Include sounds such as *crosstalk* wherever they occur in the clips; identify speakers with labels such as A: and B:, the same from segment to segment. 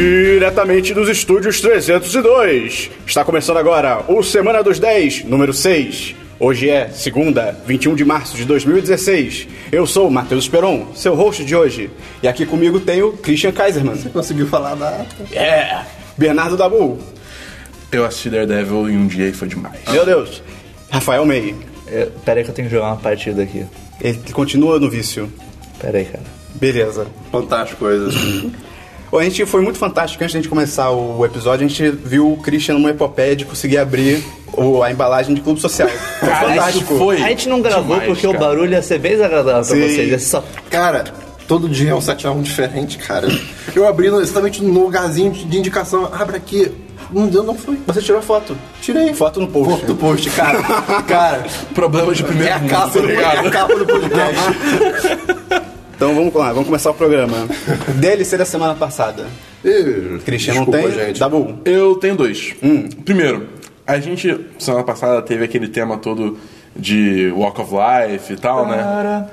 A: diretamente dos estúdios 302. Está começando agora o Semana dos 10, número 6. Hoje é segunda, 21 de março de 2016. Eu sou o Matheus Esperon, seu host de hoje. E aqui comigo tem o Christian Kaiserman.
B: Você conseguiu falar da ata?
A: É! Bernardo Dabu.
C: Eu assisti Daredevil em um dia e foi demais.
A: Meu Deus. Rafael May.
D: Eu, pera aí É, que eu tenho que jogar uma partida aqui.
A: Ele continua no vício.
D: Pera aí, cara.
A: Beleza.
B: Fantástico
A: *clears throat*
B: coisas.
A: Bom, a gente foi muito fantástico. Antes da gente começar o episódio, a gente viu o Christian numa epopeia de conseguir abrir o- a embalagem de clube
B: *laughs*
A: social. Foi
C: Cara,
A: fantástico.
C: isso foi.
D: A gente não gravou
C: Demais,
D: porque o
C: cara.
D: barulho ia ser bem desagradável
A: Sim.
D: pra vocês. É só.
B: Cara, todo dia é um 7x1 diferente, cara. Eu abri no- exatamente no lugarzinho de de indicação. Abre aqui. Não deu, não foi.
A: Você tirou foto.
B: Tirei.
A: Foto no post.
B: Foto do post, cara. cara,
C: Problema de primeiro
B: é a
C: mundo,
B: capa,
C: tá
B: do, é a
C: ligado?
B: capa do podcast.
A: *laughs* Então vamos lá, vamos começar o programa. DLC da semana passada.
B: Ih,
A: Christian
B: desculpa,
A: não tem? um.
B: gente.
A: Dabu.
C: Eu tenho dois.
B: Hum.
C: Primeiro, a gente, semana passada, teve aquele tema todo de Walk of Life e tal, né?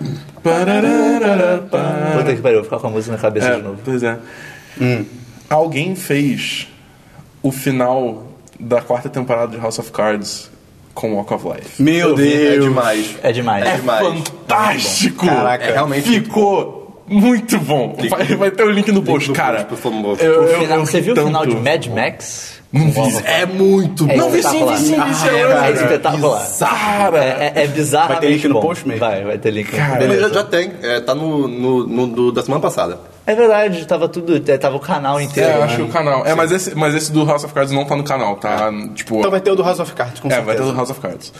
D: Puta que pariu, vou ficar com a música na cabeça
C: Ah. É,
D: de novo.
C: pois é.
B: Hum.
C: Alguém fez o final da quarta temporada de House of Cards com Walk of Life.
A: Meu
B: É
A: Deus.
B: demais.
D: É demais.
B: É demais.
C: Fantástico!
A: Caraca.
B: É realmente
C: Ficou muito bom. Vai, vai ter o link no post,
B: no
C: cara.
B: post, por favor.
D: O final- você viu o final de
C: Médio?
D: Mad Max?
C: Não vi.
B: É muito
D: É
B: bom.
C: vi sim, vi
D: espetacular.
C: sim, vi sim, eu
D: É
C: lembro.
D: espetacular.
C: Bizarra.
D: É, é, é bizarro.
A: Vai ter link no post mesmo?
D: Vai, vai ter link. no
C: Cara.
D: post.
B: Mas já, já tem. É, tá no, no, no- do- da semana passada.
D: É verdade, tava tudo. é, Tava o canal inteiro.
C: É, eu
D: né?
C: acho que o canal. É, mas esse, mas esse do House of Cards não tá no canal, tá? Tipo.
A: Então vai ter o do House of Cards, com
C: é,
A: certeza.
C: vai ter o do House of Cards.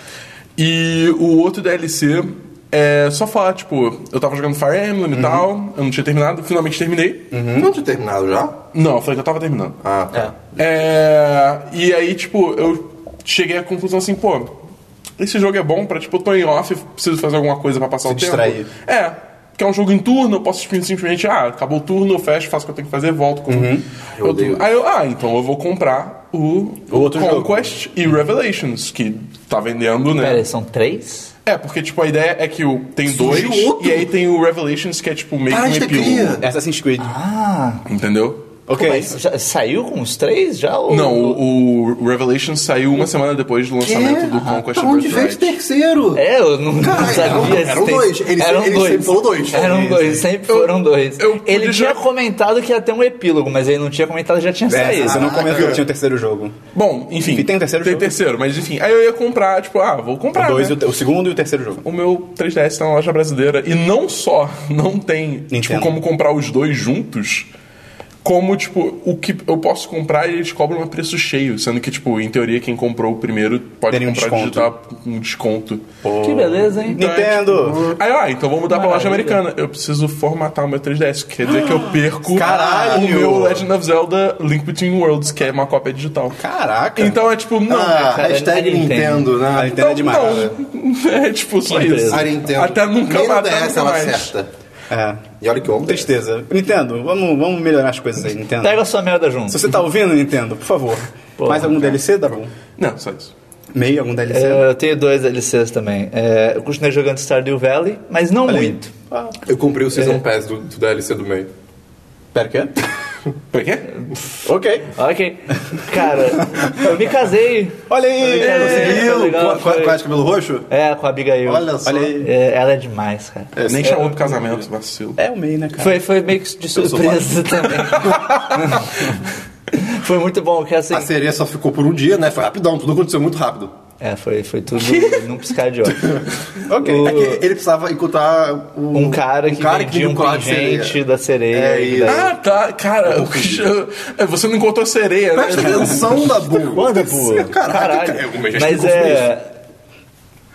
C: E o outro DLC é só falar, tipo, eu tava jogando Fire Emblem
A: Uhum.
C: e tal, eu não tinha terminado, finalmente terminei.
B: Não tinha terminado já?
C: Não, eu falei que eu tava terminando.
B: Ah, tá.
C: É, e aí, tipo, eu cheguei à conclusão assim, pô, esse jogo é bom pra, tipo, eu tô em off, preciso fazer alguma coisa pra passar o tempo.
A: distrair.
C: É, porque é um jogo em turno, eu posso tipo, simplesmente, ah, acabou o turno, eu fecho, faço o que eu tenho que fazer, volto. Com...
B: Uhum. Eu
C: outro-
B: odeio
C: Aí eu, ah, então eu vou comprar o,
A: O outro
C: Conquest e Revelations, que tá vendendo, né?
D: Pera, são três?
C: É, porque, tipo, a ideia é que o, tem
B: Surgiu
C: dois,
B: outro? Ah,
C: e aí tem o Revelations, que é, tipo, meio
B: Para
C: que um
B: de Ah, é ter cria.
C: epílogo.
A: Assassin's Creed.
C: Ah, Entendeu?
A: ok.
D: Pô, mas é? já- saiu com os três já? Ou...
C: Não, o, o Revelations saiu uma semana depois do lançamento do
A: Ah,
C: Conquest
B: É? Pra onde veio esse
C: Birthright.
B: terceiro?
D: É, eu não, não
B: Caralho,
D: sabia.
B: eram
D: se tem-
B: dois. Ele sempre- ele sempre falou dois.
D: Eram
B: Sim,
D: dois, sempre foram dois.
C: eu
D: ele
C: podia
D: tinha
C: já-
D: comentado que ia ter um epílogo, mas ele não tinha comentado que já tinha
A: É,
D: saído.
A: você não comentou
B: Caraca.
A: que tinha o terceiro jogo.
C: Bom, enfim.
A: E tem o terceiro
C: Tem
A: jogo?
C: terceiro, mas enfim. Aí eu ia comprar, tipo, ah, vou comprar.
A: Dois,
C: né?
A: e o, te- o segundo e o terceiro jogo.
C: o meu 3DS tá na loja brasileira. E não só *laughs* não tem, tipo,
A: Entendo.
C: como comprar os dois juntos, como, tipo, o que eu posso comprar eles cobram a preço cheio. Sendo que, tipo, em teoria, quem comprou o primeiro pode
A: Teria um
C: comprar
A: desconto.
C: digital um desconto.
D: Que beleza, hein?
C: Então, é,
A: Nintendo!
C: tipo, Aí, ó, então vou mudar pra loja
D: Maravilha.
C: americana. Eu preciso formatar o meu 3DS. Quer dizer
B: *gasps*
C: que eu perco
A: Caralho!
C: o meu Legend of Zelda Link Between Worlds, que é uma cópia digital.
A: Caraca!
C: Então é tipo, não,
B: Ah,
D: cara,
B: hashtag
D: é Nintendo.
B: Nintendo,
A: a
B: né?
A: Nintendo é demais.
C: Não. *laughs* É tipo só
D: Surpresa.
C: isso.
B: A Nintendo.
C: Até nunca
B: Nem no
C: mais, até
B: DS
C: nunca
B: ela
C: mais.
B: acerta.
A: É.
B: E olha que homem.
A: Tristeza. Nintendo, vamos, vamos melhorar as coisas aí, Nintendo.
D: Pega a sua merda
A: Se
D: junto.
A: você tá ouvindo, Nintendo, por favor.
D: Porra,
A: Mais algum DLC, Dabu?
C: Não, só isso.
A: um Meio, algum DLC?
D: É, eu tenho dois DLCs também. É, eu continuei jogando Stardew Valley, mas não
A: aí.
D: muito.
B: Eu comprei o Season Pass do, do DLC do meio.
A: Pera, o quê?
C: Pra quê?
A: ok.
D: Ok. Cara, eu me casei.
A: Olha
D: Tá
A: aí!
D: Conseguiu? Legal,
B: Com a-
D: foi.
B: com a de cabelo roxo?
D: É, com a Abigail.
B: Olha só.
A: Olha aí.
D: É, ela é demais, cara.
B: É,
C: Nem
B: sim.
C: chamou pro casamento, vacilo.
A: É o meio, né, cara?
D: Foi, foi meio que de
B: sou
D: surpresa também.
B: *laughs*
D: foi muito bom, que assim.
B: A sereia só ficou por um dia, né? Foi rapidão, tudo aconteceu muito rápido.
D: É, foi, foi tudo num piscar de *laughs* olho.
A: Ok.
D: O-
B: É que ele precisava encontrar o-
D: Um cara que vendia um
B: vinculava a
D: pingente
B: sereia.
D: da sereia.
B: É
D: e
B: isso.
D: daí-
C: Ah, tá. Cara, *laughs* eu- você não encontrou sereia, né?
B: Presta
C: *laughs*
B: *laughs* atenção, Dabu.
D: Manda, pô.
B: Caraca,
D: Caralho.
B: cara, eu- mas já
D: Mas
B: estou confuso.
D: é.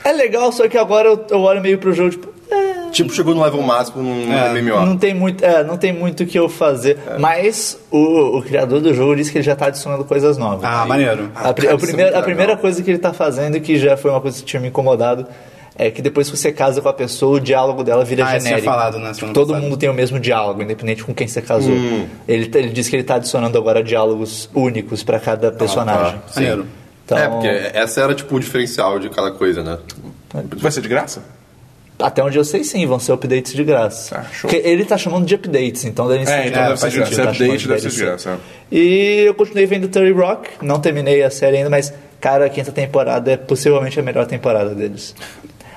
D: É legal, só que agora eu, eu olho meio pro jogo, tipo, é,
B: Tipo, chegou no level máximo num MMO.
D: não tem muito, é, não tem muito o que eu fazer. Mas o, o criador do jogo disse que ele já tá adicionando coisas novas.
A: Ah, maneiro.
D: A, pri-
B: cara,
D: a
B: isso é
D: primeira,
B: muito
D: a primeira
B: legal.
D: coisa que ele tá fazendo, que já foi uma coisa que tinha me incomodado, é que depois que você casa com a pessoa, o diálogo dela vira
A: Ah, isso tinha
D: genérico.
A: falado, né, semana
D: Todo
A: passada.
D: mundo tem o mesmo diálogo, independente com quem você casou. Ele, ele disse que ele tá adicionando agora diálogos únicos pra
A: Ah,
D: cada personagem.
B: Sim.
A: Maneiro.
D: Então,
B: É, porque essa era tipo o diferencial de cada coisa, né?
C: Vai ser de graça?
D: Até onde eu sei, sim, vão ser updates de graça.
C: Ah, show.
D: Porque ele tá chamando de updates, então deve ser.
C: É, então deve ser
D: faz
C: de graça.
D: sentido, tá
C: Se é update,
D: chamando
C: deve
D: de
C: ser de
D: DLC.
C: graça. é.
D: E eu continuei vendo Terry Rock, não terminei a série ainda, mas, cara, a quinta temporada é possivelmente a melhor temporada deles.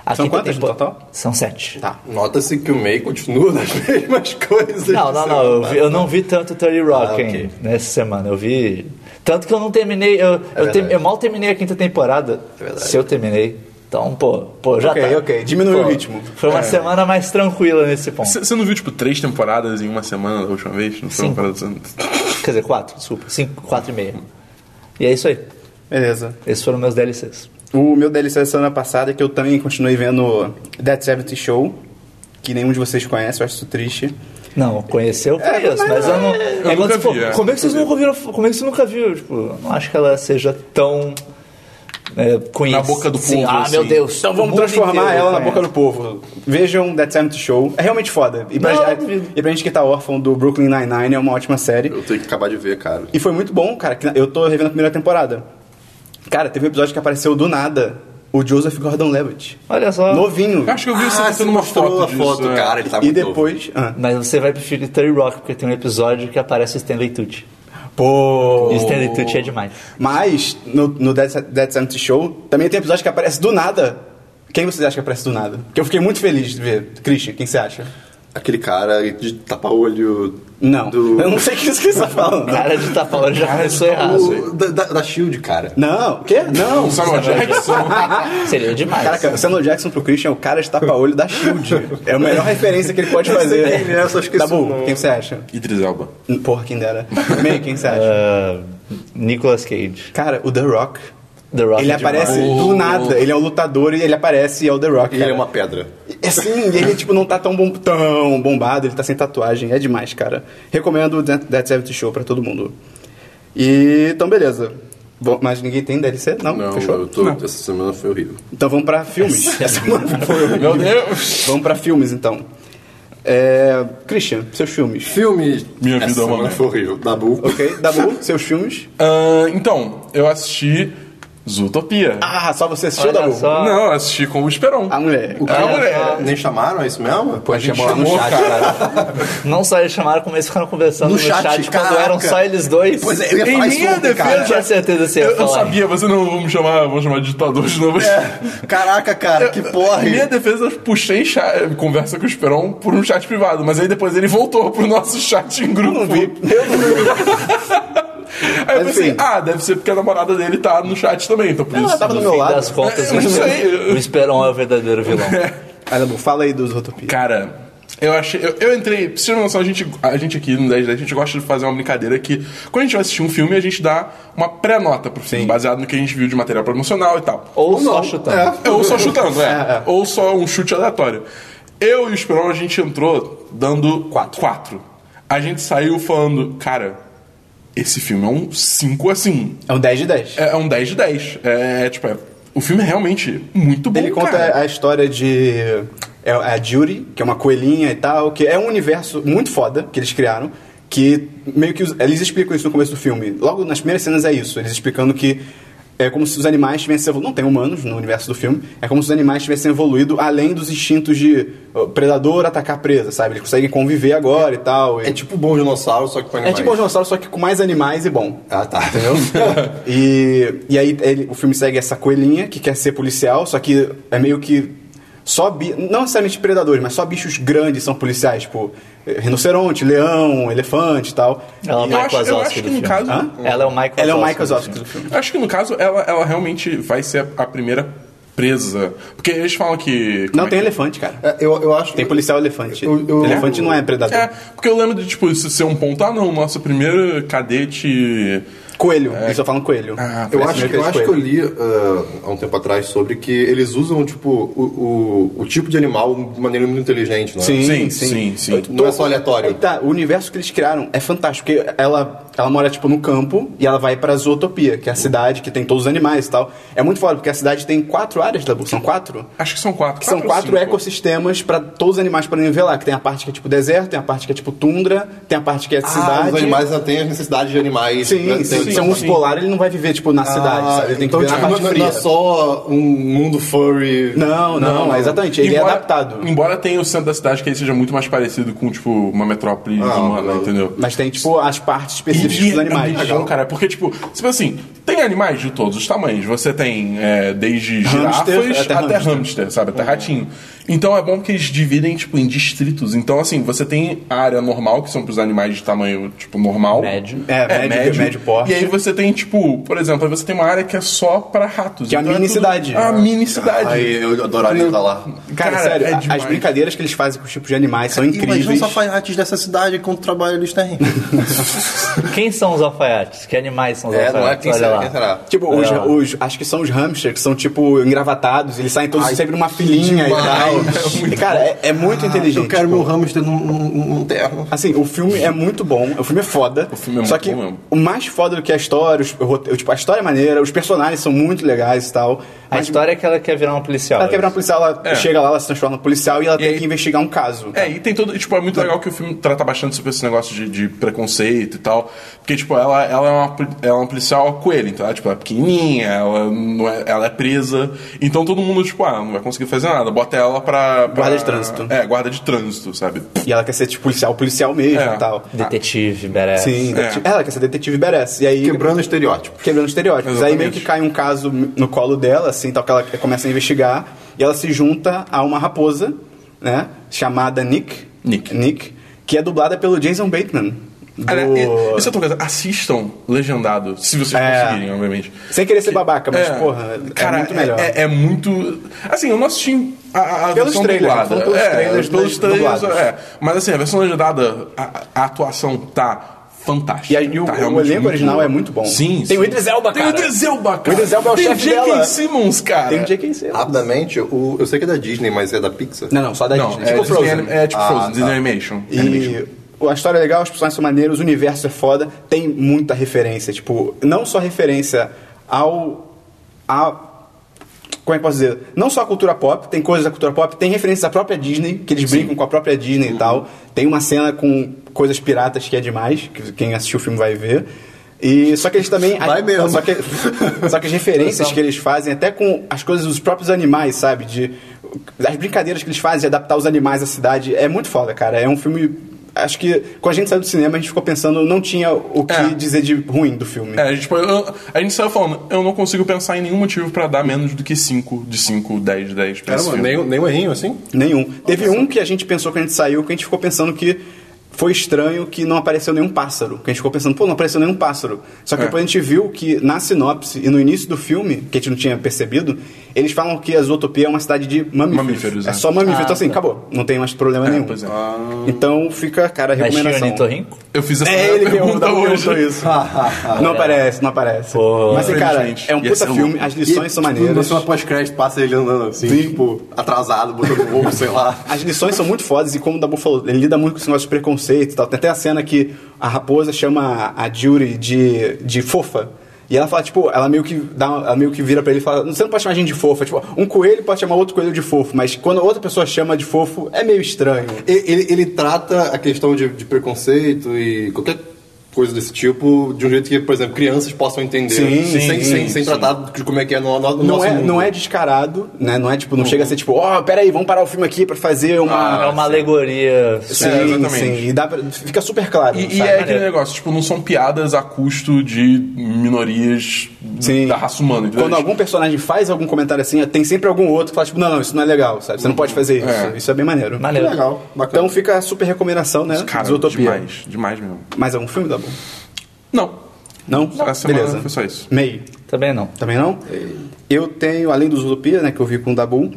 D: A
A: São
D: quinta
A: quantas no
D: tempo-
A: total?
D: São sete.
B: Tá, nota-se que o May continua *laughs* nas mesmas coisas.
D: Não, não, não. Eu, vi- eu não vi tanto 30 Rock
B: Ah, ok.
D: ainda nessa semana. Eu vi. Tanto que eu não terminei. Eu, eu,
B: É verdade.
D: te- eu mal terminei a quinta temporada.
B: É verdade.
D: se eu terminei. Então, pô, pô já
A: Ok,
D: tá.
A: ok, diminui o
D: Pô,
A: ritmo.
D: Foi
B: É.
D: uma semana mais tranquila nesse ponto.
C: Você não viu, tipo, três temporadas em uma semana da última vez? Não foi uma
D: Cinco.
C: parada assim?
D: Quer dizer, quatro, desculpa. Cinco, quatro e meia. E é isso aí.
A: Beleza.
D: Esses foram meus DLCs.
A: O meu DLC da semana passada é que eu também continuei vendo Dead 70 Show, que nenhum de vocês conhece, eu acho isso triste.
D: Não, conheceu, conheço, mas eu não. é
C: nunca
D: quando,
C: vi,
D: tipo,
C: é,
D: como
C: nunca
D: é que vocês
C: vi.
D: nunca viram? Como é que você nunca viu? Tipo, eu não acho que ela seja tão. É, conhecida.
C: Na boca do
D: Sim,
C: povo,
D: Ah, meu
C: assim.
D: Deus.
A: Então
D: o
A: vamos
D: mundo
A: transformar
D: inteiro
A: ela na
D: conhece.
A: boca do povo. né? Vejam Dead 70 Show, é realmente foda. E pra,
D: Não,
A: gente-
D: eu duvido.
A: e pra gente que tá órfão do Brooklyn Nine-Nine, é uma ótima série.
B: Eu tenho que acabar de ver, cara.
A: E foi muito bom, cara, que eu tô revendo a primeira temporada. Cara, teve um episódio que apareceu do nada, o Joseph Gordon-Levitt.
D: Olha só.
A: Novinho.
C: Eu acho que eu vi você
B: você
C: postando uma foto
B: Ah, mostrou
C: disso. né?
B: cara, ele tá
A: E
B: muito novo.
A: depois... ah.
D: Mas você vai preferir 30 Rock, porque tem um episódio que aparece o Stanley Tucci.
A: Pô...
D: E Stanley Tucci é demais.
A: Ah. Mas, no, no Dead, Dead Sanity Show, também tem episódio que aparece do nada. Quem vocês acham que aparece do nada? Porque eu fiquei muito feliz de ver. Christian, quem você acha?
B: Aquele cara de tapa-olho.
A: Não.
B: Do...
A: Eu não sei o que você está falando.
D: Cara de tapa já começou
C: Ah,
D: errado.
B: O- da, da, da Shield, cara.
A: Não, o quê? Não.
C: Samuel Jackson.
D: Seria demais.
A: Caraca, Samuel Jackson pro Christian é o cara de tapa-olho da SHIELD. É a melhor referência que ele pode fazer.
B: sei dele, né? Eu só esqueci o
A: Dabu,
B: nome.
A: quem você acha?
C: Idris Elba.
A: Porra, quem dera. May, quem você acha?
D: Ah, Nicolas Cage.
A: Cara, o The Rock...
D: The Rock
A: Ele
D: é demais.
A: aparece do nada. Ele é o lutador e ele aparece e é o The Rock.
B: Ele
A: cara.
B: é uma pedra.
A: É sim, e ele tipo não tá tão, bom, tão bombado, ele tá sem tatuagem, é demais, cara. Recomendo o Dead Dead Seventh Show pra todo mundo. E então beleza. Bom, mas ninguém tem DLC? Não,
B: Não,
A: fechou.
B: eu tô, essa semana foi horrível.
A: Então vamos pra filmes. Essa é semana foi horrível.
C: Meu Deus. *laughs*
A: Vamos pra filmes então. É, Christian, seus filmes.
B: Filmes.
C: Minha
B: essa
C: vida é uma
B: semana
C: merda.
B: foi horrível. Dabu.
A: OK? Dabu, seus filmes?
C: Ah, então, eu assisti Zootopia.
A: Ah, só você assistiu
D: Olha
A: Dabu.
D: só.
C: Não, eu assisti com o Esperon.
A: A mulher.
B: O
C: Ah,
B: cara,
C: moleque.
B: nem chamaram, é isso mesmo? Pô,
C: A gente
B: chamou lá
C: chamou,
A: *laughs*
B: cara.
D: Não só eles chamaram, como eles ficaram conversando no,
B: No chat,
D: quando
B: caraca.
D: eram só eles dois.
B: pois é, eu ia
C: Em
B: falar isso
C: minha
B: ontem,
D: Eu
B: cara.
C: defesa-
D: tinha certeza que você ia
C: Eu, eu
D: falar.
C: sabia, você não vão me chamar, vão chamar de ditador de
B: *laughs*
C: novo.
A: É,
C: *laughs*
B: Caraca, cara, que porra.
C: Em minha defesa, eu puxei cha- conversa com o Esperon por um chat privado, mas aí depois ele voltou pro nosso chat em
A: Eu
C: grupo.
A: não vi. Eu não vi.
C: Aí eu
A: Mas,
C: pensei,
A: assim,
C: ah, deve ser porque a namorada dele tá no chat também, então por
A: Ela
C: isso. *laughs*
A: tava do
D: No
A: meu
D: fim
A: lado.
D: das contas,
C: É, eu não sei.
D: o Esperon é o verdadeiro vilão.
C: É.
A: Ah, Dabu, fala aí dos Rotopia.
C: Cara, eu achei. Eu, eu entrei. Pra vocês terem noção, a gente, a gente aqui no 10 10 a gente gosta de fazer uma brincadeira que quando a gente vai assistir um filme, a gente dá uma pré-nota pro filme, baseado no que a gente viu de material promocional e tal.
D: Ou só chutando.
C: É, Ou
A: *laughs*
C: só chutando, é. Ou só um chute aleatório. Eu e o Esperon, a gente entrou dando 4. A gente saiu falando, cara, esse filme é um 5 assim.
A: É um 10 de 10.
C: É, é um 10 de 10. É, é, tipo, é- o filme é realmente muito bom,
A: Ele conta
C: cara.
A: a história de. É a Judy, que é uma coelhinha e tal, que é um universo muito foda que eles criaram. Que meio que. os- Eles explicam isso no começo do filme. Logo nas primeiras cenas é isso. Eles explicando que. É como se os animais tivessem evoluído. Não tem humanos no universo do filme. É como se os animais tivessem evoluído além dos instintos de ó, predador atacar presa, sabe? Eles conseguem conviver agora e tal. e-
B: É tipo bom dinossauro, só que com
A: é
B: animais.
A: tipo um dinossauro, só que com mais animais e bom.
B: Ah, tá. *laughs*
A: Entendeu? e, e aí ele- o filme segue essa coelhinha que quer ser policial, só que é meio que só bi- não necessariamente predadores, mas só bichos grandes são policiais, tipo eh, rinoceronte, leão, elefante e tal.
D: Ela é o
C: Eu
D: Michael
C: acho- eu acho
D: Wazowski
C: que
D: do
C: no
D: filme.
C: caso-
A: Hã?
D: Ela é o Michael
A: Ela é o
D: Wazowski
A: Michael
D: do
A: Zosky
D: filme.
A: do filme.
C: Acho que no caso ela, ela realmente vai ser a primeira presa. Porque eles falam que. como
A: Não
C: é
A: tem
C: que-
A: elefante, cara.
B: É, Eu, eu acho
A: Tem policial elefante.
B: Eu- eu-
A: elefante não é predador.
C: É, porque eu lembro de, tipo, isso ser um ponto. Ah, não, nossa primeira cadete.
A: Coelho, eles só falam coelho.
C: Ah,
B: É. Eu
A: Parece
B: acho,
A: meio
B: eu acho que eu
A: coelho.
B: li ah, há um tempo atrás sobre que eles usam, tipo, o, o, o tipo de animal de maneira muito inteligente, não é?
A: Sim,
C: Sim,
A: sim.
C: sim, sim.
B: Não é só
A: Aí
B: aleatório.
A: tá, o universo que eles criaram é fantástico, porque ela, ela mora, tipo, no campo e ela vai pra Zootopia, que é a cidade que tem todos os animais e tal. É muito foda, porque a cidade tem quatro áreas, Dabu, são quatro?
C: Acho que são quatro.
A: Que são
C: ou
A: quatro
C: cinco.
A: ecossistemas pra todos os animais para nivelar, que tem a parte que é tipo deserto, tem a parte que é tipo tundra, tem a parte que é
B: Ah,
A: cidade.
B: os animais já têm as necessidades de animais.
A: Sim,
B: né? Tem
A: sim,
B: o
A: se é um urso polar, ele não vai viver, tipo, na cidade, sabe? Ele tem que
B: então,
A: viver
B: tipo,
A: na parte
B: não,
A: fria.
B: não é só um mundo furry.
A: Não, é não, exatamente. Ele é
C: Embora-
A: adaptado.
C: Embora tenha o centro da cidade que ele seja muito mais parecido com, tipo, uma metrópole
A: Ah,
C: humana, entendeu?
A: Mas tem, tipo, as partes específicas
C: E
A: dos animais.
C: é legal, cara, porque, tipo, você pensa assim, tem animais de todos os tamanhos. Você tem é, desde girafas
A: Hamster, é até
C: até,
A: hamster.
C: hamster. sabe? Até ratinho. Então é bom que eles dividem, tipo, em distritos. Então, assim, você tem a área normal, que são pros animais de tamanho, tipo, normal.
E: Médio.
A: É, médio, médio porte.
C: E aí você tem, tipo, por exemplo, aí você tem uma área que é só pra ratos.
A: Que é a
C: Então tudo-
A: mini-cidade.
C: A mini-cidade.
B: Aí eu adoraria estar lá.
A: Cara,
C: Cara,
A: sério,
C: é
A: a- as
C: demais.
A: brincadeiras que eles fazem com os tipos de animais são
B: Imagina
A: incríveis.
B: os alfaiates dessa cidade quanto trabalho eles têm.
D: Quem são os alfaiates? Que animais
B: É,
D: são os
A: É,
D: alfaiates? Olha lá.
A: Tipo, os, os- acho que são os hamsters, que são, tipo, engravatados, eles saem todos sempre numa filinha e
B: demais.
A: tal. E, cara, é, é muito inteligente.
B: Eu quero
A: tipo.
B: meu hamster num, num, num terno.
A: Assim, o filme é muito bom, o filme é foda. O
C: filme é
A: Só
C: muito
A: que
C: bom mesmo.
A: o mais foda do que a história, os- o roteiro- tipo, a história é maneira, os personagens são muito legais e tal.
D: A história é que ela quer virar uma policial.
A: Ela um quebra uma policial, ela
C: É.
A: chega lá, ela se transforma num policial e ela tem
C: aí-
A: que investigar um caso.
C: É, e tem todo. Tipo, é muito legal que o filme trata bastante sobre esse negócio de, de preconceito e tal. Porque, tipo, ela, ela, é uma, poli- ela é uma policial coelho, então ela, tipo, é pequenininha, ela, não é, ela é presa. Então todo mundo, tipo, ah, não vai conseguir fazer nada. Bota ela pra. pra-
A: Guarda de trânsito.
C: É, guarda de trânsito, sabe?
A: E ela quer ser, tipo, policial, policial mesmo
C: É.
A: e tal.
D: Ah. Detetive, merece.
A: Sim,
C: É.
A: detetive- ela quer ser detetive badass. E aí.
B: Quebrando estereótipo.
A: Quebrando estereótipos. Aí
C: Exatamente.
A: meio que cai um caso no colo dela, assim, tal, que ela começa a investigar. E ela se junta a uma raposa, né? Chamada Nick.
C: Nick.
A: Nick. Que é dublada pelo Jason Bateman. Do...
C: Olha, e- isso é outra coisa. Assistam legendado, se vocês
A: É.
C: conseguirem, obviamente.
A: Sem querer ser babaca, mas,
C: É,
A: porra, é
C: cara,
A: muito melhor.
C: É, é muito. Assim, eu não assisti a, a a
A: Pelos
C: versão
A: trailers,
C: dublada.
A: eu tô falando pelos
C: é,
A: trailers
C: pelos
A: do-
C: trailers.
A: dublados.
C: É. Mas assim, a versão legendada, a, a atuação tá
A: E
C: fantástica.
A: aí, o-
C: Tá
A: o
C: realmente
A: elenco original
C: boa.
A: é muito bom.
C: Sim.
A: Tem o
C: sim.
A: Idris Elba,
C: Tem
A: cara.
C: o Idris Elba, cara.
A: O Idris Elba é o
C: Tem
A: chefe
C: J.K.
A: dela.
C: Simmons, cara.
A: Tem o J.K.
C: Ah.
A: Simmons.
B: Rapidamente, o- eu sei que é da Disney, mas é da Pixar.
A: Não, não, só da
C: Não,
A: Disney.
C: é,
A: Tipo
C: Disney
A: Frozen.
C: anim- é tipo
B: Ah,
C: Frozen,
B: tá.
C: Disney Animation. Animation.
A: E a história é legal, os personagens são maneiros, o universo é foda, tem muita referência, tipo, não só referência ao. A, como é que eu posso dizer? Não só a cultura pop, tem coisas da cultura pop, tem referências à própria Disney, que eles brincam com a própria Disney e tal. Tem uma cena com coisas piratas que é demais, que quem assistiu o filme vai ver. E só que eles também.
B: Vai mesmo.
A: Só que, só que as referências que eles fazem, até com as coisas dos próprios animais, sabe? De, as brincadeiras que eles fazem de adaptar os animais à cidade, é muito foda, cara. É um filme. Acho que quando a gente saiu do cinema, a gente ficou pensando, não tinha o que
C: É.
A: dizer de ruim do filme.
C: É, a gente, tipo, eu- a gente saiu falando, eu não consigo pensar em nenhum motivo pra dar menos do que 5, de 5, 10, de 10 pra esse
B: Caramba,
C: filme.
B: nem, nem um errinho assim?
A: Nenhum. Teve um que a gente pensou que a gente saiu, que a gente ficou pensando que foi estranho que não apareceu nenhum pássaro. Que a gente ficou pensando, pô, não apareceu nenhum pássaro. Só que
C: É.
A: depois a gente viu que na sinopse e no início do filme, que a gente não tinha percebido, eles falam que a Zootopia é uma cidade de mamíferos.
C: Mamíferos,
A: é
C: é.
A: só mamíferos.
D: Ah,
A: então assim,
D: tá.
A: acabou. Não tem mais problema
C: É,
A: nenhum.
C: pois é.
A: Então fica, cara, a
D: Mas tinha o
A: recomendação.
D: Nitorrinco?
C: Eu fiz essa
A: É ele que
C: pergunta hoje.
A: perguntou isso.
B: Ah,
A: não aparece, não aparece.
D: Pô.
A: Mas, assim, cara,
C: Infelizmente.
A: é um
C: Ia
A: puta
C: ser
A: filme,
C: louco.
A: as lições são maneiras.
B: Tipo, pós-crédito passa ele andando assim, tipo, atrasado, botando voo, sei lá.
A: As lições são muito fodas e como o Dabu falou, ele lida muito com esse negócio de preconceito e tal. Tem até a cena que a raposa chama a Jury de, de fofa. E ela fala, tipo, ela meio que dá, ela meio que vira pra ele e fala, você não pode chamar a gente de fofa. Tipo, um coelho pode chamar outro coelho de fofo, mas quando outra pessoa chama de fofo, é meio estranho.
B: E- Ele, ele trata a questão de, de preconceito e qualquer coisa desse tipo de um jeito que, por exemplo, crianças possam entender. assim,
A: Sim,
B: sem,
A: sim,
B: sem, sem tratar de como é que é no, no- no
A: Não
B: nosso
A: é,
B: mundo.
A: não é descarado, né? Não é tipo, não chega a ser tipo, ó, peraí, vamos parar o filme aqui pra fazer uma.
D: é uma
A: Ah,
D: alegoria.
A: Sim,
C: Ah, É, exatamente.
A: sim. E dá pra- fica super claro.
C: E, e
A: sabe?
C: é aquele negócio, tipo, não são piadas a custo de minorias
A: Sim.
C: da raça humana, entendeu?
A: Quando algum personagem faz algum comentário assim, tem sempre algum outro que fala, tipo, não, não, isso não é legal, sabe? Você não pode fazer isso.
C: É.
A: Isso é bem maneiro.
D: Maneiro.
B: Legal, bacana.
A: Então fica a super recomendação, né?
C: Cara,
A: Zootopia.
C: demais, demais mesmo.
A: Mais algum filme, tá bom?
C: Não.
A: Não?
C: Essa semana
A: Beleza.
C: foi só isso.
A: Meio.
D: Também não.
A: Também não? Eu tenho, além do Zootopia, né, que eu vi com o Dabu...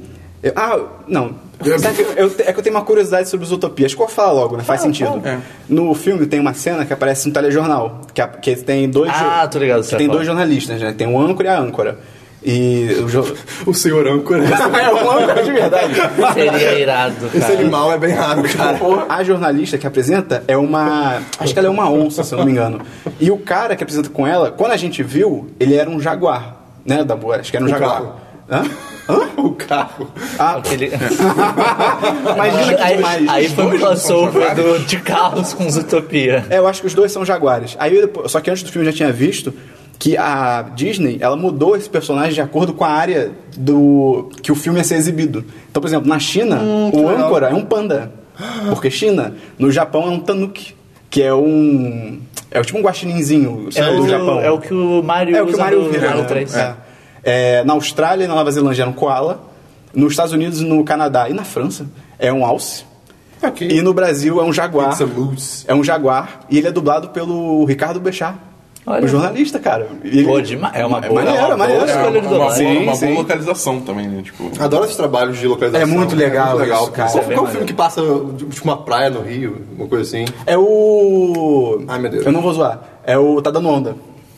A: eu- ah, não. Sabe que eu- eu te- é que eu tenho uma curiosidade sobre Zootopia. Acho que eu vou falar logo, né? Faz sentido.
C: É.
A: No filme tem uma cena que aparece um telejornal, que, a- que tem dois...
D: Ah, tô ligado,
A: Que
D: você
A: tem
D: fala.
A: dois jornalistas, né? Tem o âncora e a âncora. E o jo-
B: O senhor âncora.
A: *laughs* É um âncora de
D: *laughs*
A: verdade.
D: Seria irado,
B: Esse
D: cara.
B: animal é bem raro, cara.
A: A jornalista que apresenta é uma. Acho que ela é uma onça, se eu não me engano. E o cara que apresenta com ela, quando a gente viu, ele era um jaguar. Né, Dabu? Acho que era um
B: O
A: jaguar.
B: carro.
A: Hã?
B: O carro.
D: Aquele...
A: Imagina que
D: aí,
A: demais.
D: aí foi um
C: dois não são
D: crossover do, de carros com Zootopia.
A: É, eu acho que os dois são jaguares. Aí eu depois- só que antes do filme eu já tinha visto que a Disney, ela mudou esse personagem de acordo com a área do que o filme ia ser exibido. Então, por exemplo, na China,
D: Hum,
A: o âncora é um
D: *gasps*
A: panda, porque China. No Japão é um tanuki, que é um é tipo um guaxininzinho
D: É
A: sabe, do
D: o,
A: Japão.
D: é o que o Mario
A: É o que o
D: usa
A: Mario
D: no
A: vira.
D: Mario
A: né?
D: 3.
A: É. É, na Austrália e na Nova Zelândia era um koala. Nos Estados Unidos, e no Canadá e na França é um alce.
B: Ok.
A: E no Brasil é um jaguar.
B: It's a moose.
A: É um jaguar e ele é dublado pelo Ricardo Bechar.
D: Olha.
A: O jornalista, cara. E Ele...
D: Pô, demais. É uma boa,
A: maneiro,
D: é uma boa
A: maneiro.
C: É uma,
D: escolha de
C: uma boa,
D: dublagem.
A: Sim,
C: uma boa
A: sim.
C: localização também, né? Tipo,
B: Adoro esses trabalhos de localização.
A: É muito legal isso, cara. É
B: Qual, qual
D: bem
B: o
D: maneiro.
B: filme que passa tipo uma praia no Rio, uma coisa assim?
A: É o.
B: Ai, meu Deus.
A: Eu não vou zoar. É o Tá Dando Onda.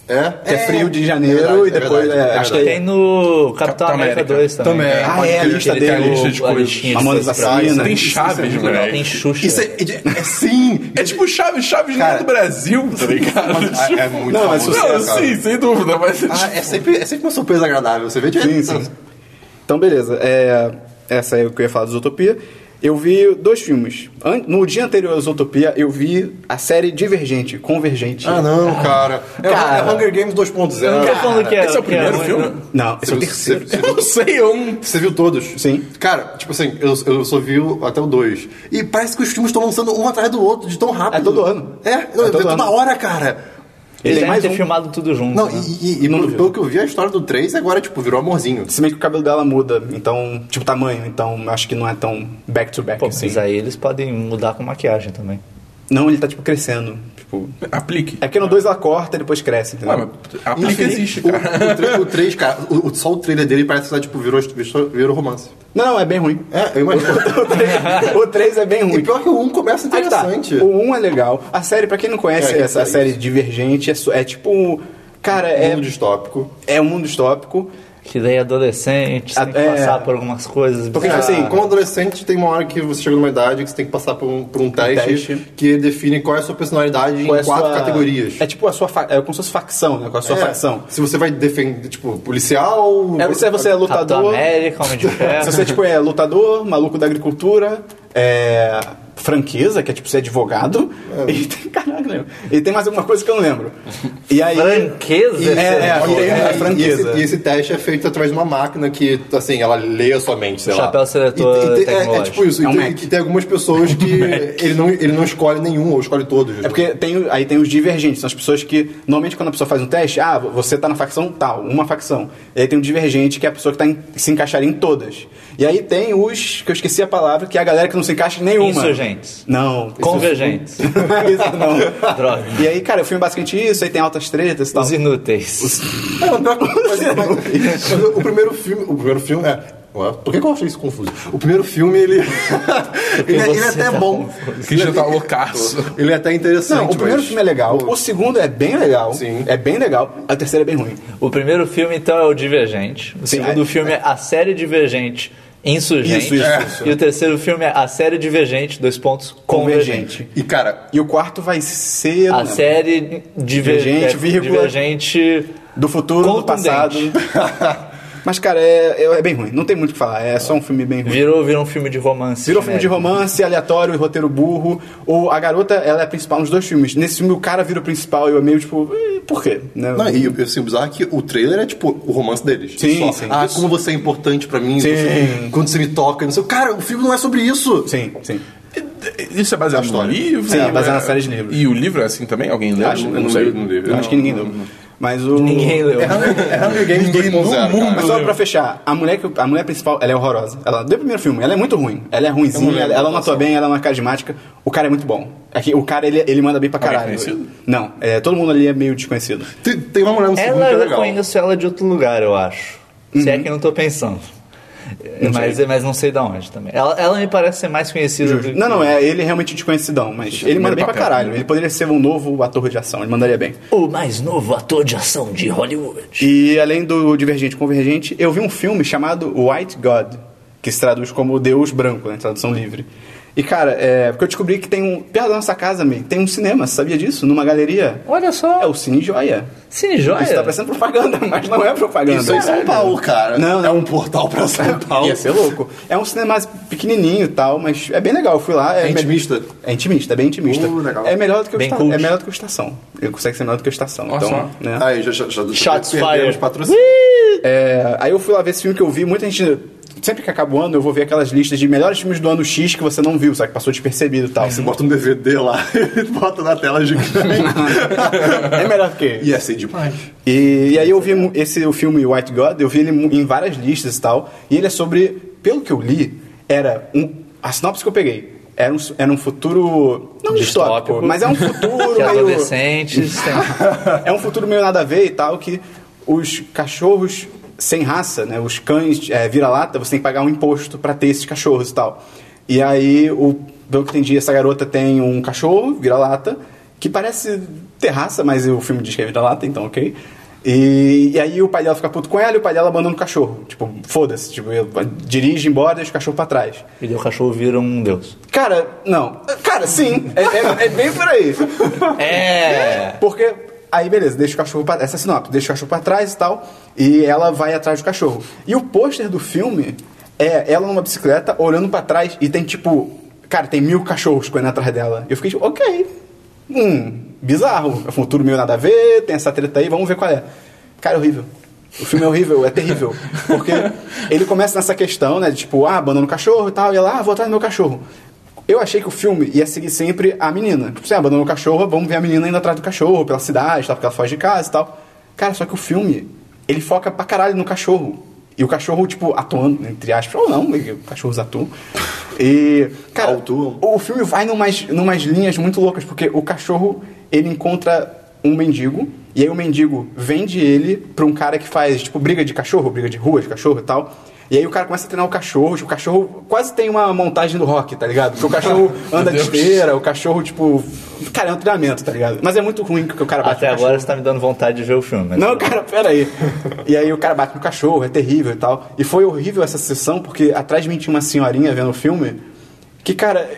B: É?
A: Que é, frio de janeiro
B: verdade,
A: e depois.
B: verdade,
A: é, acho que
B: verdade.
A: é.
D: Tem no Capitão
C: Capitão
D: América
C: América.
D: 2 é também.
B: Também.
D: cara.
A: Ah, é a
D: Ele
A: lista
D: tem
A: dele.
D: a
C: lista de
D: a
C: coisas.
D: listinha de
A: Mamonas
D: coisas
A: Assassinas.
D: pra-
C: tem chaves,
D: Não,
C: moleque.
D: Tem Xuxa.
B: Isso é, é- é sim!
C: É tipo Chaves, Chaves
B: Cara,
C: não é do Brasil, tá ligado?
B: Mas
C: Tipo,
B: é, é muito
A: Não, *laughs* mas ah,
B: famoso,
C: *laughs* não,
A: sucesso,
B: cara.
C: sim, sem dúvida, mas é
B: Ah, é sempre, é sempre uma surpresa agradável, você vê de
A: Sim, sim. Então, beleza. É, essa é o que eu ia falar do Zootopia. Eu vi dois filmes. An- No dia anterior ao Zootopia, eu vi a série Divergente, Convergente.
B: Ah, não, cara. É,
A: Cara.
B: é Hunger Games 2.0.
D: Tá falando que é,
C: Esse é o
D: que é
C: primeiro
D: um-
C: filme?
A: Não, esse é o
B: Você-
A: terceiro.
B: você-
C: Eu não sei, eu não...
B: Você viu todos?
A: Sim.
B: Cara, tipo assim, eu, eu só vi o- até o 2. E parece que os filmes estão lançando um atrás do outro de tão rápido.
A: É todo ano.
B: É,
A: É
B: eu- é,
A: todo
B: toda
A: ano.
B: hora, cara.
A: Ele
D: Eles
A: tem
D: devem
A: mais
D: ter
A: um.
D: filmado tudo junto.
B: Não,
D: né?
B: e, e- e
A: Não
B: pelo,
A: viu.
B: pelo que eu vi, a história do 3 agora, tipo, virou amorzinho.
A: Se bem que o cabelo dela muda, então, tipo, tamanho, então eu acho que não é tão back to back
D: Pô,
A: assim.
B: é.
D: mas aí eles podem mudar com maquiagem também.
A: Não, ele tá tipo crescendo. Tipo.
C: Aplique.
A: É porque no 2 ela corta e depois cresce, entendeu?
C: Ué,
A: Ah,
C: mas
B: Enfim,
C: aplique existe,
B: o-
C: cara.
B: O, tre- o 3, cara, o- o- só o trailer dele parece que tipo, virou, virou romance.
A: Não, não, é bem ruim.
B: É, eu imagino.
A: *laughs* o 3 é bem
B: e
A: ruim.
B: pior que o 1 começa
A: Aí que tá.
B: interessante.
A: O 1 é legal. A série, pra quem não conhece,
B: É, que
A: essa
B: é isso.
A: série divergente é, so- é tipo. um- Cara,
B: É
A: é,
B: um distópico.
A: é um mundo distópico.
D: Que daí adolescentes
A: Ah,
D: tem que
A: é.
D: passar por algumas coisas.
A: Porque, tipo
B: Porque,
D: bizarras.
B: assim, como adolescente, tem uma hora que você chega numa idade que você tem que passar por um, por um teste,
A: teste.
B: que define qual é a sua personalidade
A: Qual é
B: em
A: a
B: quatro
A: sua-
B: categorias.
A: É tipo a sua. Fa... É como se fosse facção, né? Com a sua
B: É,
A: facção.
B: Se você vai defender, tipo, policial...
A: É, se você é
D: Capitão
A: lutador.
D: América,
A: *laughs*
D: Homem de
A: Se
D: Ferro.
A: você tipo, é lutador, maluco da agricultura, é, franqueza, que é tipo ser advogado.
B: É.
A: *laughs* E tem, caraca, né? e tem mais alguma coisa que eu não lembro. E aí,
D: Franqueza?
A: É, é,
B: E,
A: tem a
B: é, e,
A: franqueza.
B: esse, e esse teste é feito através de uma máquina que, assim, ela lê a sua mente, sei lá.
D: Chapéu seletor
B: E- e tem- é- é,
D: tecnológico.
B: tipo isso.
A: É um
B: e, tem,
A: Mac. um
B: e tem algumas pessoas que ele não, ele não escolhe nenhum, ou escolhe todos.
A: É porque tem, aí tem os divergentes, são as pessoas que, normalmente quando a pessoa faz um teste, ah, você tá na facção tal, uma facção. E aí tem o divergente, que é a pessoa que tá em- se encaixaria em todas. E aí tem os, que eu esqueci a palavra, que é a galera que não se encaixa em nenhuma.
D: Insurgentes.
A: Não. *laughs*
D: Convergentes.
A: Isso não.
D: *laughs* Droga.
A: E aí, cara, o filme é basicamente isso, aí tem altas tretas e tal.
D: Os inúteis.
B: É, mas pior que- mas- mas- mas o primeiro filme. O primeiro filme é. Ué, por que, que eu achei isso confuso? O primeiro filme, ele. ele, é- ele é
D: você
B: até
D: tá
B: bom.
C: Christian tá loucaço.
B: Ele é até interessante.
A: Não, o primeiro
B: mas-
A: filme é legal, o segundo é bem legal,
B: Sim.
A: é bem legal, a terceira é bem ruim.
D: O primeiro filme, então, é o Divergente. O
A: Sim,
D: segundo
A: é-
D: filme é a série Divergente Insurgente.
A: Isso, isso, isso.
D: E o terceiro filme é a série Divergente, dois pontos, Convergente.
A: Convergente.
B: E cara,
A: E o quarto vai ser
D: A
A: né,
D: série diver...
A: Divergente,
D: é,
A: vírgula.
D: Divergente...
A: do futuro, do passado. *laughs*
D: Contundente.
A: Mas, cara, é, é- é bem ruim, não tem muito o que falar, é só um filme bem ruim.
D: Virou, virou um filme de romance.
A: Virou filme de
D: genérico.
A: romance, aleatório e roteiro burro. Ou a garota, ela é a principal nos dois filmes. Nesse filme, o cara vira o principal e eu é meio tipo, "Eh, por quê? Né?
B: Não, e o- assim, o bizarro é que o trailer é tipo o romance deles.
A: Sim,
B: Só,
A: sim.
B: Ah, como você é importante pra mim.
A: Sim.
B: você- quando você me toca, não sei. Cara, o filme não é sobre isso.
A: Sim, sim.
C: Isso é baseado no
B: história.
C: livro?
A: Sim, é baseado
C: né?
A: na série de livros.
C: E o livro é assim também? Alguém leu?
A: Acho- eu não
B: li- não li.
A: Eu acho que ninguém deu. Mas o.
D: Ninguém leu.
B: É Hunger Games
C: Ninguém no
B: 2.0. cara.
C: mundo
A: Mas só pra fechar, a mulher, que, a mulher principal, ela é horrorosa. Ela, do primeiro filme, ela é muito ruim. Ela é
B: Eu não
A: ruimzinha,
B: lembro
A: ela, ela não
B: dessa.
A: atua bem, ela não é carismática. O cara é muito bom. É que o cara, ele, ele manda bem pra
C: Alguém
A: caralho.
C: conhecido?
A: não, é, todo mundo ali é meio desconhecido.
B: Tem, tem uma mulher no segundo
D: Ela
B: que é
D: eu
B: legal.
D: conheço ela de outro lugar, eu acho. Se
A: Uhum.
D: é que eu não tô pensando. mas, mas não sei de onde também. Ela, ela me parece ser mais conhecida do que...
A: Não, não, é, ele é realmente desconhecidão, mas
B: é
A: ele manda bem pra
C: papel.
A: caralho. Ele poderia ser um novo ator de ação, ele mandaria bem.
D: O mais novo ator de ação de Hollywood.
A: E além do Divergente e Convergente, eu vi um filme chamado White God, que se traduz como Deus Branco, né? Tradução livre. E, cara, é, porque eu descobri que tem um. Perto da nossa casa, me tem um cinema, você sabia disso? Numa galeria.
D: Olha só.
A: É o Cine Joia.
D: Cine
A: Isso tá
D: Joia?
A: parecendo propaganda, mas não é propaganda.
B: Isso é em São Paulo, cara.
A: Não, não.
B: É um portal pra São Paulo.
A: Ia ser louco. É um cinema pequenininho e tal, mas é bem legal. Eu fui lá. É,
B: É intimista?
A: É intimista, é bem intimista.
B: Uh, legal.
A: É melhor do que o,
D: Bem
A: esta...
D: cult.
A: é melhor do que o Estação. Ele consegue ser melhor do que o Estação.
C: Olha
A: então,
C: só.
A: né?
B: Aí, já, já, já
D: Shots
B: já perdemos
D: fired.
B: patrocínio.
A: É, aí eu fui lá ver esse filme que eu vi, muita gente. Sempre que acaba o ano, eu vou ver aquelas listas de melhores filmes do ano X que você não viu, sabe? Que passou despercebido e tal.
B: Você bota um DVD lá *laughs* e bota na tela gigante.
A: *laughs* é melhor do que.
B: e é assim demais.
A: E, e aí eu vi mu- esse o filme White God, eu vi ele mu- em várias listas e tal, e ele é sobre, pelo que eu li, era um a sinopse que eu peguei. Era um, su- era um futuro. Não distópico,
D: Distópico.
A: mas é um futuro.
D: *laughs* Que
A: meio,
D: adolescentes têm.
A: *laughs* é um futuro meio nada a ver e tal, que os cachorros sem raça, né, os cães é, vira-lata, você tem que pagar um imposto pra ter esses cachorros e tal. E aí, o, pelo que eu entendi, essa garota tem um cachorro vira-lata, que parece ter raça, mas o filme diz que é vira-lata, então ok. E, e aí o pai dela fica puto com ela e o pai dela abandona o cachorro. Tipo, foda-se, tipo, ele dirige embora e deixa o cachorro pra trás.
D: E daí o cachorro vira um deus.
A: Cara, não. Cara, sim, é- é- é bem por aí.
D: É!
A: Porque aí, beleza, deixa o cachorro pra Essa é a sinopse, deixa o cachorro pra trás e tal. E ela vai atrás do cachorro. E o pôster do filme é ela numa bicicleta olhando pra trás e tem tipo. Cara, tem mil cachorros correndo atrás dela. E eu fiquei tipo, ok. Hum, bizarro. É um futuro meio nada a ver, tem essa treta aí, vamos ver qual é. Cara, é horrível. O filme é horrível, é terrível. Porque ele começa nessa questão, né? de, Tipo, ah, abandono o cachorro e tal, e ela, ah, vou atrás do meu cachorro. Eu achei que o filme ia seguir sempre a menina. Tipo, você abandonou o cachorro, vamos ver a menina indo atrás do cachorro, pela cidade, tal, porque ela foge de casa e tal. Cara, só que o filme, ele foca pra caralho no cachorro. E o cachorro, tipo, atuando, entre aspas, ou não, cachorros atuam. E, cara,
B: Autuam.
A: o filme vai numas, numas linhas muito loucas, porque o cachorro, ele encontra um mendigo, e aí o mendigo vende ele pra um cara que faz, tipo, briga de cachorro, briga de rua de cachorro e tal. E aí o cara começa a treinar o cachorro, tipo, o cachorro quase tem uma montagem do rock, tá ligado? Porque o
D: *laughs*
A: cachorro anda de
C: Deus.
A: esteira, o cachorro, tipo. Cara, é um treinamento, tá ligado? Mas é muito ruim que o cara bate no
D: Até agora você tá me dando vontade de ver o filme. mas-
A: não, cara, pera aí. E aí o cara bate no cachorro, é terrível e tal. E foi horrível essa sessão, porque atrás de mim tinha uma senhorinha vendo o filme, que, cara,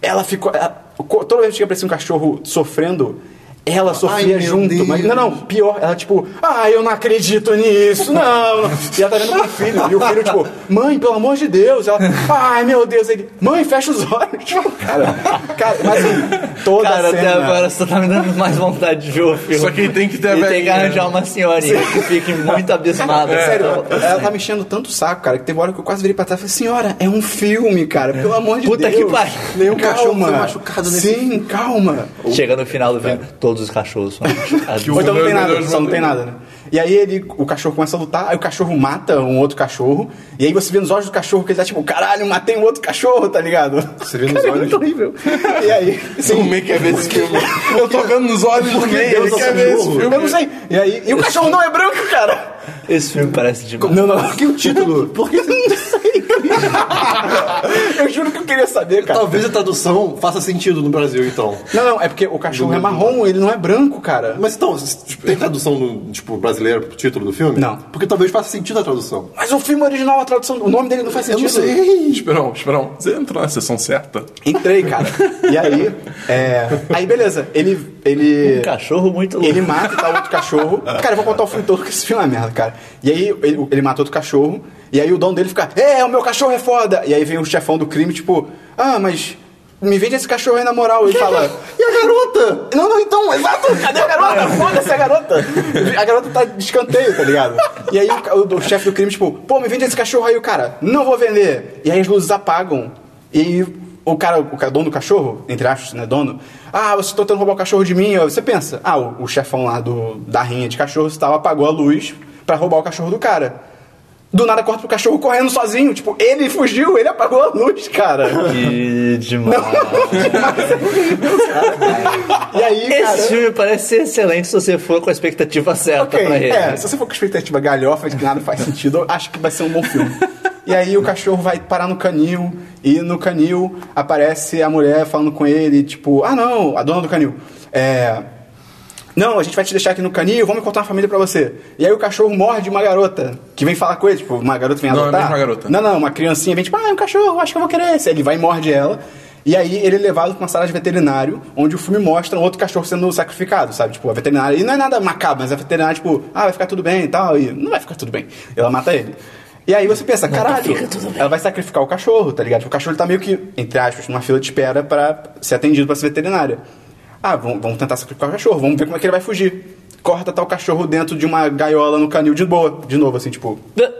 A: ela ficou... ela- co- toda vez que aparecia um cachorro sofrendo, ela sofria
B: meu
A: junto.
B: Deus.
A: Mas, não, não, pior. Ela, tipo, ah, eu não acredito nisso, não. não." E ela tá vendo pro filho. E o filho, tipo, mãe, pelo amor de Deus. Ela, ai, meu Deus. Ele, mãe, fecha os olhos. *laughs* Tipo, cara, cara, mas assim, toda
D: Cara,
A: a cena...
D: até agora você tá me dando mais vontade de ver o filme.
C: Só que tem que ter a
D: E tem que
C: velhinha,
D: arranjar
C: né?
D: uma senhorinha que fique muito abismada.
A: É, Sério,
D: Então,
A: ela tá me enchendo tanto o saco, cara, que teve uma hora que eu quase virei pra trás e falei, senhora, é um filme, cara, pelo amor de
D: Puta
A: Deus.
D: que pariu.
A: Nenhum
B: Calma,
A: cachorro foi
B: foi
A: machucado
B: machucado nesse
A: Sim, calma.
D: Chega no final do filme, todos os cachorros são machucados.
A: Ou então não tem
C: Meu
A: nada,
C: Deus,
A: só não
C: meu
A: tem
C: Deus.
A: nada, né? E aí ele, o cachorro começa a lutar, aí o cachorro mata um outro cachorro, e aí você vê nos olhos do cachorro que ele tá tipo, caralho, matei um outro cachorro, tá ligado? Você
B: vê nos
A: cara, É
B: olhos?
A: muito horrível. E
B: *laughs*
A: aí,
C: O
A: sim.
C: meio quer ver esse filme. *laughs* Eu tô vendo nos olhos do meio,
B: Deus
C: ele
B: é
C: quer ver esse
B: cachorro?
C: filme.
A: Eu não sei. E aí, e o cachorro não é branco, cara.
D: Esse filme parece demais.
A: Não, não.
B: Por que o
A: *laughs*
B: título? Por que... *laughs*
A: Eu juro que eu queria saber, cara.
B: Talvez a tradução faça sentido no Brasil, então.
A: Não, não, é porque o cachorro é marrom, ele não é branco, cara.
B: Mas então, tipo, tem tradução no, tipo, brasileira pro título do filme?
A: Não.
B: Porque talvez faça sentido a tradução.
A: Mas o filme original, a tradução, o nome dele não faz sentido.
C: Esperão, Esperão, você entrou na sessão certa?
A: Entrei, cara. E aí, é... aí beleza. Ele, ele,
D: Um cachorro muito louco.
A: ele mata e tal outro
B: *laughs*
A: cachorro. Cara, eu vou contar o filme todo, que esse filme é uma merda, cara. E aí ele, ele mata outro cachorro. E aí o dono dele fica, é, o meu cachorro é foda. E aí vem o chefão do crime, tipo, ah, mas me vende esse cachorro aí na moral. Ele fala,
B: E a garota?
A: Não, não, então, exato, cadê a garota? Foda-se a garota. A garota tá de escanteio, tá ligado? E aí o, ca- o- o chefe do crime, tipo, pô, me vende esse cachorro aí, o cara, não vou vender. E aí as luzes apagam. E aí o cara, o ca- dono do cachorro, entre aspas, né, dono, ah, você tá tentando roubar o cachorro de mim. Aí Você pensa, ah, o, o chefão lá do, da rinha de cachorros e tal apagou a luz pra roubar o cachorro do cara. Do nada corta pro cachorro correndo sozinho. Tipo, ele fugiu, ele apagou a luz, cara. *laughs*
D: Que demais.
A: E aí, cara...
D: Esse filme parece ser excelente se você for com a expectativa certa
A: Ok,
D: pra ele.
A: é, se você for com expectativa galhofa de que nada faz sentido, eu acho que vai ser um bom filme. E aí o cachorro vai parar no canil, e no canil aparece a mulher falando com ele, tipo, ah não, a dona do canil. É. Não, a gente vai te deixar aqui no canil, vamos encontrar uma família pra você. E aí o cachorro morde uma garota que vem falar com ele, tipo, uma garota vem
C: Não, é
A: adotar.
C: mesmo uma garota.
A: Não, não, uma criancinha vem tipo, ah, é um cachorro, acho que eu vou querer esse. Aí Ele vai e morde ela. E aí ele é levado pra uma sala de veterinário, onde o filme mostra um outro cachorro sendo sacrificado, sabe? Tipo, a veterinária. E não é nada macabro, mas a veterinária, tipo, ah, vai ficar tudo bem e tal. E não vai ficar tudo bem. Ela mata ele. E aí você pensa, caralho, ela vai sacrificar o cachorro, tá ligado? Tipo, o cachorro ele tá meio que, entre aspas, numa fila de espera pra ser atendido pra essa veterinária. Ah, vamos, vamos tentar sacrificar o cachorro, vamos ver como é que ele vai fugir. Corta tal cachorro dentro de uma gaiola no canil de boa, de novo, assim, tipo.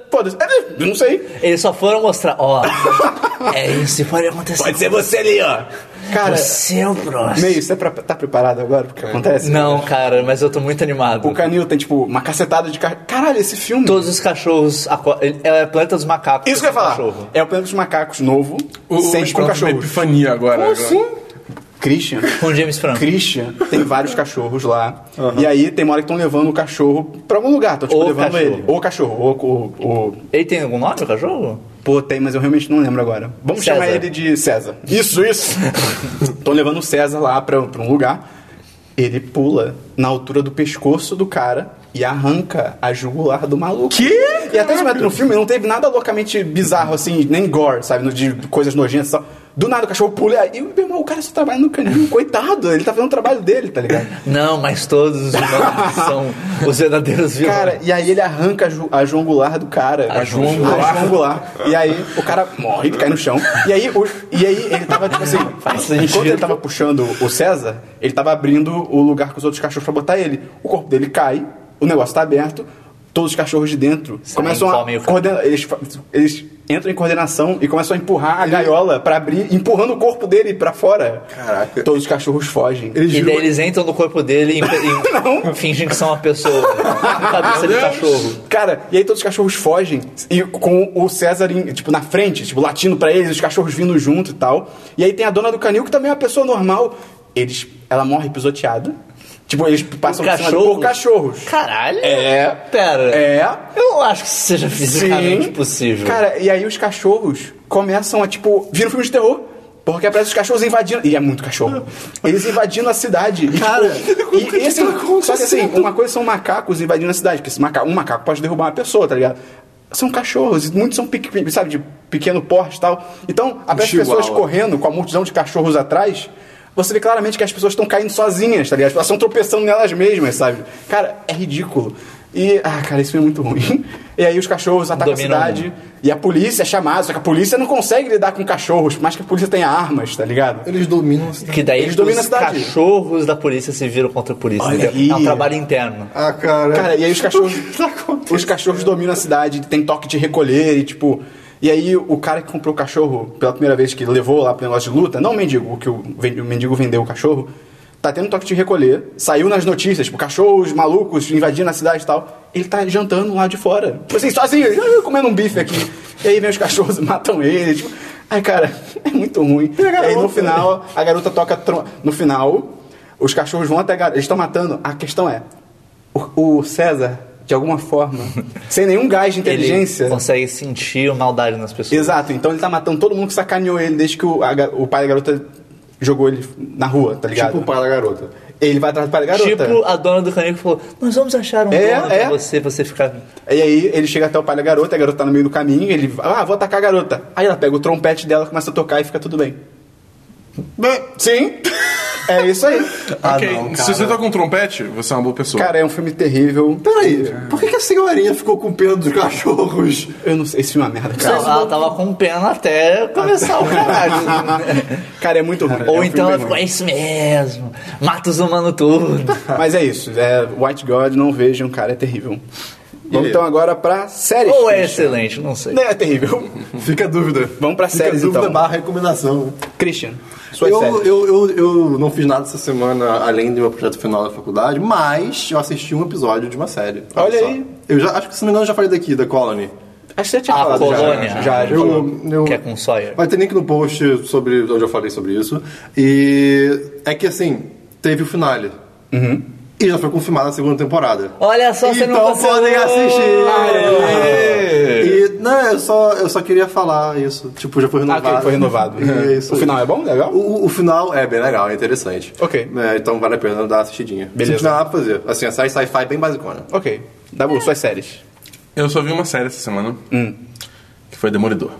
A: Foda-se, é, eu não sei.
D: Eles só foram mostrar, ó. é isso, pode acontecer.
A: Pode ser você ali, ó. Cara,
D: Você é o próximo.
A: meio, você pra- tá preparado agora porque acontece?
D: Não, cara, mas eu tô muito animado.
A: O canil tem, tipo, uma cacetada de cachorro. Caralho, esse filme.
D: Todos os cachorros. aco- É a planta dos macacos.
A: Isso que eu ia falar.
D: Cachorro.
A: É o Planeta dos Macacos novo,
C: O, o
A: sempre com
C: Esperança tem uma
A: cachorro. assim?
C: epifania agora. agora.
A: Christian.
D: Com James Franco.
A: Christian tem vários cachorros lá. E aí tem uma hora que estão levando o cachorro pra algum lugar. Estão tipo,
D: O
A: levando
D: cachorro.
A: ele. Ou o cachorro, ou o- o
D: Ele tem algum nome, o cachorro?
A: Pô, tem, mas eu realmente não lembro agora. Vamos
D: César.
A: chamar ele de César. Isso, isso. Estão levando o César lá pra, pra um lugar. Ele pula na altura do pescoço do cara e arranca a jugular do maluco. Que? E até se mete no filme, não teve nada loucamente bizarro, assim, nem gore, sabe? no- De coisas nojentas e tal. Do nada o cachorro pula e, e meu irmão, o cara só trabalha no canil, coitado. Ele tá fazendo o trabalho dele, tá ligado?
D: Não, mas todos os
A: *laughs*
D: vilões são os verdadeiros vilões.
A: Cara, e aí ele arranca a, ju a João Goulart do cara.
D: A João
A: A
C: Goulart.
A: João Goulart. E aí o cara morre, cai no chão. E aí, o- e aí ele tava, tipo assim, enquanto ele tava puxando o César, ele tava abrindo o lugar com os outros cachorros pra botar ele. O corpo dele cai, o negócio tá aberto, todos os cachorros de dentro
D: Saem,
A: começam
D: comem
A: a.
D: o cara.
A: coordena- eles, fa- eles entram em coordenação e começam a empurrar a gaiola pra abrir, empurrando o corpo dele pra fora.
B: Caraca.
A: Todos os cachorros fogem.
B: Ele
D: E
B: girou-
D: daí eles entram no corpo dele e,
A: *laughs*
D: e fingem que são uma pessoa. Com cabeça de cachorro.
A: Cara, e aí todos os cachorros fogem, e com o César, em- tipo, na frente, tipo, latindo pra eles, os cachorros vindo junto e tal. E aí tem a dona do canil, que também é uma pessoa normal. Eles, ela morre pisoteada. Tipo, eles passam por cima
D: cachorro?
A: por cachorros.
D: Caralho.
A: É.
D: Pera.
A: É.
D: Eu não acho que isso é seja fisicamente
A: Sim.
D: possível.
A: Cara, e aí os cachorros começam a, tipo, vira um filme de terror. Porque aparece os cachorros invadindo. E é muito cachorro. Eles invadindo a cidade. E,
D: Cara,
A: tipo, e esse, só que assim, uma coisa são macacos invadindo a cidade, porque esse macaco, um macaco pode derrubar uma pessoa, tá ligado? São cachorros, e muitos são pequ- sabe, de pequeno porte e tal. Então, aparece
B: chihuahua.
A: pessoas correndo com a multidão de cachorros atrás. Você vê claramente que as pessoas estão caindo sozinhas, tá ligado? Elas estão tropeçando nelas mesmas, sabe? Cara, é ridículo. E, ah, cara, isso é muito ruim. E aí os cachorros atacam
D: Dominam
A: a cidade. E a polícia é chamada, só que a polícia não consegue lidar com cachorros, por mais que a polícia tenha armas, tá ligado?
B: Eles dominam a cidade.
D: que daí
A: eles dominam a
D: os
A: cidade.
D: cachorros da polícia se viram contra a polícia.
A: Olha
D: entendeu?
A: aí.
D: É um trabalho interno.
B: Ah, cara.
A: Cara, e aí os cachorros.
B: *laughs* O que tá acontecendo?
A: os cachorros dominam a cidade, tem toque de recolher e tipo. E aí o cara que comprou o cachorro pela primeira vez que levou lá pro negócio de luta, não o mendigo, o que o, ven- o mendigo vendeu o cachorro, tá tendo toque de recolher, saiu nas notícias, tipo, cachorros malucos invadindo a cidade e tal. Ele tá jantando lá de fora. Tipo assim, sozinho, ele, "Ah, comendo um bife aqui. E aí vem os cachorros *laughs* e matam ele, tipo. Ai, cara, é muito ruim. E, aí no final, a garota toca. tron- No final, os cachorros vão até a garota. Eles estão matando. A questão é: o, o César, de alguma
D: *laughs*
A: forma, sem nenhum gás de inteligência.
D: Ele consegue sentir maldade nas pessoas.
A: Exato, então ele tá matando todo mundo que sacaneou ele desde que o, a ga- o pai da garota jogou ele na rua, tá ligado?
B: Tipo o pai da garota.
A: Ele vai atrás do pai da garota.
D: Tipo a dona do canil que falou: Nós vamos achar um
A: É,
D: dono
A: é.
D: pra você, pra você ficar.
A: E aí ele chega até o pai da garota, a garota tá no meio do caminho, ele. Ah, vou atacar a garota. Aí ela pega o trompete dela, começa a tocar e fica tudo bem. Bem, Sim! É isso
B: *laughs*
A: aí.
C: ok, se você toca um trompete, você é uma boa pessoa.
A: Cara, é um filme terrível.
B: Peraí, por que, que a senhorinha ficou com pena dos cachorros?
A: Eu não sei, esse filme é uma merda,
D: Não,
A: cara.
D: ela tava com pena até começar o caralho.
A: *laughs* Cara, é muito ruim. É um
D: *laughs* Ou
A: filme
D: então
A: bem
D: ela ficou:
A: ruim.
D: É isso mesmo, mata os humanos tudo.
A: Mas é isso. É, White God, não vejam, cara, é terrível. Vamos
B: E-
A: então agora pra séries.
D: Ou é
A: Christian.
D: excelente, não sei.
A: Não, é terrível.
B: Fica a dúvida.
A: Vamos pra
B: Fica
A: séries,
B: a dúvida
A: então.
B: barra recomendação.
A: Christian, suas
B: Eu,
A: séries.
B: eu, eu, eu não fiz nada essa semana além do meu projeto final da faculdade, mas eu assisti um episódio de uma série.
A: Olha
B: só.
A: aí.
B: Eu já, acho que se não me engano eu já falei daqui, da Colony.
A: Acho que você tinha
D: A
A: falado já,
D: Colônia.
A: né? Já, já.
B: Eu-
A: falou.
B: eu-
D: Que é com Sawyer.
B: Vai ter link no post sobre onde eu falei sobre isso. E é que assim, teve o finale.
A: Uhum.
B: E já foi confirmada a segunda temporada.
D: Olha só, você
B: então
C: Ah.
D: não cancelou.
B: podem assistir! E Não, eu só, eu só queria falar isso. Tipo, já foi
A: Ah,
B: renovado.
A: ok, foi renovado.
B: E *laughs* é isso
A: o
B: aí.
A: final é bom? Legal?
B: O, o final é bem legal, é interessante.
A: Ok.
B: É, então vale a pena dar uma assistidinha.
A: Beleza.
B: Se não tiver nada pra fazer. Assim, essa sci-fi bem basicona.
A: Ok. Dabu, suas séries.
C: Eu só vi uma série essa semana.
A: Hum.
C: Que foi Demolidor.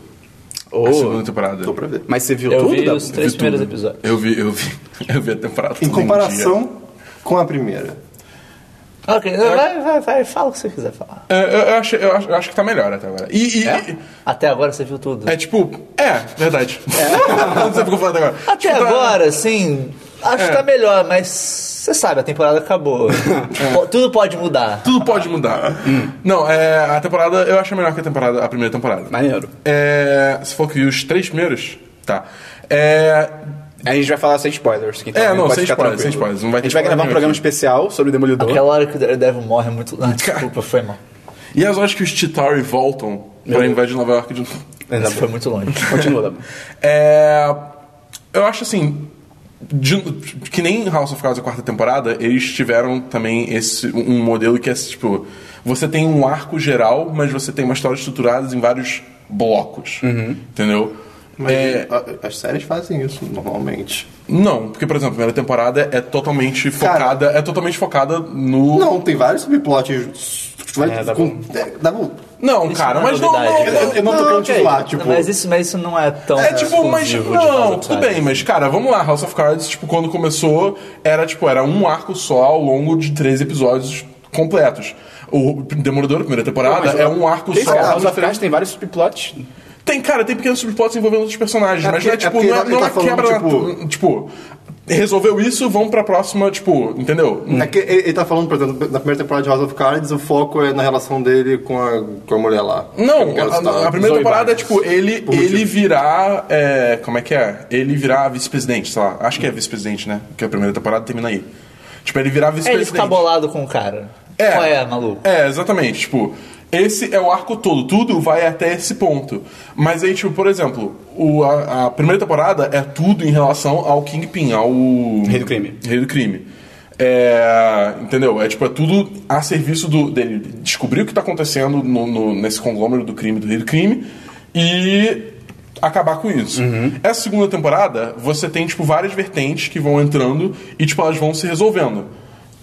A: Oh,
C: A segunda temporada.
B: Tô pra ver.
A: Mas você viu
D: Eu
A: tudo,
D: vi
A: Dabu?
D: os três
C: Vi
D: primeiros
C: tudo.
D: episódios.
C: Eu vi, eu vi, *laughs* eu vi a temporada
B: Em
C: toda dia.
B: comparação com a primeira.
D: Ok, vai, vai, vai, fala o que você quiser falar.
C: É, eu, eu acho, eu, acho, eu acho que tá melhor até agora. E, e-
A: É?
C: e-
D: Até agora você viu tudo.
C: é? tipo, é, verdade. *laughs* Não sei o que eu falei até agora.
D: É. Até
C: Tipo, tá-
D: agora, sim, acho que tá melhor, mas você sabe, a temporada acabou. Po- Tudo pode mudar.
C: Tudo pode mudar.
D: Hum.
C: Não, é, a temporada, eu acho melhor que a temporada, a primeira temporada.
A: Maneiro.
C: É, se for que os três primeiros, tá. É,
A: A gente vai falar sem spoilers. Então
C: É, não,
A: pode
C: sem
A: ficar
C: spoilers, sem spoilers, não vai
A: a gente
C: ter
A: vai
C: spoiler
A: gravar um
C: nenhum
A: programa
C: aqui.
A: especial sobre Demolidor.
D: Aquela hora que o Daredevil morre é muito. Ah, desculpa, foi mal.
C: e as horas que os Chitauri voltam pra invadir Nova York de novo.
A: É, Dabu.
D: Isso foi muito
C: *laughs*
D: longe.
A: Continua, Dabu.
C: É, eu acho assim. de- que nem House of Cards, a quarta temporada, eles tiveram também esse um um modelo que é tipo. Você tem um arco geral, mas você tem uma história estruturada em vários blocos.
D: Uhum.
C: Entendeu?
B: Mas
C: É,
B: a- as séries fazem isso normalmente.
C: não, porque, por exemplo, a primeira temporada é totalmente focada. é totalmente focada no.
B: Não, tem vários subplots. Vai,
A: É, dá
B: com- é, dá bom.
C: Não,
D: Isso
C: cara,
D: não é
C: mas não.
D: novidade,
C: não-
D: cara.
B: Eu, eu não tô
C: não,
B: querendo
C: ok.
B: te zoar, tipo.
D: mas, isso, mas isso não é tão.
C: É tipo, mas
D: exclusivo de House
C: não,
D: of
C: tudo
D: Cards.
C: bem, mas cara, vamos lá, House of Cards, tipo, quando começou, era tipo, era um arco só ao longo de três episódios completos. O Demolidor, primeira temporada,
A: Mas,
C: é um arco
A: tem,
C: só.
A: House
C: ao
A: of Cards
C: longo de
A: tem vários subplots.
C: três- Tem, cara, tem pequenos subplotos envolvendo outros personagens,
B: É
C: mas
B: porque-
C: não é
B: é
C: tipo,
B: porque
C: não é,
B: ele
C: não é uma
B: tá falando,
C: quebra, tipo... tipo, resolveu isso, vamos pra próxima, tipo, entendeu?
B: É que ele, ele tá falando, por exemplo, na primeira temporada de House of Cards, o foco é na relação dele com a, com a mulher lá. Eu
C: Não,
B: quero
C: a-
B: citar.
C: a, a primeira
A: Zoe
C: temporada é
A: Barnes.
C: tipo, ele, ele virar. é, como é que é? Ele virar vice-presidente, sei lá. Acho que é vice-presidente, né? Porque a primeira temporada termina aí. Tipo, ele virar
D: É, ele
C: vice-presidente.
D: ficar bolado com o cara.
C: É.
D: Qual é, maluco?
C: É, exatamente. Tipo, esse é o arco todo. Tudo vai até esse ponto. Mas aí, tipo, por exemplo, o- a, a primeira temporada é tudo em relação ao Kingpin, ao.
A: Rei do crime.
C: Rei do crime. É, entendeu? É tipo, é tudo a serviço do, dele descobrir o que tá acontecendo no, no- nesse conglômero do crime, do rei do crime, e acabar com isso.
A: Uhum.
C: Essa segunda temporada, você tem, tipo, várias vertentes que vão entrando e, tipo, elas vão se resolvendo.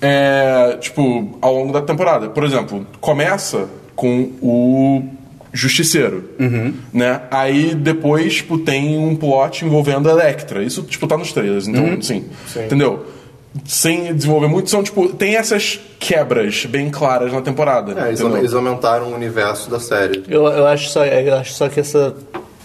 C: É, tipo, ao longo da temporada. Por exemplo, começa com o Justiceiro, né? Aí depois, tipo, tem um plot envolvendo a Electra. Isso, tipo, tá nos trailers, então, assim, entendeu? Sem desenvolver muito, são, tipo, tem essas quebras bem claras na temporada,
B: É, eles,
C: entendeu?
B: eles aumentaram o universo da série.
D: Eu, eu, acho só, eu acho só que essa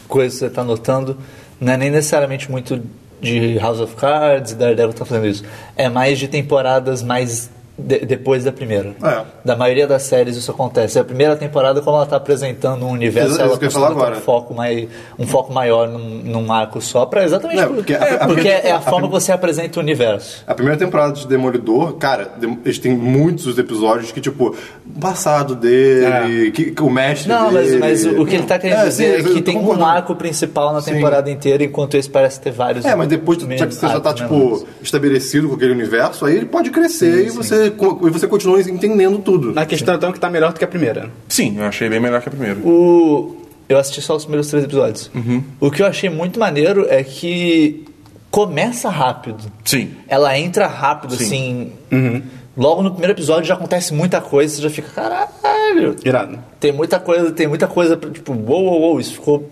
D: coisa que você tá notando não é nem necessariamente muito de House of Cards, Daredevil tá fazendo isso. É mais de temporadas mais de- depois da primeira.
B: É.
D: Da maioria das séries isso acontece. A primeira temporada, como ela tá apresentando um universo,
B: Isso-
D: ela
B: isso que eu ia
D: costuma
B: falar
D: ter um
B: agora.
D: foco, mai, um foco maior num, num arco só, pra exatamente
B: É,
D: por-
B: porque a-
D: é,
B: a-
D: porque
B: a-
D: é a
B: a-
D: forma que você apresenta o universo.
B: A primeira temporada de Demolidor, cara, dem- eles têm muitos episódios que, tipo, o passado dele, que, que o mestre
D: É. Não, mas,
B: dele.
D: mas o o que ele tá querendo
B: É, sim,
D: dizer
B: eu-
D: é
B: eu
D: que
B: tô
D: tem um
B: concordando.
D: arco principal na
B: Sim.
D: temporada inteira, enquanto esse parece ter né, vários. Ah,
B: É, mas depois tu- já que você já tá,
D: arcos
B: tipo,
D: menores.
B: estabelecido com aquele universo, aí ele pode crescer e, Você, co- e você continua entendendo tudo.
A: Na questão, então, que tá melhor do que a primeira.
C: Sim, eu achei bem melhor que a primeira.
D: O... Eu assisti só os primeiros três episódios.
B: Uhum.
D: O que eu achei muito maneiro é que começa rápido.
C: Sim.
D: Ela entra rápido,
C: Sim.
D: assim.
B: Uhum.
D: Logo no primeiro episódio já acontece muita coisa, você já fica, caralho.
A: Irado.
D: Tem muita coisa, tem muita coisa, pra- tipo, uou, uou, uou, isso ficou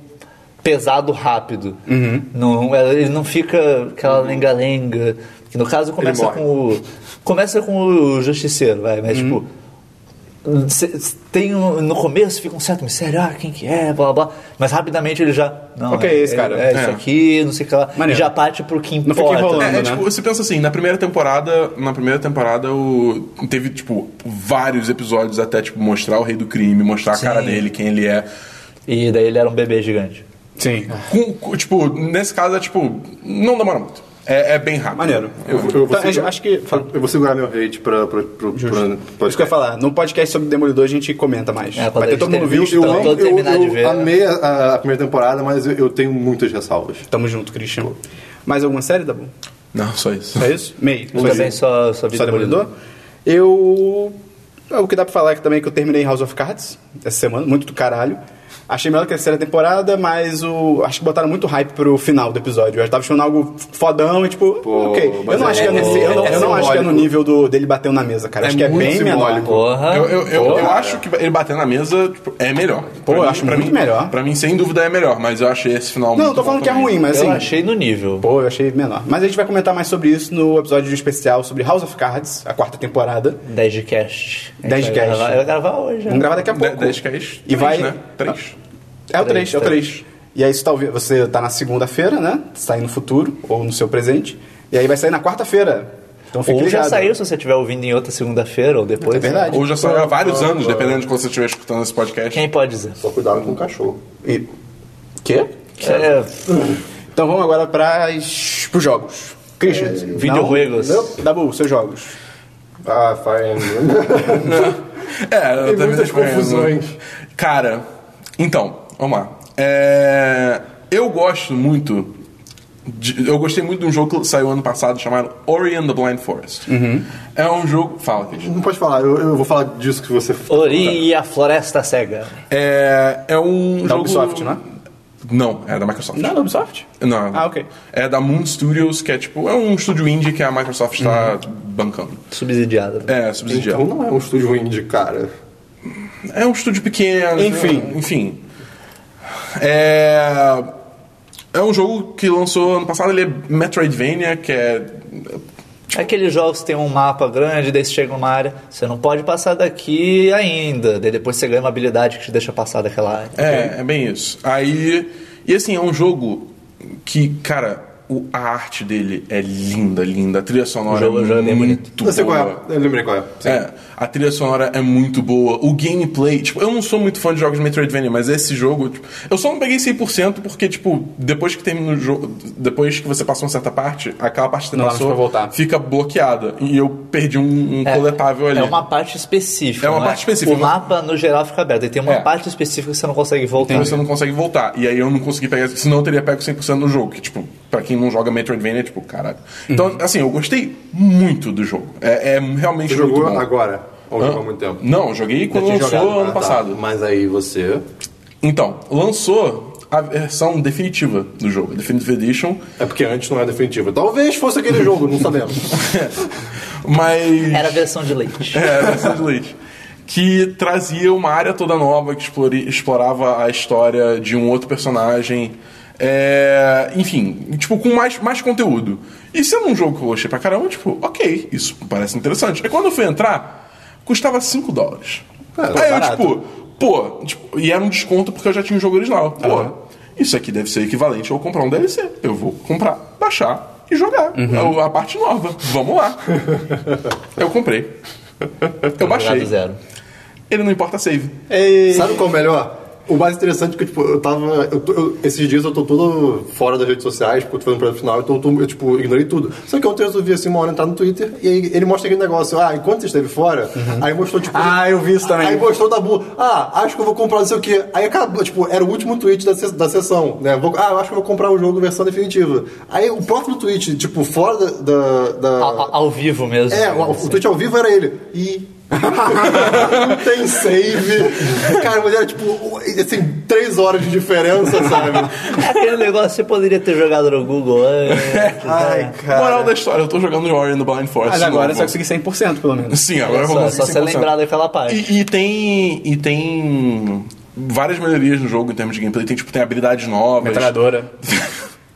D: pesado rápido.
A: Uhum.
D: Não, ela- ele não fica aquela lenga-lenga. que No caso, começa
B: morre.
D: com o. Começa com o justiceiro, vai, mas
A: Uhum.
D: tipo. cê- cê Tem um- no começo fica um certo mistério, ah, quem que é, blá blá, blá. mas rapidamente ele já. Não,
A: Ok,
D: é,
A: esse cara.
D: É, é isso
C: É.
D: aqui, não sei o que lá. E
A: Maneiro.
D: já parte pro que
A: Não fica
D: importa.
A: enrolando.
C: É, é,
A: né?
C: tipo, você pensa assim, na primeira temporada, na primeira temporada o, teve, tipo, vários episódios até, tipo, mostrar o rei do crime, mostrar a cara
D: Sim.
C: dele, quem ele é.
D: E daí ele era um bebê gigante.
A: Sim.
C: Com- com- tipo, nesse caso é, tipo, não demora muito. É, é bem rápido.
A: Maneiro.
C: Eu,
B: Eu vou
A: Tá,
B: segurar-
A: eu acho que- fala.
B: Eu vou segurar meu hate pra. pra, pro- pra- pra-
A: Isso que eu ia falar. No podcast sobre Demolidor a gente comenta mais.
D: É, quando
A: Vai
D: a
A: ter
D: gente
A: todo mundo
D: termina,
A: visto.
B: Eu,
D: Então,
B: amo,
D: todo
B: eu,
D: terminar de
B: eu
D: ver, né?
B: amei a- a, a primeira temporada, mas eu, eu tenho muitas ressalvas.
A: Tamo junto, Christian. Mais alguma série, Dabu?
C: Não, só isso.
A: Só isso? Meio.
D: Eu também só, só vi
A: Só Demolidor?
D: Demolidor.
A: é Eu. O que dá pra falar é que também que eu terminei House of Cards essa semana, muito do caralho. Achei melhor que a terceira temporada, mas o. Acho que botaram muito hype pro final do episódio. Eu tava esperando algo fodão e tipo,
B: Pô,
A: ok. Eu
B: mas
A: não
B: é-
A: acho que é
B: é-
A: nesse. Eu não,
B: é
A: eu não acho que é no
B: simbólico.
A: nível do, dele batendo na mesa, cara. acho que é
B: muito
A: bem
B: simbólico.
A: menor.
D: Porra.
C: Eu, eu, eu, eu
B: Porra.
C: acho que ele bater na mesa tipo, é melhor. Pra
A: eu acho
C: pra
A: muito melhor.
C: Pra mim, sem dúvida, é melhor, mas eu achei esse
A: Não,
C: final muito
A: eu tô
C: bom
A: falando que é
C: também.
A: ruim, mas assim.
D: eu achei no nível.
A: Pô, eu achei menor. Mas a gente vai comentar mais sobre isso no episódio especial sobre House of Cards, a quarta temporada.
D: 10 de cast. A gente
A: 10 de
D: vai
A: cast.
D: gravar- Eu ia gravar hoje. né?
A: Vamos gravar daqui a
C: De-
A: pouco.
C: 10 cast.
A: E vai.
C: Né? 3.
A: É o
D: Três,
A: 3, é o 3. E aí, você tá, ouvi- você tá na segunda-feira, né? Sai no futuro, ou no seu presente. E aí vai sair na quarta-feira. Então fique
D: Ou já
A: ligado.
D: saiu, se você estiver ouvindo em outra segunda-feira ou depois.
A: É verdade.
C: Ou já saiu há vários
A: Tá.
C: anos, dependendo de quando você estiver escutando esse podcast.
D: Quem pode dizer?
B: Só cuidado com o cachorro.
A: E... Quê?
D: É,
A: Então vamos agora para os jogos.
D: É,
A: Christian, não?
D: videojuegos.
A: Não? Dabu, seus jogos.
B: Ah, Fire Emblem.
C: É, eu
B: Tem
C: também
B: muitas
C: tô esperando.
B: confusões.
C: Cara, então, vamos lá. É, eu gosto muito. de- eu gostei muito de um jogo que saiu ano passado chamado Ori and the Blind Forest.
A: Uhum.
C: É um jogo. Fala, Christian.
B: Não pode falar, eu, eu vou falar disso que você
D: Ori e a Floresta Cega.
C: É, é um
A: Da
C: jogo.
A: Ubisoft, não é?
C: Não, é da Microsoft.
A: da Ubisoft?
C: Não.
A: Ah, ok.
C: É da Moon Studios, que é tipo. É um estúdio indie que a Microsoft está
A: Uhum.
C: bancando.
D: Subsidiada.
C: É, subsidiado.
B: Então não é um estúdio indie, cara.
C: É um estúdio pequeno.
A: Enfim.
C: é- enfim. É... é um jogo que lançou ano passado, ele é Metroidvania, que é.
D: Aqueles jogos que tem um mapa grande, daí você chega numa área, você não pode passar daqui ainda. Daí depois você ganha uma habilidade que te deixa passar daquela área.
C: É, é bem isso. Aí. E assim, é um jogo que, cara, o- a arte dele é linda, linda. A trilha sonora
D: O jogo-
C: é
D: o jogo é bem
C: muito
B: Eu sei qual
C: boa.
B: é, eu lembrei qual é. Sim.
C: É, a trilha sonora é muito boa. O gameplay, tipo, eu não sou muito fã de jogos de Metroidvania, mas esse jogo, tipo, eu só não peguei 100% porque, tipo, depois que termina o jogo, depois que você passa uma certa parte, aquela parte que você
A: Não dá mais
C: passou
A: pra voltar.
C: fica bloqueada. E eu perdi um, um
D: É,
C: coletável ali.
D: É uma parte específica.
C: É uma
D: não
C: parte específica.
D: O mapa, no geral, fica aberto. E tem uma
C: É.
D: parte específica que você não consegue voltar.
C: Então você não consegue voltar. E aí eu não consegui pegar, senão eu teria pego 100% do jogo. Que, tipo, pra quem não joga Metroidvania, é tipo, caralho.
A: Uhum.
C: Então, assim, eu gostei muito do jogo. É, é realmente
B: Você
C: muito
B: jogou
C: bom.
B: agora? Ou
C: Hã?
B: jogou há muito tempo?
C: Não, eu joguei quando
B: tinha
C: lançou
B: jogado.
C: ano
B: Ah, tá.
C: passado.
B: Mas aí você.
C: Então, lançou a versão definitiva do jogo, a Definitive Edition,
B: É porque antes não era definitivo. Talvez fosse aquele jogo, não sabemos.
C: mas.
D: Era a versão de leite.
C: É, a versão de leite. Que trazia uma área toda nova que explori- explorava a história de um outro personagem. É, enfim, tipo, com mais, mais conteúdo. E sendo um jogo que eu achei pra caramba, tipo, ok, isso parece interessante. Aí quando eu fui entrar, custava 5 dólares.
B: Ah,
C: Aí eu,
A: barato.
C: tipo, pô, tipo, e era um desconto porque eu já tinha o jogo original. Pô, isso aqui deve ser equivalente a eu comprar um DLC. Eu vou comprar, baixar e jogar. É A parte nova. Vamos lá. eu comprei. Eu baixei.
D: Jogado zero.
C: Ele não importa save.
B: Sabe qual é o melhor? O mais interessante é que, tipo, eu tava. eu tô- eu- esses dias eu tô todo fora das redes sociais, porque eu tô fazendo pra final, então eu, tô- eu, tipo, ignorei tudo. Só que ontem eu resolvi, assim, uma hora entrar no Twitter, e aí ele mostra aquele negócio, ah, enquanto você esteve fora, aí mostrou, tipo.
A: Ah, eu vi isso também.
B: Aí mostrou o Dabu, ah, acho que eu vou comprar não sei o quê. Aí acabou, tipo, era o último tweet da, se- da sessão, né? Vou- ah, eu acho que eu vou comprar o jogo versão definitiva. Aí o próximo tweet, tipo, fora da. da- da-
A: Tá,
D: Ao, ao- ao vivo mesmo.
B: é, o, o tweet ao vivo era ele. E. não tem save. Cara, mas era tipo, assim, três horas de diferença, sabe?
D: É *laughs* Aquele negócio que você poderia ter jogado no Google
C: *laughs*
D: antes. né?
B: Ai,
C: Moral
B: cara.
C: da história, eu tô jogando Ori and the Blind Forest.
A: Mas
C: de
A: agora você
C: novo.
A: vai conseguir 100% pelo menos.
C: Sim, agora eu vou
D: só,
C: conseguir
D: só você
C: 100%.
D: lembrar daquela parte.
C: E, e tem. E tem. Várias melhorias no jogo em termos de gameplay. Tem, tipo, tem habilidades novas.
A: Metralhadora.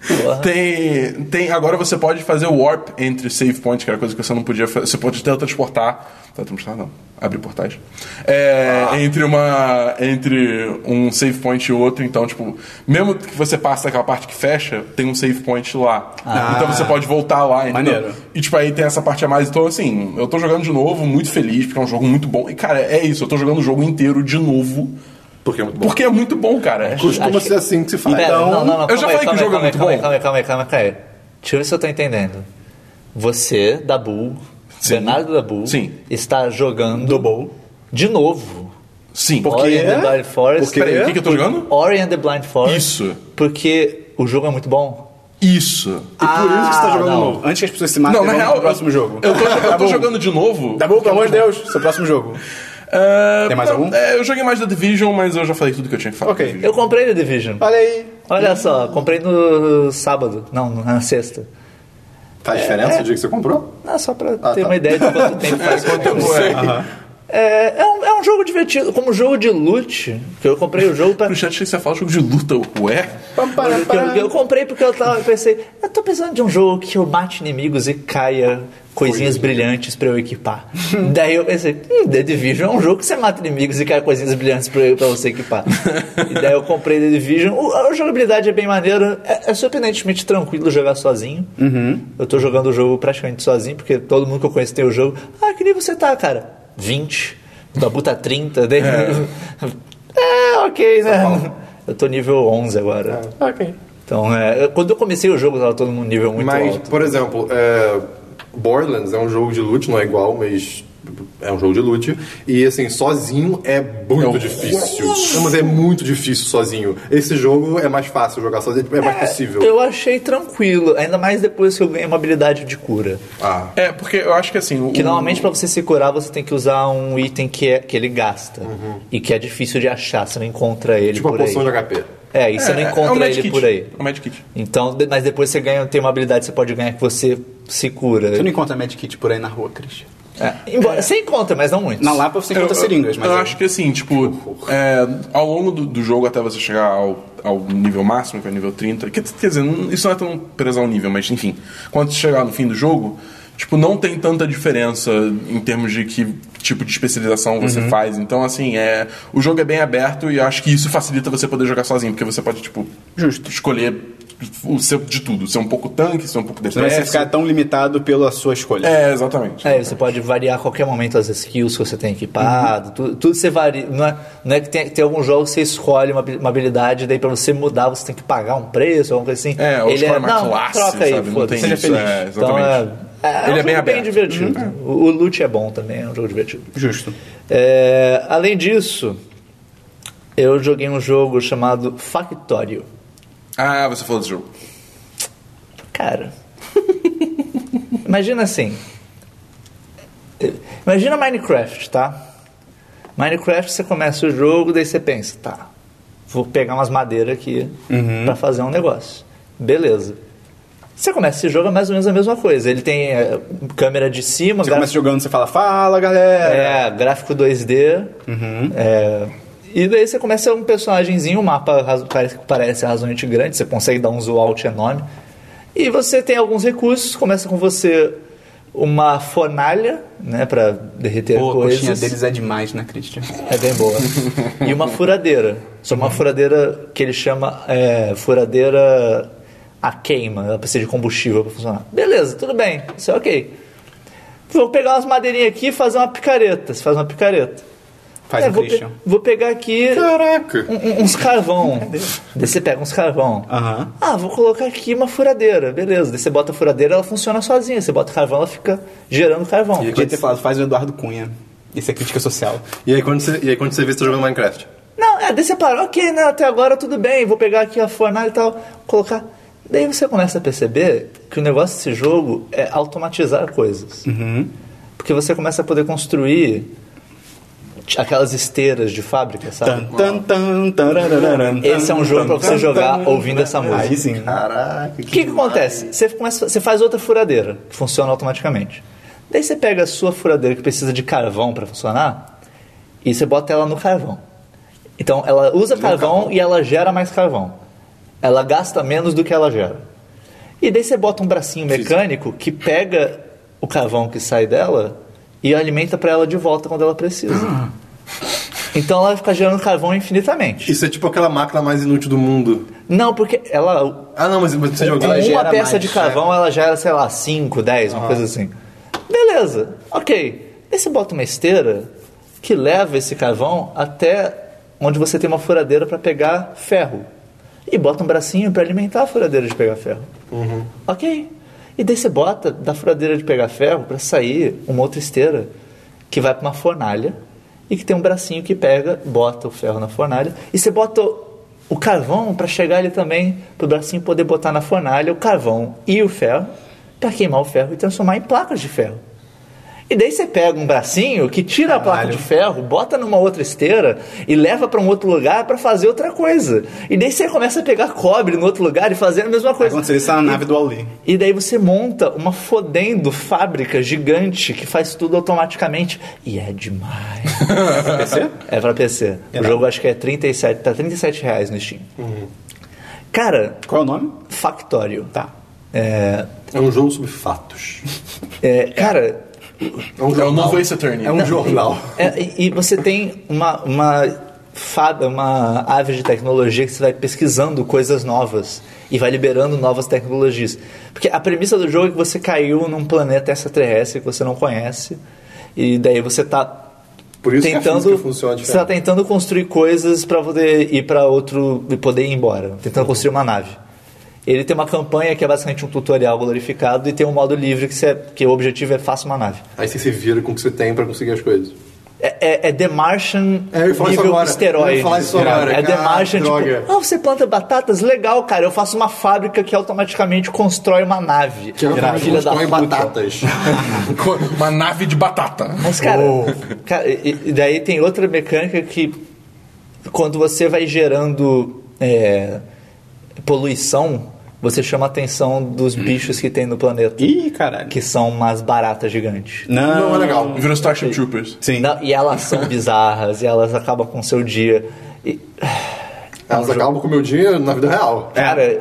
D: Porra.
C: Tem, tem. Agora você pode fazer warp entre save points, que era coisa que você não podia fazer. Você pode teletransportar. Teletransportar não. Abrir portais. É, Entre uma. Entre um save point e outro. Então, tipo, mesmo que você passe aquela parte que fecha, tem um save point lá. Então você pode voltar lá. entendeu?
A: Maneiro.
C: E tipo, aí tem essa parte a mais. Então, assim, eu tô jogando de novo, muito feliz, porque é um jogo muito bom. E, cara, é isso, eu tô jogando o jogo inteiro de novo.
B: Porque é muito
C: Porque é muito bom, cara.
B: Costuma
D: Acho que-
B: ser assim que se faz.
D: Pera,
A: Então,
D: não, não, não,
C: eu já
D: calma aí,
C: falei que o jogo é
D: calma aí,
C: muito
D: calma aí,
C: bom.
D: Calma aí, calma aí, calma aí, calma aí. Deixa eu ver se eu tô entendendo. Você, Dabu, Bernardo Dabu,
C: Sim.
D: está jogando
A: Double.
D: de novo
C: Sim.
A: Porque-
D: Ori and the Blind Forest.
A: Porque-
B: é?
C: Peraí, o que, que eu tô jogando?
D: Ori and the Blind Forest.
C: Isso.
D: Porque o jogo é muito bom.
C: Isso.
B: E por isso que
A: Ah,
B: você tá jogando
D: não.
B: novo.
A: Antes que as pessoas se matem,
C: Não, na
A: vamos *laughs* pro Ah,
C: real,
A: tá próximo
C: eu,
A: jogo. Tá
C: Eu tô, eu tô
A: Dabu,
C: jogando de novo.
A: Dabu, pelo amor de Deus, seu próximo jogo.
C: É,
A: Tem mais
C: não,
A: algum?
C: é, eu joguei mais da Division, mas eu já falei tudo que eu tinha que falar.
A: Ok.
C: da Division.
D: Eu comprei The Division.
A: Olha aí.
D: Olha só, comprei no sábado. Não, na sexta.
B: Faz tá diferença o dia que você comprou?
D: Ah, só pra
B: Ah,
D: ter
B: tá.
D: uma ideia de
C: *laughs*
D: quanto tempo faz que eu
C: Então,
D: comprei.
C: é,
D: É, é, um, é um jogo divertido. Como jogo de loot, que eu comprei o jogo pra...
C: *laughs* No chat você fala jogo de luta, ué?
A: Pam,
D: Mas
A: para,
D: é que eu,
A: para.
D: eu comprei porque eu tava, eu pensei, eu tô precisando de um jogo que eu mate inimigos e caia coisinhas brilhantes pra eu equipar. *laughs* Daí eu pensei, hum, The Division é um jogo que você mata inimigos e cai coisinhas brilhantes pra, eu- pra você equipar. e daí eu comprei The Division. O- a jogabilidade é bem maneira, é, é surpreendentemente tranquilo jogar sozinho.
A: Uhum.
D: Eu tô jogando o jogo praticamente sozinho, porque todo mundo que eu conheço tem o jogo. Ah, que nem você tá, cara? 20. Dabu tá 30. Daí... *laughs* É. ok, né? Eu tô nível 11 agora.
A: É. Ok.
D: Então, é, eu- quando eu comecei o jogo, tava todo mundo nível muito
B: mas,
D: alto.
B: por exemplo, é, Borderlands é um jogo de loot, não é igual, mas é um jogo de loot. E, assim, sozinho é muito difícil. Não, mas é muito difícil sozinho. Esse jogo é mais fácil jogar sozinho, é mais possível.
D: Eu achei tranquilo, ainda mais depois que eu ganhei uma habilidade de cura.
B: Ah.
C: É, porque eu acho que assim. o-
D: Que normalmente pra você se curar você tem que usar um item que, é, que ele gasta. E que é difícil de achar, você não encontra ele
B: Tipo a
D: por aí.
B: poção de HP.
D: É, e você não
C: é,
D: encontra
C: é um
D: ele
C: medkit.
D: por aí.
C: É um medkit.
D: Então, de- mas depois você ganha, tem uma habilidade que você pode ganhar que você se cura.
A: Você não encontra medkit por aí na rua, Cris.
D: É, embora, você encontra, mas não muito.
A: Na Lapa você encontra seringas, mas...
C: eu
A: é-
C: acho que assim, tipo, é, ao longo do, do jogo, até você chegar ao, ao nível máximo, que é o nível 30, que, quer dizer, não- isso não é tão preso ao nível, mas enfim, quando você chegar no fim do jogo, tipo, não tem tanta diferença em termos de que tipo de especialização você faz. Então, assim, é, o jogo é bem aberto e eu acho que isso facilita você poder jogar sozinho, porque você pode, tipo,
A: Justo.
C: escolher o seu de tudo, ser um pouco tanque, ser um pouco
A: Você não vai
C: DPS.
A: ficar tão limitado pela sua escolha.
C: É, exatamente.
D: É, você pode variar a qualquer momento as skills que você tem equipado,
C: Uhum.
D: tudo, tudo você varia. Não é, não é que tem, tem alguns jogos que você escolhe uma, habi- uma habilidade, daí pra você mudar você tem que pagar um preço, alguma coisa assim.
C: É, ou escolhe uma
D: não,
C: classe,
D: troca aí,
C: sabe? Não
D: foda-se.
C: tem
D: Seja
C: isso,
D: feliz.
C: é,
D: então, é,
C: exatamente.
D: é,
C: Ele
D: um
C: é bem
D: jogo
C: aberto. Uhum.
D: divertido. O, o loot é bom também, é um jogo divertido.
A: Justo.
D: É, além disso, eu joguei um jogo chamado Factório.
C: Ah, você falou desse jogo.
D: Cara. imagina assim. Imagina Minecraft, tá? Minecraft, você começa o jogo, daí você pensa, tá, vou pegar umas madeiras aqui
A: Uhum.
D: pra fazer um negócio. Beleza. Você começa esse jogo, é mais ou menos a mesma coisa. Ele tem é, câmera de cima,
A: Você
D: gra-
A: começa jogando, você fala, fala, galera.
D: é, gráfico 2D.
A: Uhum.
D: É, e daí você começa um personagemzinho, um mapa razo- parece, parece razoavelmente grande, você consegue dar um zoom out enorme. E você tem alguns recursos, começa com você uma fornalha, né, pra derreter
A: Pô, a coxinha
D: coisas.
A: deles é demais, né, Christian?
D: É bem boa. *laughs* e uma furadeira. Só uma furadeira que ele chama é, furadeira a queima. Ela precisa de combustível pra funcionar. Beleza, tudo bem. Isso é ok. Vou pegar umas madeirinhas aqui e fazer uma picareta. Você faz uma picareta.
A: Faz um
D: É,
A: o
D: vou, pe-
A: Christian.
D: vou pegar aqui
B: Caraca!
D: um- um- uns carvão. Daí você pega uns carvão.
A: Aham.
D: Ah, vou colocar aqui uma furadeira. Beleza. Daí você bota a furadeira, ela funciona sozinha. Você bota carvão, ela fica gerando carvão.
A: Podia ter falado, faz o Eduardo Cunha. Isso é crítica social.
B: E aí, quando você, e aí quando você vê, você tá jogando Minecraft.
D: Não, é, daí você para, ok, né, até agora tudo bem, vou pegar aqui a fornalha e tal, colocar. Daí você começa a perceber que o negócio desse jogo é automatizar coisas.
A: Uhum.
D: Porque você começa a poder construir t- aquelas esteiras de fábrica, sabe?
A: Tan, tan, tan, tararararam,
D: Esse é um jogo pra você jogar ouvindo essa música.
A: Aí sim.
B: Caraca,
D: O que, que acontece? Você, começa, você faz outra furadeira, que funciona automaticamente. Daí você pega a sua furadeira que precisa de carvão para funcionar e você bota ela no carvão. Então ela usa carvão, e ela gera mais carvão. Ela gasta menos do que ela gera. E daí você bota um bracinho mecânico que pega o carvão que sai dela e alimenta para ela de volta quando ela precisa. Então ela vai ficar gerando carvão infinitamente.
B: Isso é tipo aquela máquina mais inútil do mundo.
D: Não, porque ela
B: Ah, não, mas você
D: com
B: jogando.
A: Ela
D: uma
A: gera
D: peça
A: mais,
D: de carvão, ela gera, sei lá, 5, 10, uma coisa assim. Beleza, ok. Aí você bota uma esteira que leva esse carvão até onde você tem uma furadeira para pegar ferro. E bota um bracinho para alimentar a furadeira de pegar ferro. Ok. E daí você bota da furadeira de pegar ferro para sair uma outra esteira que vai para uma fornalha e que tem um bracinho que pega, bota o ferro na fornalha e você bota o carvão para chegar ali também para o bracinho poder botar na fornalha o carvão e o ferro para queimar o ferro e transformar em placas de ferro. E daí você pega um bracinho que tira a placa de ferro, bota numa outra esteira e leva pra um outro lugar pra fazer outra coisa. E daí você começa a pegar cobre no outro lugar e fazer a mesma coisa.
A: Aconteceu isso na nave do Ali.
D: E daí você monta uma fodendo fábrica gigante que faz tudo automaticamente. E é demais. é pra PC? o jogo acho que é 37, tá 37 reais no Steam. Cara,
A: Qual é o nome?
D: Factório.
A: Tá.
D: É,
B: É um jogo sobre fatos.
D: é, cara,
B: É um
C: É o
B: jornal.
C: novo Ace Attorney.
B: É um jornal.
D: é, e, e você tem uma, uma, fada, uma ave de tecnologia que você vai pesquisando coisas novas e vai liberando novas tecnologias. Porque a premissa do jogo é que você caiu num planeta extraterrestre que você não conhece e daí você tá
B: Por isso que a
D: tentando
B: física funciona
D: você tá
B: diferente.
D: tentando construir coisas para poder ir para outro e poder ir embora, tentando construir uma nave. Ele tem uma campanha que é basicamente um tutorial glorificado e tem um modo livre que, você, que o objetivo é faça uma nave.
B: Aí você se vira com o que você tem pra conseguir as coisas.
D: É, é, é The Martian
B: É, eu ia falar isso
D: nível
B: agora. Eu
D: esteroide.
B: ia falar isso agora,
D: É The
B: cara,
D: Martian,
B: droga.
D: tipo, ah, você planta batatas? Legal, cara. Eu faço uma fábrica que automaticamente constrói uma nave.
B: Que é
D: Filha
B: um filho
D: da
B: da
D: puta. *laughs*
B: batatas.
C: Uma nave de batata.
D: Mas, cara,
B: Oh.
D: cara, e, e daí tem outra mecânica que quando você vai gerando é, poluição, você chama a atenção dos bichos que tem no planeta,
A: Hum. Ih, caralho.
D: que são umas baratas gigantes.
A: Não.
B: Não é legal.
C: Virou Starship Troopers.
A: Sim.
D: Não, e elas são bizarras, e elas acabam com o seu dia. E, É um
B: Elas acabam com o É meu dinheiro na vida real.
D: Cara, é,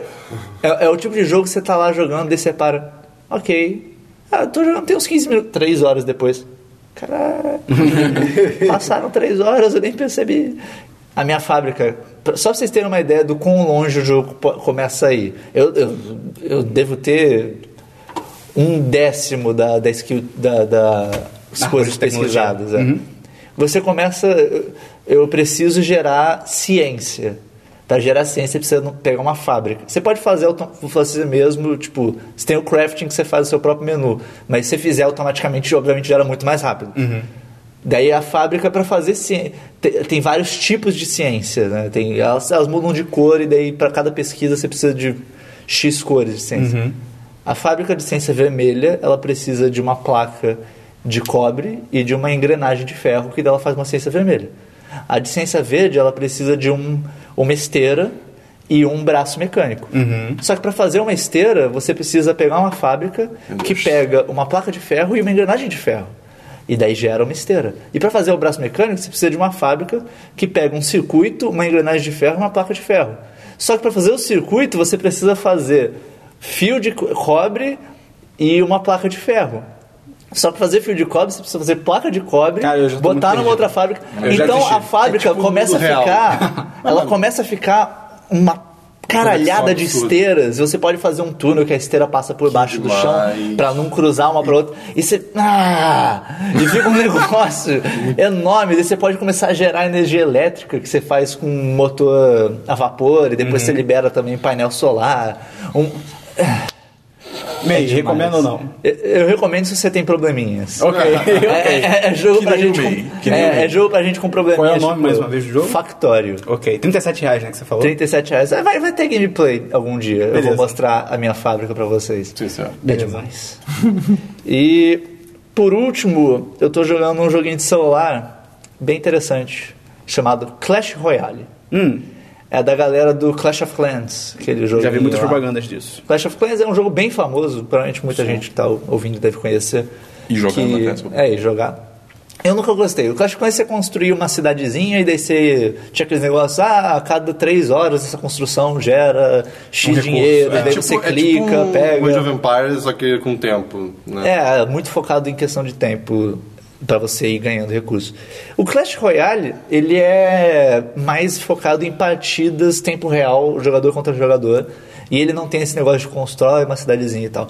D: é o tipo de jogo que você tá lá jogando, daí você para. Ok. Ah, eu tô jogando tem uns 15 minutos, 3 horas depois. Caralho. Passaram 3 horas, eu nem percebi. A minha fábrica. pra- Só pra vocês terem uma ideia do quão longe o jogo po- começa aí. Eu, eu, eu devo ter um décimo da, da skill da, da- das
A: Árvore
D: coisas
A: de tecnologia. Uhum.
D: pesquisadas. é. Você começa. eu- Eu preciso gerar ciência. Para gerar ciência, você precisa não- pegar uma fábrica. Você pode fazer auto- você mesmo, tipo, você tem o crafting que você faz o seu próprio menu. Mas se você fizer automaticamente, obviamente gera muito mais rápido.
A: Uhum.
D: Daí a fábrica para fazer ciência. Tem, tem vários tipos de ciência, né? Tem, elas, elas mudam de cor e daí para cada pesquisa você precisa de X cores de ciência. A fábrica de ciência vermelha, ela precisa de uma placa de cobre e de uma engrenagem de ferro que dela faz uma ciência vermelha. A de ciência verde, ela precisa de um, uma esteira e um braço mecânico. Só que para fazer uma esteira, você precisa pegar uma fábrica que pega uma placa de ferro e uma engrenagem de ferro. E daí gera uma esteira. E para fazer o braço mecânico, você precisa de uma fábrica que pega um circuito, uma engrenagem de ferro e uma placa de ferro. Só que para fazer o circuito, você precisa fazer fio de co- cobre e uma placa de ferro. Só que fazer fio de cobre, você precisa fazer placa de cobre,
A: Cara, Ah, eu já tô muito
D: botar numa
A: perdido.
D: outra fábrica.
A: Eu já
D: então
A: desisti. um
D: a fábrica
B: É tipo o
D: começa a
B: mundo real.
A: *laughs*
D: ficar. ela começa a ficar uma
A: um
D: caralhada de
C: absurda.
D: esteiras. E você pode fazer um túnel que a esteira passa por baixo do chão
C: demais.
D: pra não cruzar uma pra outra. E você. Ah! E fica um *laughs* negócio enorme. Daí você pode começar a gerar energia elétrica que você faz com um motor a vapor e depois
A: Uhum.
D: você libera também painel solar. Um-
A: Bem,
D: demais.
A: recomendo ou não?
D: Eu, eu recomendo se você tem probleminhas.
A: Ok.
D: *laughs* É, é- é jogo
C: Que
D: pra
C: nem
D: gente
C: o
D: com,
C: May, que nem o
D: é,
C: May.
D: é jogo pra gente com probleminhas. tipo,
A: Qual é o nome mais uma vez do jogo?
D: Factório.
A: ok. 37 reais, né, que você falou?
D: 37 reais. Ah, Vai, vai ter gameplay algum dia. Eu
A: Beleza.
D: vou mostrar a minha fábrica pra vocês.
C: Sim, senhor.
D: É demais. *laughs* e por último, eu tô jogando um joguinho de celular bem interessante, chamado Clash Royale. É da galera do Clash of Clans, aquele jogo.
A: Hum. Já vi muitas
D: lá.
A: propagandas disso.
D: Clash of Clans é um jogo bem famoso, provavelmente muita gente que tá ouvindo deve conhecer.
C: E jogando até,
D: que...
C: desculpa.
D: É, e jogar. Eu nunca gostei. O Clash of Clans é você construía uma cidadezinha e daí você tinha aqueles negócios, ah, a cada três horas essa construção gera X
A: recurso,
D: dinheiro,
A: é.
D: daí
C: Tipo-
D: você
C: é tipo
D: clica,
C: um-
D: pega.
B: Age of Empires, só que com o tempo, né?
D: É, muito focado em questão de tempo pra você ir ganhando recursos. O Clash Royale, ele é mais focado em partidas tempo real, jogador contra jogador, e ele não tem esse negócio de constrói uma cidadezinha e tal.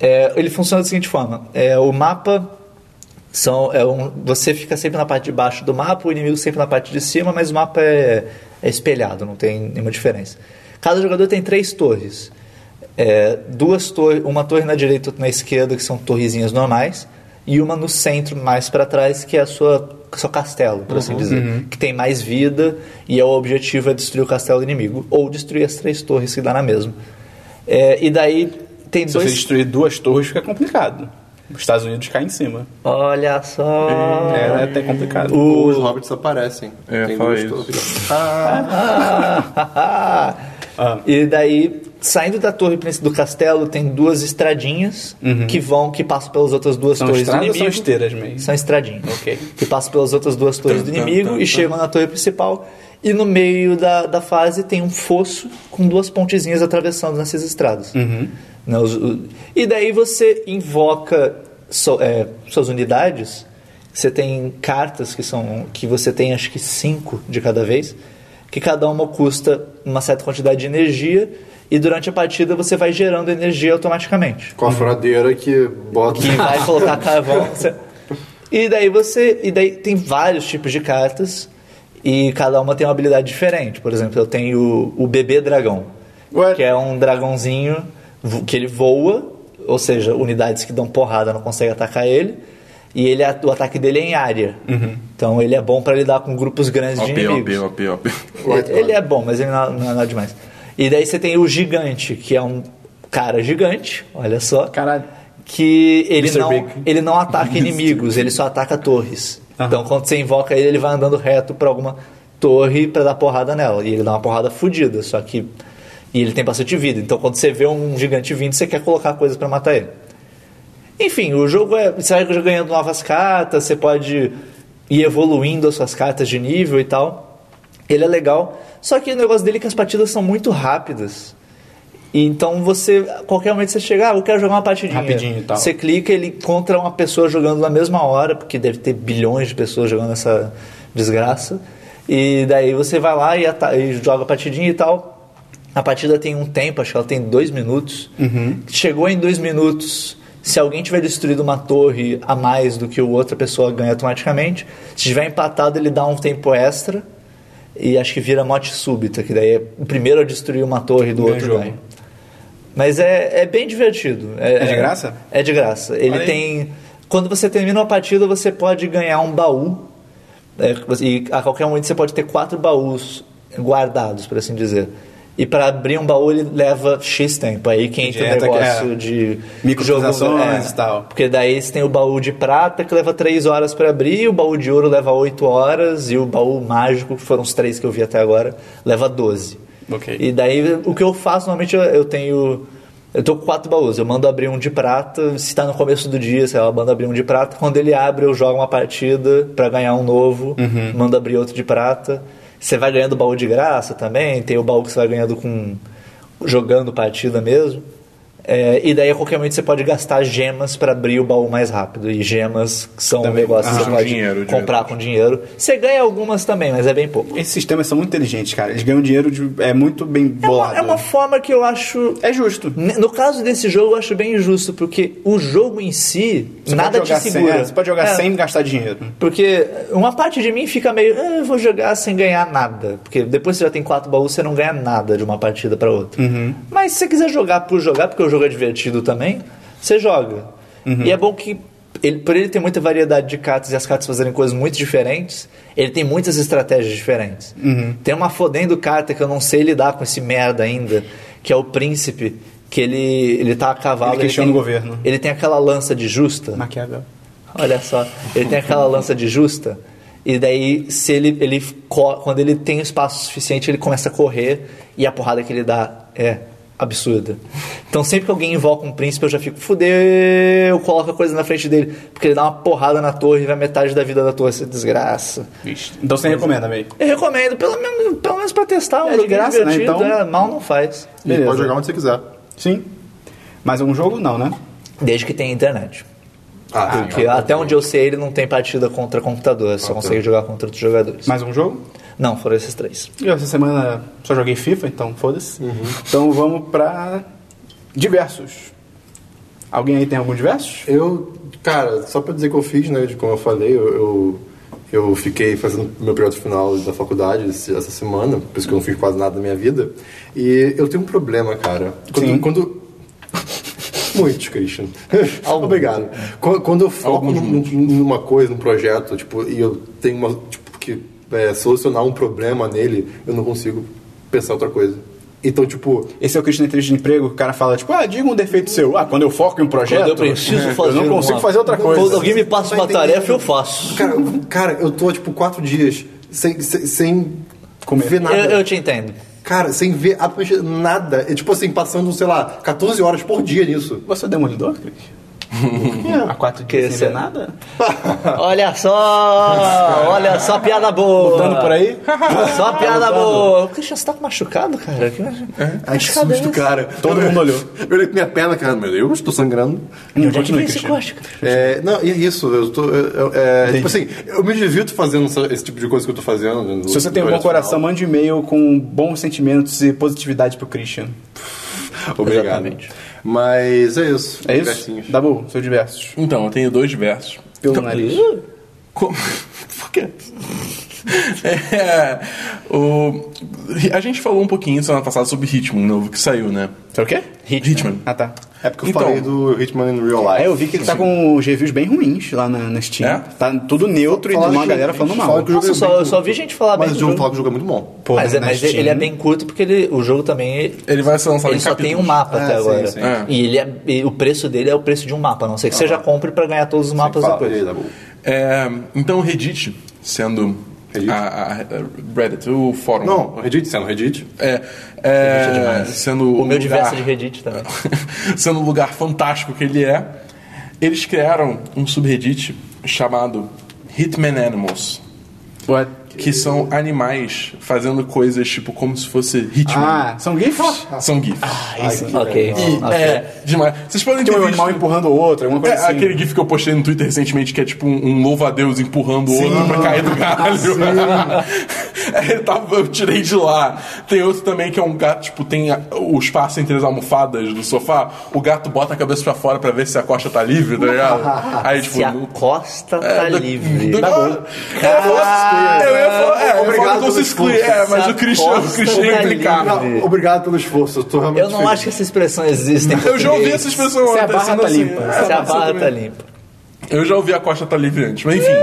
D: É, ele funciona da seguinte forma, é, o mapa são, é um, você fica sempre na parte de baixo do mapa, o inimigo sempre na parte de cima, mas o mapa é, é espelhado, não tem nenhuma diferença. Cada jogador tem três torres. É, duas torres, uma torre na direita e outra na esquerda, que são torrezinhas normais, e uma no centro, mais para trás, que é a sua seu castelo, por assim dizer, que tem mais vida e é o objetivo é destruir o castelo do inimigo ou destruir as três torres que dá na mesma. É, e daí tem
A: Se
D: dois
A: você destruir duas torres, fica complicado. Os Estados Unidos caem em cima.
D: Olha só.
A: É, é até complicado.
B: Os Hobbits aparecem.
C: É,
B: Tem
C: fala
B: duas
C: isso.
B: torres. Ah,
D: *laughs* E daí, saindo da torre princi- do castelo, tem duas estradinhas que vão, que passam pelas outras duas
A: Uhum. São
D: torres do
A: estradas ou
D: inimigo.
A: são esteiras mesmo?
D: São estradinhas.
A: Ok.
D: Que passam pelas outras duas torres do
C: Tan, tan,
D: inimigo
C: tan,
D: e
C: tan.
D: chegam na torre principal. E no meio da, da fase tem um fosso com duas pontezinhas atravessando nessas estradas. Né, os- o- e daí você invoca so- é, suas unidades. Você tem cartas que são. que você tem acho que cinco de cada vez. Que cada uma custa uma certa quantidade de energia. E durante a partida você vai gerando energia automaticamente
B: Com a furadeira que bota.
D: que vai colocar carvão. Você- E daí você. E daí tem vários tipos de cartas. E cada uma tem uma habilidade diferente. Por exemplo, eu tenho o, o bebê dragão.
A: Ué?
D: Que é um dragãozinho vo- que ele voa, ou seja, unidades que dão porrada não conseguem atacar ele. E ele, a- o ataque dele é em área. Então ele é bom pra lidar com grupos grandes de
C: OP,
D: inimigos.
C: OP, OP, OP.
B: White
D: Ele
B: Lord.
D: é bom, mas ele não, não é nada demais. E daí você tem o gigante, que é um cara gigante, olha só.
A: Caralho.
D: Que ele
A: Mr.
D: não,
A: Big.
D: ele
A: *laughs*
D: não ataca inimigos, ele só ataca torres. Então quando você invoca ele, ele vai andando reto pra alguma torre pra dar porrada nela. E ele dá uma porrada fodida, só que. E ele tem bastante vida. Então quando você vê um gigante vindo, você quer colocar coisas pra matar ele. Enfim, o jogo é. Você vai ganhando novas cartas, você pode ir evoluindo as suas cartas de nível e tal. Ele é legal. Só que o negócio dele é que as partidas são muito rápidas. E Então você. Qualquer momento você chega, ah, eu quero jogar uma partidinha.
A: Rapidinho e tal.
D: Você clica, ele encontra uma pessoa jogando na mesma hora, porque deve ter bilhões de pessoas jogando essa desgraça. E daí você vai lá e, ata- e joga a partidinha e tal. A partida tem um tempo, acho que ela tem dois minutos.
A: Uhum.
D: Chegou em dois minutos. Se alguém tiver destruído uma torre a mais do que o outra pessoa ganha automaticamente. Se tiver empatado, ele dá um tempo extra. E acho que vira morte súbita, que daí é o primeiro a destruir uma torre do
A: Ganha
D: outro
A: jogo.
D: ganha. Mas é, é bem divertido.
A: É de graça?
D: É de graça. Ele
A: Olha aí.
D: tem. Quando você termina uma partida, você pode ganhar um baú. É, e a qualquer momento você pode ter quatro baús guardados, por assim dizer. E para abrir um baú ele leva X tempo. Aí que entra o
A: Entendi, entra aqui,
D: negócio
A: é.
D: de.
A: Microtransações
D: jogo- é.
A: e tal.
D: Porque daí você tem o baú de prata que leva três horas para abrir, o baú de ouro leva oito horas e o baú mágico, que foram os três que eu vi até agora, leva 12.
A: Ok.
D: E daí o que eu faço normalmente eu, eu tenho. Eu tô com quatro baús, eu mando abrir um de prata, se tá no começo do dia, sei lá, eu mando abrir um de prata, quando ele abre eu jogo uma partida pra ganhar um novo, mando abrir outro de prata. Você vai ganhando baú de graça também, tem o baú que você vai ganhando com jogando partida mesmo. É, e daí a qualquer momento você pode gastar gemas pra abrir o baú mais rápido. E gemas são um
A: Também-
D: negócio
A: ah,
D: que você
C: com
D: pode
C: dinheiro, dinheiro.
D: comprar com dinheiro. Você ganha algumas também, mas é bem pouco.
A: Esses sistemas são muito inteligentes, cara. Eles ganham dinheiro de, é muito bem
D: É uma-
A: bolado.
D: é uma forma que eu acho
A: É justo.
D: Ne- No caso desse jogo, eu acho bem injusto, porque o jogo em si,
A: Você
D: nada
A: pode
D: te
A: jogar
D: segura.
A: Sem, é, você pode jogar
D: É,
A: sem gastar dinheiro.
D: Porque uma parte de mim fica meio, "Ah, eu vou jogar sem ganhar nada. Porque depois você já tem quatro baús, você não ganha nada de uma partida pra outra.
A: Uhum.
D: Mas se você quiser jogar por jogar, porque o jogo é divertido também, você joga.
A: Uhum.
D: E é bom que, ele, por ele ter muita variedade de cartas e as cartas fazerem coisas muito diferentes, ele tem muitas estratégias diferentes.
A: Uhum.
D: Tem uma fodendo carta que eu não sei lidar com esse merda ainda, que é o príncipe, que ele, ele tá a cavalo.
A: Ele questiona
D: tem,
A: o governo.
D: Ele tem aquela lança de justa.
A: Maquiavel.
D: Olha só, ele tem aquela lança de justa e daí se ele, ele co- quando ele tem espaço suficiente ele começa a correr e a porrada que ele dá é absurda. Então sempre que alguém invoca um príncipe eu já fico fudeu, coloca coisa na frente dele porque ele dá uma porrada na torre e vai metade da vida da torre, essa desgraça.
A: Então você recomenda, meio.
D: Eu recomendo pelo menos pelo menos para testar, um
A: É, de
D: joguinho
A: graça, né?
D: divertido,
A: Então-
D: é, mal não faz,
B: E
A: Beleza.
B: pode jogar onde você quiser.
A: Sim. Mas um jogo não, né?
D: desde que tenha internet.
B: Ah,
D: Porque
A: tá
D: até onde eu sei ele não tem partida contra computador, só consegue jogar contra outros jogadores.
A: Mais um jogo?
D: Não, foram esses três.
A: Eu essa semana só joguei FIFA, então foda-se.
B: Uhum.
A: Então vamos pra diversos. Alguém aí tem algum diversos?
B: Eu, cara, só pra dizer que eu fiz, né, de como eu falei, eu, eu, eu fiquei fazendo meu período final da faculdade esse- essa semana, por isso que eu não fiz quase nada na minha vida. E eu tenho um problema, cara. Quando.
A: Sim.
B: quando... *laughs* Muitos, Christian. Obrigado. Quando, quando eu foco
C: Alguns
B: num- numa coisa, num projeto, tipo, e eu tenho uma. Tipo, que é, solucionar um problema nele, eu não consigo pensar outra coisa. Então, tipo,
A: Esse é o que entrevista de emprego, que o cara fala, tipo, ah, diga um defeito seu. Ah, quando eu foco em um projeto,
D: Quando eu preciso
A: *laughs* eu
D: fazer
A: não consigo
D: uma-
A: fazer outra
D: Quando
A: coisa.
D: alguém me passa
B: Vai
D: uma
B: entender.
D: tarefa, eu faço.
B: cara, cara, eu tô, tipo, quatro dias sem, sem, sem
A: Comer.
B: ver nada.
D: Eu, eu te entendo.
B: Cara, sem ver absolutamente nada. É tipo assim, passando, sei lá, 14 horas por dia nisso.
A: Você é demolidor, Cris? Há quatro
D: Que
A: dias sem
D: esse
A: ver
D: *laughs* é-
A: nada?
D: Olha só! Olha só a piada boa!
A: Voltando por
D: *laughs*
A: aí?
D: Só a piada boa! O Christian, você tá machucado, cara? Que machu-
B: Ai, que
D: machucado
B: susto,
A: é
D: esse?
B: cara.
A: Todo mundo olhou.
B: Eu olhei pra minha perna, cara, meu Deus, tô sangrando.
D: E onde é que
A: Continue,
D: vem esse
A: Christian.
D: corte, cara?
B: É, não, e é isso, eu tô. eu- eu- é, tipo assim, eu me divirto fazendo essa- esse tipo de coisa que eu tô fazendo. no-
A: Se você tem um
B: no
A: bom
B: projeto
A: coração,
B: final.
A: mande um e-mail com bons sentimentos e positividade pro Christian.
B: Obrigado.
D: Exatamente.
B: Mas é isso.
A: É isso?
B: Diversinhos.
A: Dabu, seus diversos.
C: Então, eu tenho dois versos.
A: Pelo
C: Então,
A: nariz.
C: Como? Por quê? É, o, a gente falou um pouquinho semana passada sobre Hitman, o novo que saiu, né?
A: Sabe o quê?
C: Hitman.
A: Ah, tá.
B: É porque eu
C: Então.
B: falei do Hitman in Real Life.
A: É, eu vi que ele tá com os reviews bem ruins lá na, na Steam.
C: É?
A: Tá tudo neutro e
B: Fala
A: uma
B: que-
A: galera falando
B: fala
A: mal.
B: que o jogo
D: Nossa, eu
B: é
D: só,
B: bem-
D: eu só vi gente falar bem
B: Mas
D: do
B: o jogo fala que
D: jogo.
B: o jogo é muito bom.
A: Porra,
D: mas é-
A: na
D: mas
A: Steam. né?
D: ele é bem curto porque ele, o jogo também
C: Ele vai ser lançado
D: Ele
C: em
D: só tem um
C: capítulos.
D: mapa
B: É,
D: até
B: sim,
D: agora.
B: sim.
C: É.
D: E, ele é- e o preço dele é o preço de um mapa, a não ser que
C: Ah.
D: você já compre pra ganhar todos os mapas
B: Fala,
D: depois.
B: aí, Dabu.
C: É, então, o Reddit, sendo
B: Reddit?
C: A, a- a Reddit, o fórum.
B: Não, Reddit, sendo Reddit.
C: É, é, sendo
D: O meu diverso é
C: lugar-
D: de Reddit também.
C: *laughs* sendo o lugar fantástico que ele é, eles criaram um subreddit chamado Hitman Animals,
A: What?
C: que são animais fazendo coisas tipo como se fosse Hitman.
A: Ah, são GIFs?
C: São GIFs.
D: ok.
C: E
D: ok.
C: é demais. Vocês podem ter
A: Tem um
C: visto...
A: animal empurrando o outro, alguma
C: É,
A: coisa assim.
D: um-
C: aquele GIF que eu postei no Twitter recentemente, que é tipo um, um louva-a-Deus empurrando o outro pra cair do galho. *laughs* É, eu tava- eu tirei de lá. Tem outro também que é um gato, tipo, tem a- o espaço entre as almofadas do sofá. O gato bota a cabeça pra fora pra ver se a costa tá livre, tá
D: *laughs*
C: ligado? Aí, tipo,
D: Ah, Se a
C: no-
D: costa
C: é,
D: tá
C: do-
D: livre.
C: do- eu ia falar,
D: Caralho.
C: eu ia falar, é, eu ia falar
B: Obrigado
C: do
B: pelo
C: Doce Sclui,
B: esforço.
C: é, mas
D: Se
C: o
D: a
C: Christian, o
D: costa
C: Christian ia
D: tá
C: implicar.
D: livre.
B: Não, obrigado pelo esforço, eu tô realmente.
D: Eu não acho que essa expressão existe. em
C: Eu já ouvi
D: português.
C: essa expressão
A: Se a
C: antes,
A: barra
C: sendo
A: tá
C: assim,
A: limpa.
C: é,
D: Se a
C: mas eu
D: barra
C: também-
D: tá limpa.
C: Eu já ouvi a costa tá livre antes, mas enfim.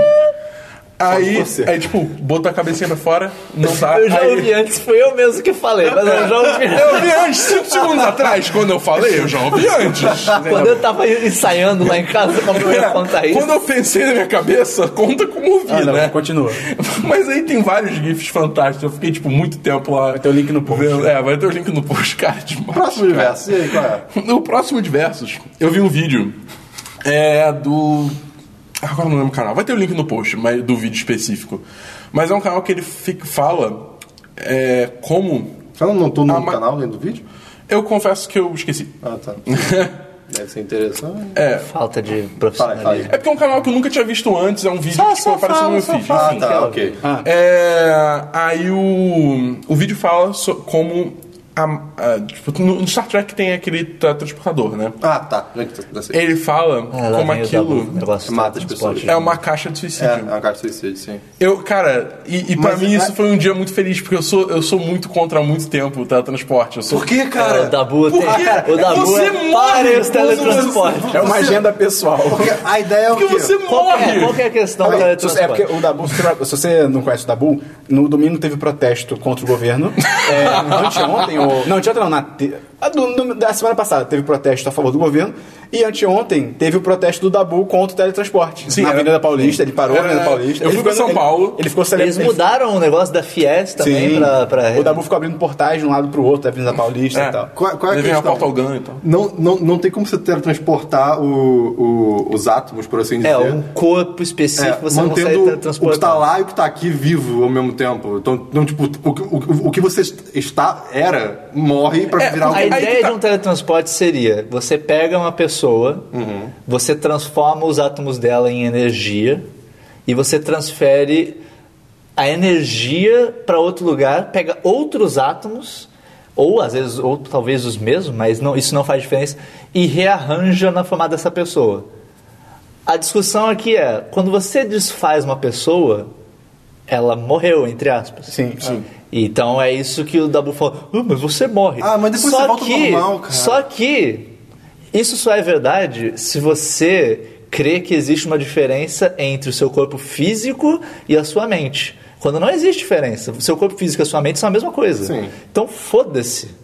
C: Aí,
B: você.
C: aí, tipo, bota a cabecinha pra fora, não tá.
D: Eu já
C: aí-
D: ouvi antes, foi eu mesmo que falei, mas eu já *laughs* ouvi.
C: Eu ouvi antes, 5 segundos atrás, quando eu falei, eu já ouvi
D: *laughs*
C: antes. É,
D: Quando eu tava ensaiando lá em casa, como eu ia contar isso?
C: Quando eu pensei na minha cabeça, conta como ouvi,
A: Ah, não,
C: né?
A: continua.
C: *laughs* Mas aí tem vários GIFs fantásticos. Eu fiquei, tipo, muito tempo lá. Vai
A: ter o link no post.
C: É, vai ter o link no post, *laughs* cara, demais.
B: Próximo
C: cara.
B: universo. E aí, qual é?
C: *laughs* No próximo de versos, eu vi um vídeo é do. ah, Agora eu não lembro o canal. Vai ter o link no post, mas do vídeo específico. Mas é um canal que ele fica- fala é, como.
B: Eu não tô no
C: Ah, mas-
B: canal nem do vídeo?
C: Eu confesso que eu esqueci. *laughs*
B: Ah, tá. Deve ser interessante.
C: É.
D: Falta
B: Fala aí,
D: de
B: fala aí.
D: profissionalismo.
C: É porque é um canal que eu nunca tinha visto antes, é um vídeo
D: Só-
C: que tipo,
D: só
C: apareceu no meu
D: fala,
C: feed.
D: só
B: Ah,
D: Sim,
B: tá,
D: quero.
B: ok.
C: É, aí o, o vídeo fala so- como. a- a- tipo, no no Star Trek tem aquele tra- transportador, né?
B: Ah, tá. Já que tá- já sei.
C: Ele fala
D: Ah, lá
C: como
D: vem né? o Dabu, o
C: aquilo
D: negócio do
B: mata as
D: transporte.
B: pessoas.
C: é uma caixa de
B: É,
C: suicídio.
B: é uma carta de suicídio, sim.
C: Eu, cara, e, e pra
B: Mas,
C: mim
B: é-
C: isso foi um dia muito feliz, porque eu sou, eu sou muito contra há muito tempo o teletransporte. Eu sou...
B: Por que,
D: É,
B: cara?
D: o Dabu tem.
C: Porque
D: o Dabu
C: você
D: é
C: morre
D: para os
C: com
D: teletransportes.
A: É uma agenda pessoal.
B: Porque a ideia é o
C: Porque
B: quê?
C: você
D: Qual que
C: morre!
D: é, qual que é a questão do
A: Olha, se- é
D: teletransporte?
A: porque o Dabu, se você- se você não conhece o Dabu, no domingo teve protesto contra o governo. *laughs* É, no anteontem, ou, não, anteontem não, na te- a do- do- da semana passada teve protesto a favor do governo. E anteontem teve o protesto do Dabu contra o teletransporte.
C: Sim,
A: na
C: é.
A: Avenida Paulista, ele parou
C: É,
A: na Avenida Paulista.
C: eu
A: Ele
C: fui pra
A: ficou-
C: São
A: ele-
C: Paulo.
A: Ele, ficou cele-
D: Eles
A: ele-
D: mudaram o negócio da Fies também
A: Sim.
D: pra, pra...
A: O Dabu ficou abrindo portais de um lado pro outro da Avenida Paulista e tal.
B: Qual- qual é a
C: Ele vem a
B: questão?
C: porta ao ganho e tal.
B: Não, não, não tem como você teletransportar o, o- os átomos, por assim dizer.
D: É, um corpo específico
B: É,
D: você
B: mantendo
D: não
B: o que
D: consegue
B: tá
D: teletransportar.
B: lá e o que tá aqui vivo ao mesmo tempo. Então, não, tipo, o, que- o, o que você está, era, morre pra
C: É,
B: virar
C: aí-
D: A
B: alguém.
C: que
D: ideia
C: tá.
D: de um teletransporte seria: você pega uma pessoa, você transforma os átomos dela em energia e você transfere a energia para outro lugar, pega outros átomos ou às vezes ou talvez os mesmos, mas não, isso não faz diferença e rearranja na forma dessa pessoa. A discussão aqui é: quando você desfaz uma pessoa, ela morreu, entre aspas.
A: Sim, sim.
D: Então é isso que o Dabu falou. "Ah, mas você morre.
B: Ah, mas depois você volta ao normal, cara.
D: Só que isso só é verdade se você crê que existe uma diferença entre o seu corpo físico e a sua mente. Quando não existe diferença, o seu corpo físico e a sua mente são a mesma coisa.
B: Sim.
D: Então foda-se.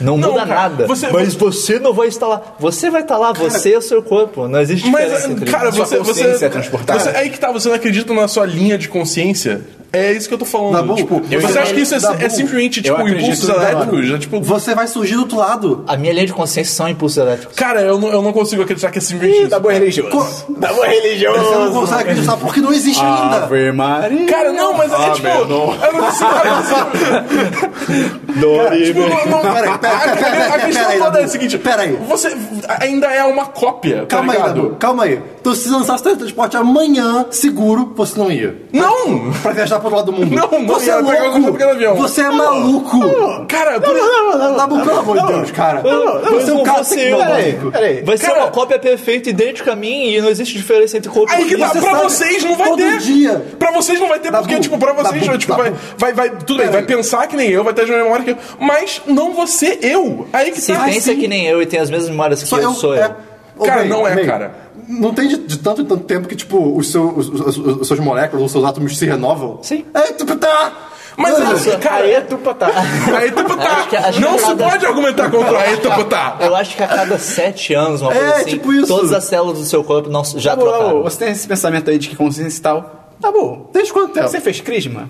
D: Não,
C: Não,
D: muda
C: cara,
D: nada.
C: você-
D: mas você não vai estar lá. Você vai estar lá, você é o seu corpo. Não existe
C: Mas,
D: diferença entre
C: cara,
D: isso.
A: Sua
C: você,
A: consciência
C: você,
A: é transportada.
C: você- Aí que tá, você não acredita na sua linha de consciência. É isso que eu tô falando.
B: Dabu,
C: tipo,
B: eu
C: você acha que isso é,
B: Dabu,
C: é simplesmente,
A: eu
C: tipo,
A: acredito
C: impulsos
A: em Dabu.
C: elétricos? É, tipo,
B: Você vai surgir do outro lado.
D: A minha linha de consciência são impulsos elétricos.
C: cara, eu não, eu não consigo acreditar que é simplesmente
A: Ih,
C: isso.
A: da boa religiosa.
B: Co-
A: Da boa religiosa.
B: Você não consegue acreditar porque não existe
A: Ah,
B: ainda.
A: Ave Maria.
C: Cara, não, mas é
A: Ah,
C: tipo.
A: meu, não.
C: Eu não consigo. eu não consigo-
A: Dori,
C: Tipo,
A: meu.
C: não, não,
B: Peraí, peraí,
C: a- a-
B: peraí,
C: a questão
B: peraí,
C: toda é a
B: Dabu.
C: seguinte:
B: Peraí.
C: Você ainda é uma cópia. tá
B: Calma aí,
C: ligado?
B: Dabu, calma aí. Então, se lançasse teletransporte amanhã, seguro, você não ia.
C: Não!
B: Pra viajar pro outro lado do mundo.
C: Não, não
B: você
C: ia
B: é
C: pegar o
B: louco.
C: pequeno avião.
B: Você é maluco.
C: Cara, por
B: Dabu, pelo amor de Deus, cara. Você é um
D: não
B: cara
D: fosse eu,
B: tecnológico.
A: Peraí.
D: Vai ser
C: Cara-
D: uma cópia perfeita, idêntica a mim, e não existe diferença entre corpo
C: Aí que
D: e
C: tá,
B: Você
C: pra
B: sabe,
C: vocês não vai
B: todo
C: ter.
B: dia.
C: Pra vocês não vai ter, porque,
B: Dabu,
C: tipo, pra vocês,
B: Dabu,
C: tipo,
B: Dabu.
C: vai, vai, vai, tudo bem, vai pensar que nem eu, vai ter as mesmas memórias que eu, mas não você, eu. Aí que
D: Se
C: tá.
D: pensa que nem eu e tem as mesmas memórias que
B: Só
D: eu,
A: um-
D: sou eu.
B: é- Ô,
C: Cara,
B: Ney,
C: não é,
B: Ney,
C: cara.
B: Não tem de, de tanto em tanto tempo que, tipo, os seus, os, os- os- os seus moléculas, os seus átomos se renovam?
D: Sim.
B: É, tu, tá.
C: Mas
B: Ah,
C: olha, cara,
A: Aí é tupa, *laughs* tá.
C: aí tu
D: Acho que-
C: tá.
D: acho que
C: Não
D: a
C: se
D: cada-
C: pode argumentar contra
A: é
C: aí tu tá.
D: Eu acho que a cada sete anos, uma coisa
B: É,
D: assim,
B: tipo isso.
D: todas as células do seu corpo não,
A: Tá
D: já
A: bom, tá bom.
D: trocaram.
A: Você tem esse pensamento aí de que consciência e tal. Tá bom.
B: Desde quanto tempo?
A: Você fez crisma?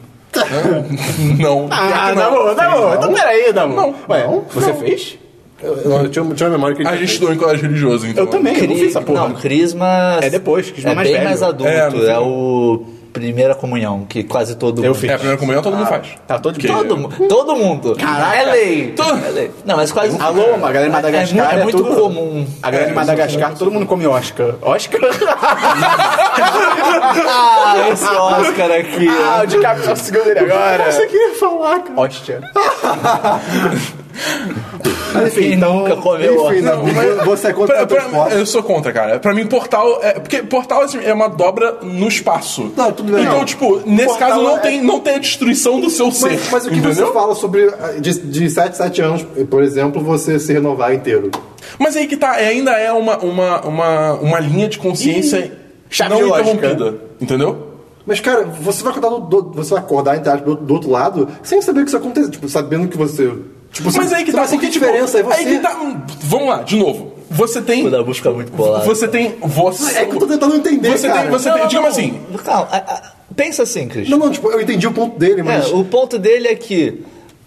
C: Não. pior
A: Ah,
C: que
A: tá
C: não.
A: bom, tá bom. Então peraí, Dabu.
C: Não.
A: Ué,
C: Não.
A: você
C: Não.
A: fez?
B: Eu, eu tinha, eu tinha uma memória que
C: A gente estudou em colégio religioso, então.
A: Eu também, eu não
D: Cri-
A: fiz essa porra.
D: Não, Crisma.
A: É depois, Crisma
D: é
A: mais
D: bem
A: velho.
D: mais adulto.
C: É, mas-
D: É, o Primeira Comunhão, que quase todo
A: Eu
D: mundo.
A: fiz.
D: *laughs*
C: É, a primeira comunhão
B: Ah,
C: todo mundo faz.
A: Tá todo
C: Que-
D: Todo, mu- todo mundo.
A: Caraca.
D: É lei.
C: Todo-
D: É lei. Não, mas quase.
A: Alô, a galera de Madagascar.
D: É, muito- é muito
A: tudo-
D: comum.
A: A galera de Madagascar, todo mundo come Oscar. Oscar?
D: Ah, esse Oscar
A: *laughs* *laughs*
D: aqui.
A: ah, o DiCaprio só segura ele agora.
B: Você queria falar, cara.
A: Ostia.
D: Quem nunca comeu
B: então, Enfim,
D: Oscar?
B: não, mas você é contra
C: Pra-
B: o
C: pra-
B: transporte.
C: eu sou contra, cara. Pra mim, portal. É, porque portal assim, é uma dobra no espaço.
B: Não, tudo bem.
C: Então,
B: Não.
C: tipo, nesse
B: Portal
C: caso não,
B: é-
C: tem, não tem a destruição do seu ser.
B: Mas, mas o que
C: entendeu?
B: você fala sobre ah, de, de 7, 7 anos, por exemplo, você se renovar inteiro?
C: Mas aí que tá, é, ainda é uma, uma, uma, uma linha de consciência
A: chave
C: não
A: de lógica.
C: interrompida. Entendeu?
B: Mas, cara, você vai acordar, do, do- você vai acordar entre aspas, do, do outro lado sem saber o que isso acontece. Tipo, sabendo que você. Tipo,
C: Mas
B: você-
C: aí que
B: você
C: tá,
B: vai sentir
C: porque, tipo,
B: diferença é você.
C: aí que tá. hum, Vamos lá, de novo. Você tem.
D: O Dabu fica muito bolado.
C: Você tem. Você.
B: É que eu tô tentando entender,
C: Você
B: cara.
C: tem. Você
D: Não,
C: tem
D: não,
C: digamos
D: não.
C: assim.
D: Calma, a- a- pensa assim, Cris.
B: Não, não, tipo, eu entendi o ponto dele,
D: É,
B: mas.
D: o ponto dele é que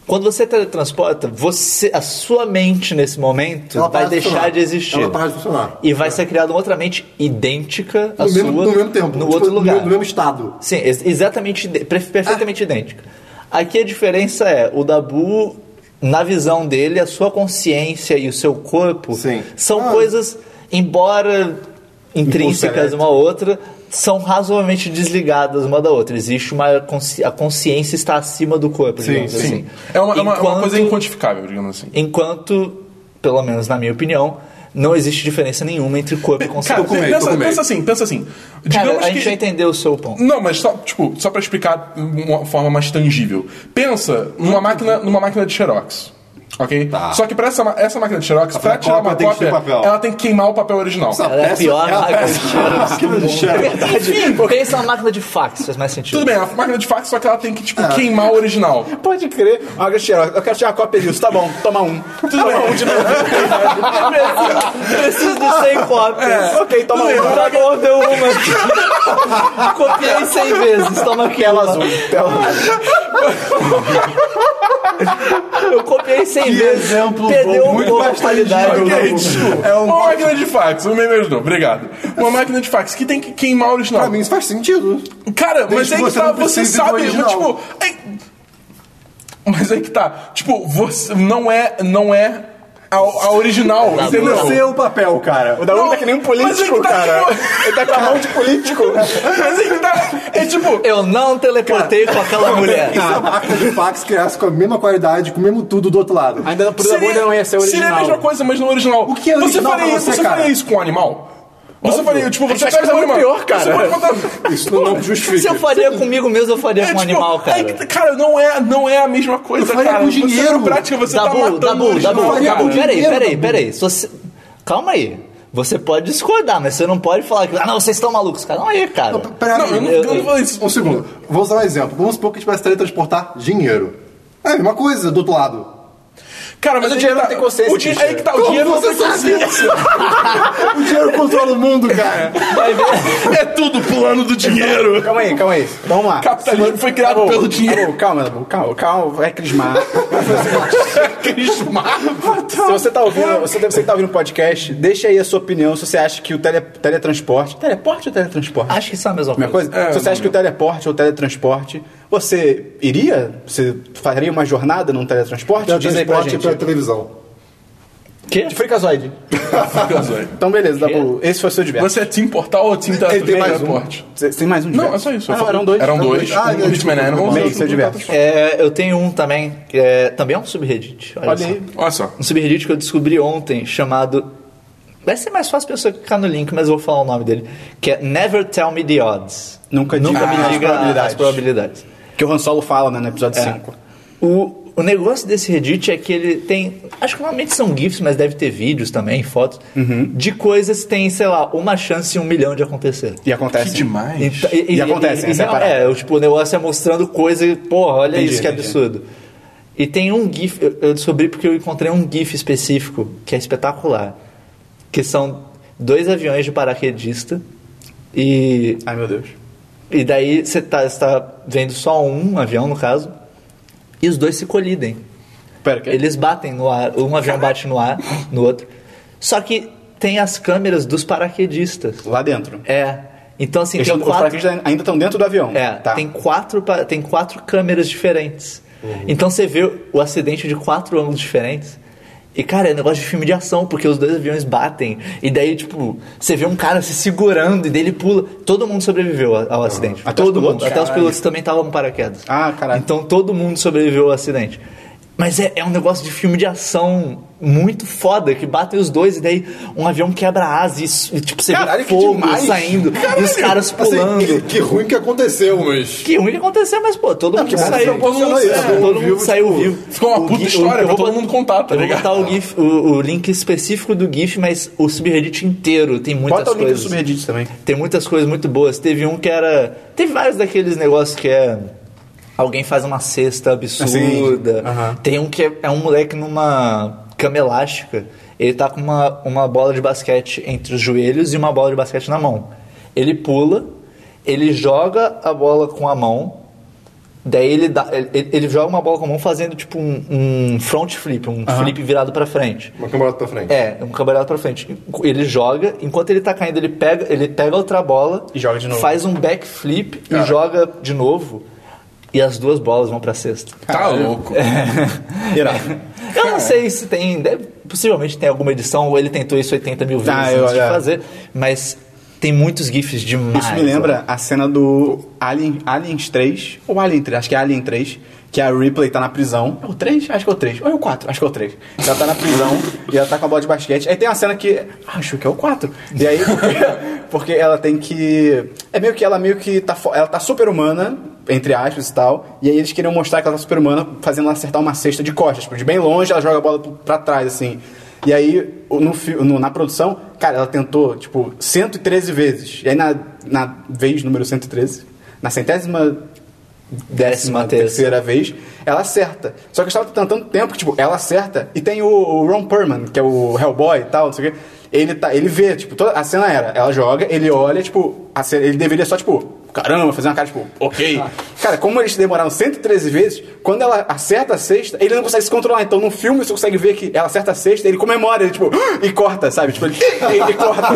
D: quando você teletransporta, você, a sua mente nesse momento
B: ela
D: vai
B: para
D: deixar
B: funcionar.
D: de existir.
B: Ela para de funcionar.
D: E vai ser criada uma outra mente idêntica à
B: No
D: sua
B: mesmo, no mesmo tempo.
D: no
B: tipo,
D: outro lugar.
B: No, mesmo estado.
D: Sim, ex- exatamente, ide- pre- perfeitamente
C: Ah.
D: idêntica. Aqui a diferença é, o Dabu, na visão dele, a sua consciência e o seu corpo
B: Sim.
D: são
B: Ah.
D: coisas, embora intrínsecas
A: elétrico.
D: uma à outra, são razoavelmente desligadas uma da outra. Existe uma consci- a consciência está acima do corpo, digamos
B: sim.
D: assim.
C: É uma, é uma- é uma
D: Enquanto-
C: coisa inquantificável, digamos assim.
D: Enquanto, pelo menos na minha opinião, não existe diferença nenhuma entre corpo e consciência.
C: Cara,
B: com medo, tô
C: pensa,
B: com medo.
C: pensa assim, pensa assim.
D: Cara,
C: Digamos
D: a
C: que.
D: gente já entendeu o seu ponto.
C: Não, mas só, tipo, só pra explicar de uma forma mais tangível. Pensa
B: Hum.
C: numa máquina, numa máquina de xerox. Ok? Só que pra essa, ma- essa máquina de xerox, pra
B: fazer
C: tirar
B: cópia,
C: uma
B: Tá. tem que
C: cópia,
B: ter papel.
C: ela tem que queimar o papel original.
D: Ela é a pior máquina de é xerox
B: de xerox.
D: Enfim, pensa na é máquina de fax, faz mais sentido.
C: Tudo bem, a máquina de fax, só que ela tem que, tipo,
B: É.
C: queimar o original.
A: *laughs* Pode crer. Uma grande xerox. Eu quero tirar a cópia disso. Tá bom, toma um.
C: Tudo bem.
D: Preciso de 100 cópias.
A: ok, toma
D: Tudo bem,
A: uma.
D: Tá bom, deu uma. *laughs* Copiei 100 vezes, toma aqui.
A: Tela azul. Tela
D: Eu copiei 100 vezes.
B: exemplo
D: perdeu
B: bom,
D: um
B: muito
D: pouco a
B: mais
D: qualidade.
B: inteligente.
C: Ok,
B: não.
C: tipo,
B: É um
C: uma máquina de fax, o meme ajudou, obrigado.
B: *laughs*
C: Uma máquina de fax que tem que queimar o original.
B: Pra mim isso faz sentido.
C: Cara, mas
B: Desde
C: aí
B: que
C: que
B: você
C: tá,
B: não
C: você
B: precise do
C: sabe, mas,
B: original.
C: tipo. aí- Mas aí que tá, tipo, você não é. Não é a, a original,
D: Tá
C: entendeu?
B: Você é o papel, cara.
A: O Dabu
C: Não,
A: tá que nem um
C: mas ele
A: político,
C: tá-
A: cara. Ele tá com a mão de político.
C: *laughs* Mas aí que tá. É tipo.
D: Eu não teleportei com aquela
F: *laughs*
D: mulher.
B: Se a máquina de fax criasse com a mesma qualidade, com o mesmo tudo do outro lado.
A: Ainda pro Dabu não ia ser
C: seria a
A: original.
C: mesma coisa, mas não original.
B: O que é
C: você
B: original
C: faria,
B: pra
C: isso-
B: você,
C: você faria
B: cara?
C: isso com um animal? Você faria, tipo, você
A: faz
C: pega
D: é
C: um
A: coisa
C: animal.
A: muito pior, cara.
C: Você pode botar-
B: Isso não, não justifica.
D: Se eu faria comigo mesmo, eu faria
C: É,
D: com um
C: tipo,
D: animal,
C: é
D: cara.
C: que, cara, não é, não é a mesma coisa,
B: faria
C: cara.
B: com
C: Você,
B: dinheiro.
C: na prática, você tá
D: Dabu,
C: matando
A: um
C: o
D: Dabu,
C: original,
D: Dabu,
B: faria
C: cara.
D: Dabu, peraí,
B: dinheiro,
D: peraí,
B: Dabu.
D: peraí. Se você- Calma aí. Você pode discordar, mas você não pode falar que. Ah, não, vocês estão malucos, cara. Não aí, cara.
B: Pera
C: Não,
B: aí.
C: eu não, eu não
D: Eu-
C: falei isso.
B: Um segundo. Vou usar um exemplo. Vamos supor que a gente vai teletransportar dinheiro. É a mesma coisa do outro lado.
C: Cara, mas,
E: Mas o
C: aí
E: dinheiro
C: que tá-
E: não tem consciência,
C: O dinheiro
E: bicho.
C: aí que tá o dinheiro não tem consciência. *laughs*
B: O dinheiro controla o mundo, cara.
C: é tudo plano do dinheiro.
A: Calma aí, calma aí. Então, Vamos lá.
C: Capitalismo foi criado
A: Tá bom,
C: pelo
A: tá
C: dinheiro.
A: bom, calma, tá bom, calma, calma, vai crismar.
C: Crismar.
A: Se você tá ouvindo, você deve estar ouvindo o podcast, deixa aí a sua opinião se você acha que o tele, teletransporte. Teleporte ou teletransporte?
D: Acho que isso é a mesma
A: Minha
D: coisa.
A: coisa?
C: É,
A: se você
C: não,
A: acha que o teleporte ou o teletransporte, você iria? Você faria uma jornada num teletransporte? Diz aí pra
B: Teletransporte
A: gente.
B: pra É televisão.
D: Quê?
A: De Freakazoid.
C: Fica zoando.
A: Então, beleza, dá pro- esse foi o seu diverso.
C: Você é Team Portal ou Team
B: Ele tem mais um.
C: Teletransporte?
A: Você tem mais um
C: Não,
A: diverso?
C: é só isso.
A: Ah,
C: Eu
A: não,
C: falo-
A: eram dois.
C: Eram dois.
B: Ah,
C: Um
B: eu-
C: Hitman Animals.
A: Meio,
C: outro
A: seu diverso.
D: É, eu tenho um também, que é, também é um subreddit. Olha,
A: Olha
D: só.
A: aí.
C: Olha só.
D: Um subreddit que eu descobri ontem, chamado... Vai ser mais fácil a pessoa clicar no link, mas eu vou falar o nome dele. Que é Never Tell Me The Odds.
A: Nunca diga
D: Nunca
A: as
D: me diga
A: probabilidades.
D: as probabilidades.
A: Que o Han Solo fala, né, no
C: É.
A: episódio 5.
D: O, o negócio desse Reddit é que ele tem. Acho que normalmente são GIFs, mas deve ter vídeos também, fotos.
A: Uhum.
D: De coisas que tem, sei lá, uma chance em um milhão de acontecer.
A: E acontece.
C: Que demais.
D: Então,
A: E acontece, essa é a
D: real-
A: parada.
D: é, o, tipo, o negócio é mostrando coisa e, porra, olha
A: Entendi,
D: isso que
A: entendi.
D: absurdo. E tem um GIF, eu, eu descobri porque eu encontrei um GIF específico que é espetacular. Que são dois aviões de paraquedista e
A: Ai, meu Deus.
D: e daí você tá, você tá vendo só um avião, no caso, e os dois se colidem.
A: Pera, que...
D: Eles batem no ar, um avião bate no ar, no outro. Só que tem as câmeras dos paraquedistas.
A: Lá dentro.
D: É. Então, assim,
A: Eles
D: tem
A: tão- os
D: quatro,
A: paraquedistas ainda estão dentro do avião.
D: é,
A: tá.
D: tem, quatro, pa- tem quatro câmeras diferentes.
A: Uhum.
D: Então você vê o acidente de quatro ângulos diferentes. E, cara, é negócio de filme de ação, porque os dois aviões batem. E daí, tipo, você vê um cara se segurando e daí ele pula. Todo mundo sobreviveu a- ao acidente.
A: Uhum. Até os
D: todo mundo.
A: pilotos?
D: Até os
A: Caralho.
D: pilotos também estavam no paraquedas.
A: Ah, caralho.
D: Então todo mundo sobreviveu ao acidente. Mas é, é um negócio de filme de ação muito foda, que batem os dois e daí um avião quebra asa e, s- e, tipo, você
A: Caralho,
D: vê
A: que
D: fogo
A: demais.
D: saindo e os caras
B: Assim,
D: pulando.
B: que, que ruim que aconteceu, mas...
D: Que ruim que aconteceu, mas pô, todo mundo
B: que bom que
D: saiu.
B: não funcionou isso.
D: é,
B: Todo
D: todo
B: mundo
D: mundo
B: vivo,
D: saiu
B: tipo,
D: vivo.
C: ficou uma
D: O
C: puta
D: gui-
C: história
D: eu
C: pra
D: vou
C: todo
D: bot-
C: mundo contar, tá
D: eu vou
C: ligado?
D: botar o, GIF, o, o link específico do GIF, mas o subreddit inteiro tem muitas
A: Bota o link do
D: coisas.
A: subreddit também.
D: Tem muitas coisas muito boas. Teve um que era. Teve vários daqueles negócios que é. Alguém faz uma cesta absurda.
A: Assim, aham.
D: Tem um que é, é um moleque numa cama elástica. Ele tá com uma, uma bola de basquete entre os joelhos e uma bola de basquete na mão. Ele pula, ele joga a bola com a mão. Daí ele, dá, ele, ele- ele joga uma bola com a mão fazendo tipo um, um front flip, um flip virado pra frente.
B: Uma camarada pra frente.
D: É, um cambalhota pra frente. Ele joga, enquanto ele tá caindo, ele pega, ele pega outra bola
A: E joga de novo.
D: Faz um backflip e joga de novo. E as duas bolas vão pra cesta.
C: Tá louco.
A: Irado.
D: Eu não sei se tem. deve- possivelmente tem alguma edição, ou ele tentou isso 80 mil vezes
A: Ah, eu-
D: antes de
A: é.
D: fazer, mas tem muitos GIFs demais.
A: Isso me lembra a cena do Alien, Aliens 3, ou Alien 3, acho que é Alien 3, que a Ripley tá na prisão. É o 3? Acho que é o 3. Ou é o 4? Acho que é o 3. Ela tá na prisão *laughs* e ela tá com a bola de basquete. Aí tem uma cena que. Acho que é o 4. E aí. Porque *laughs* ela tem que. É meio que ela meio que tá. fo- Ela tá super humana, entre aspas e tal. E aí eles queriam mostrar que ela tá super humana, fazendo ela acertar uma cesta de costas. Tipo, de bem longe, ela joga a bola pra trás, assim. E aí, o- no, fi- no- na produção, cara, ela tentou, tipo, 113 vezes. E aí, na, na vez número 113, na centésima
D: Décima
A: décima
D: terceira.
A: terceira vez, ela acerta. Só que eu estava tentando tempo que, tipo, ela acerta. E tem o, o Ron Perlman, que é o Hellboy e tal, não sei o quê. Ele, tá, ele vê, tipo, toda, a cena era, ela joga, ele olha, tipo, a cena- ele deveria só, tipo, caramba, fazer uma cara, tipo, ok. Cara, como eles demoraram 113 vezes, quando ela acerta a sexta, ele não consegue se controlar. Então, no filme, você consegue ver que ela acerta a sexta, ele comemora, ele, tipo, *gasps* e corta, sabe? Tipo, ele, ele corta.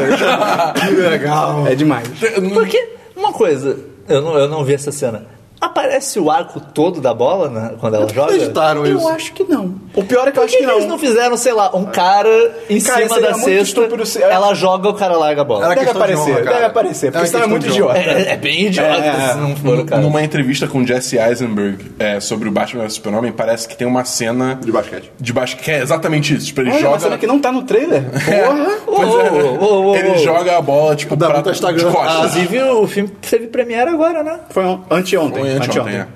B: Que legal.
A: é demais.
D: Porque, uma coisa, eu não, eu não vi essa cena. Aparece o arco todo da bola né, quando ela joga?
B: Editaram
A: Eu
B: isso.
A: acho que não. O pior é que eu
D: Por
A: acho
D: que,
A: que
D: eles não fizeram, sei lá, um cara em
A: Cara,
D: cima
A: seria
D: da
A: muito
D: cesta,
A: estúpido se-
D: ela joga, o cara larga a bola.
B: Era
A: deve
B: questão de
A: aparecer,
B: honra, cara.
A: deve aparecer, porque
B: Era
A: senão é
B: questão
A: muito
B: de
A: idiota.
D: É, é- é bem idiota
A: É, é.
D: se não for o cara.
C: Numa entrevista com Jesse Eisenberg é, sobre o Batman vs Superman, parece que tem uma cena
B: De basquete.
C: de basquete. Que é exatamente isso. Tipo, ele
A: Olha,
C: joga.
A: mas será que não tá no trailer? Porra!
C: Pois é, né?
D: Ô, ô, ô, ô,
C: ele
D: ô.
C: joga a bola, tipo,
B: Dá
C: pra,
B: muito Instagram.
C: de costas.
D: Ah, Inclusive, o filme teve premiere agora, né?
A: Foi on- anteontem.
C: Foi anteontem,
A: anteontem.
C: é.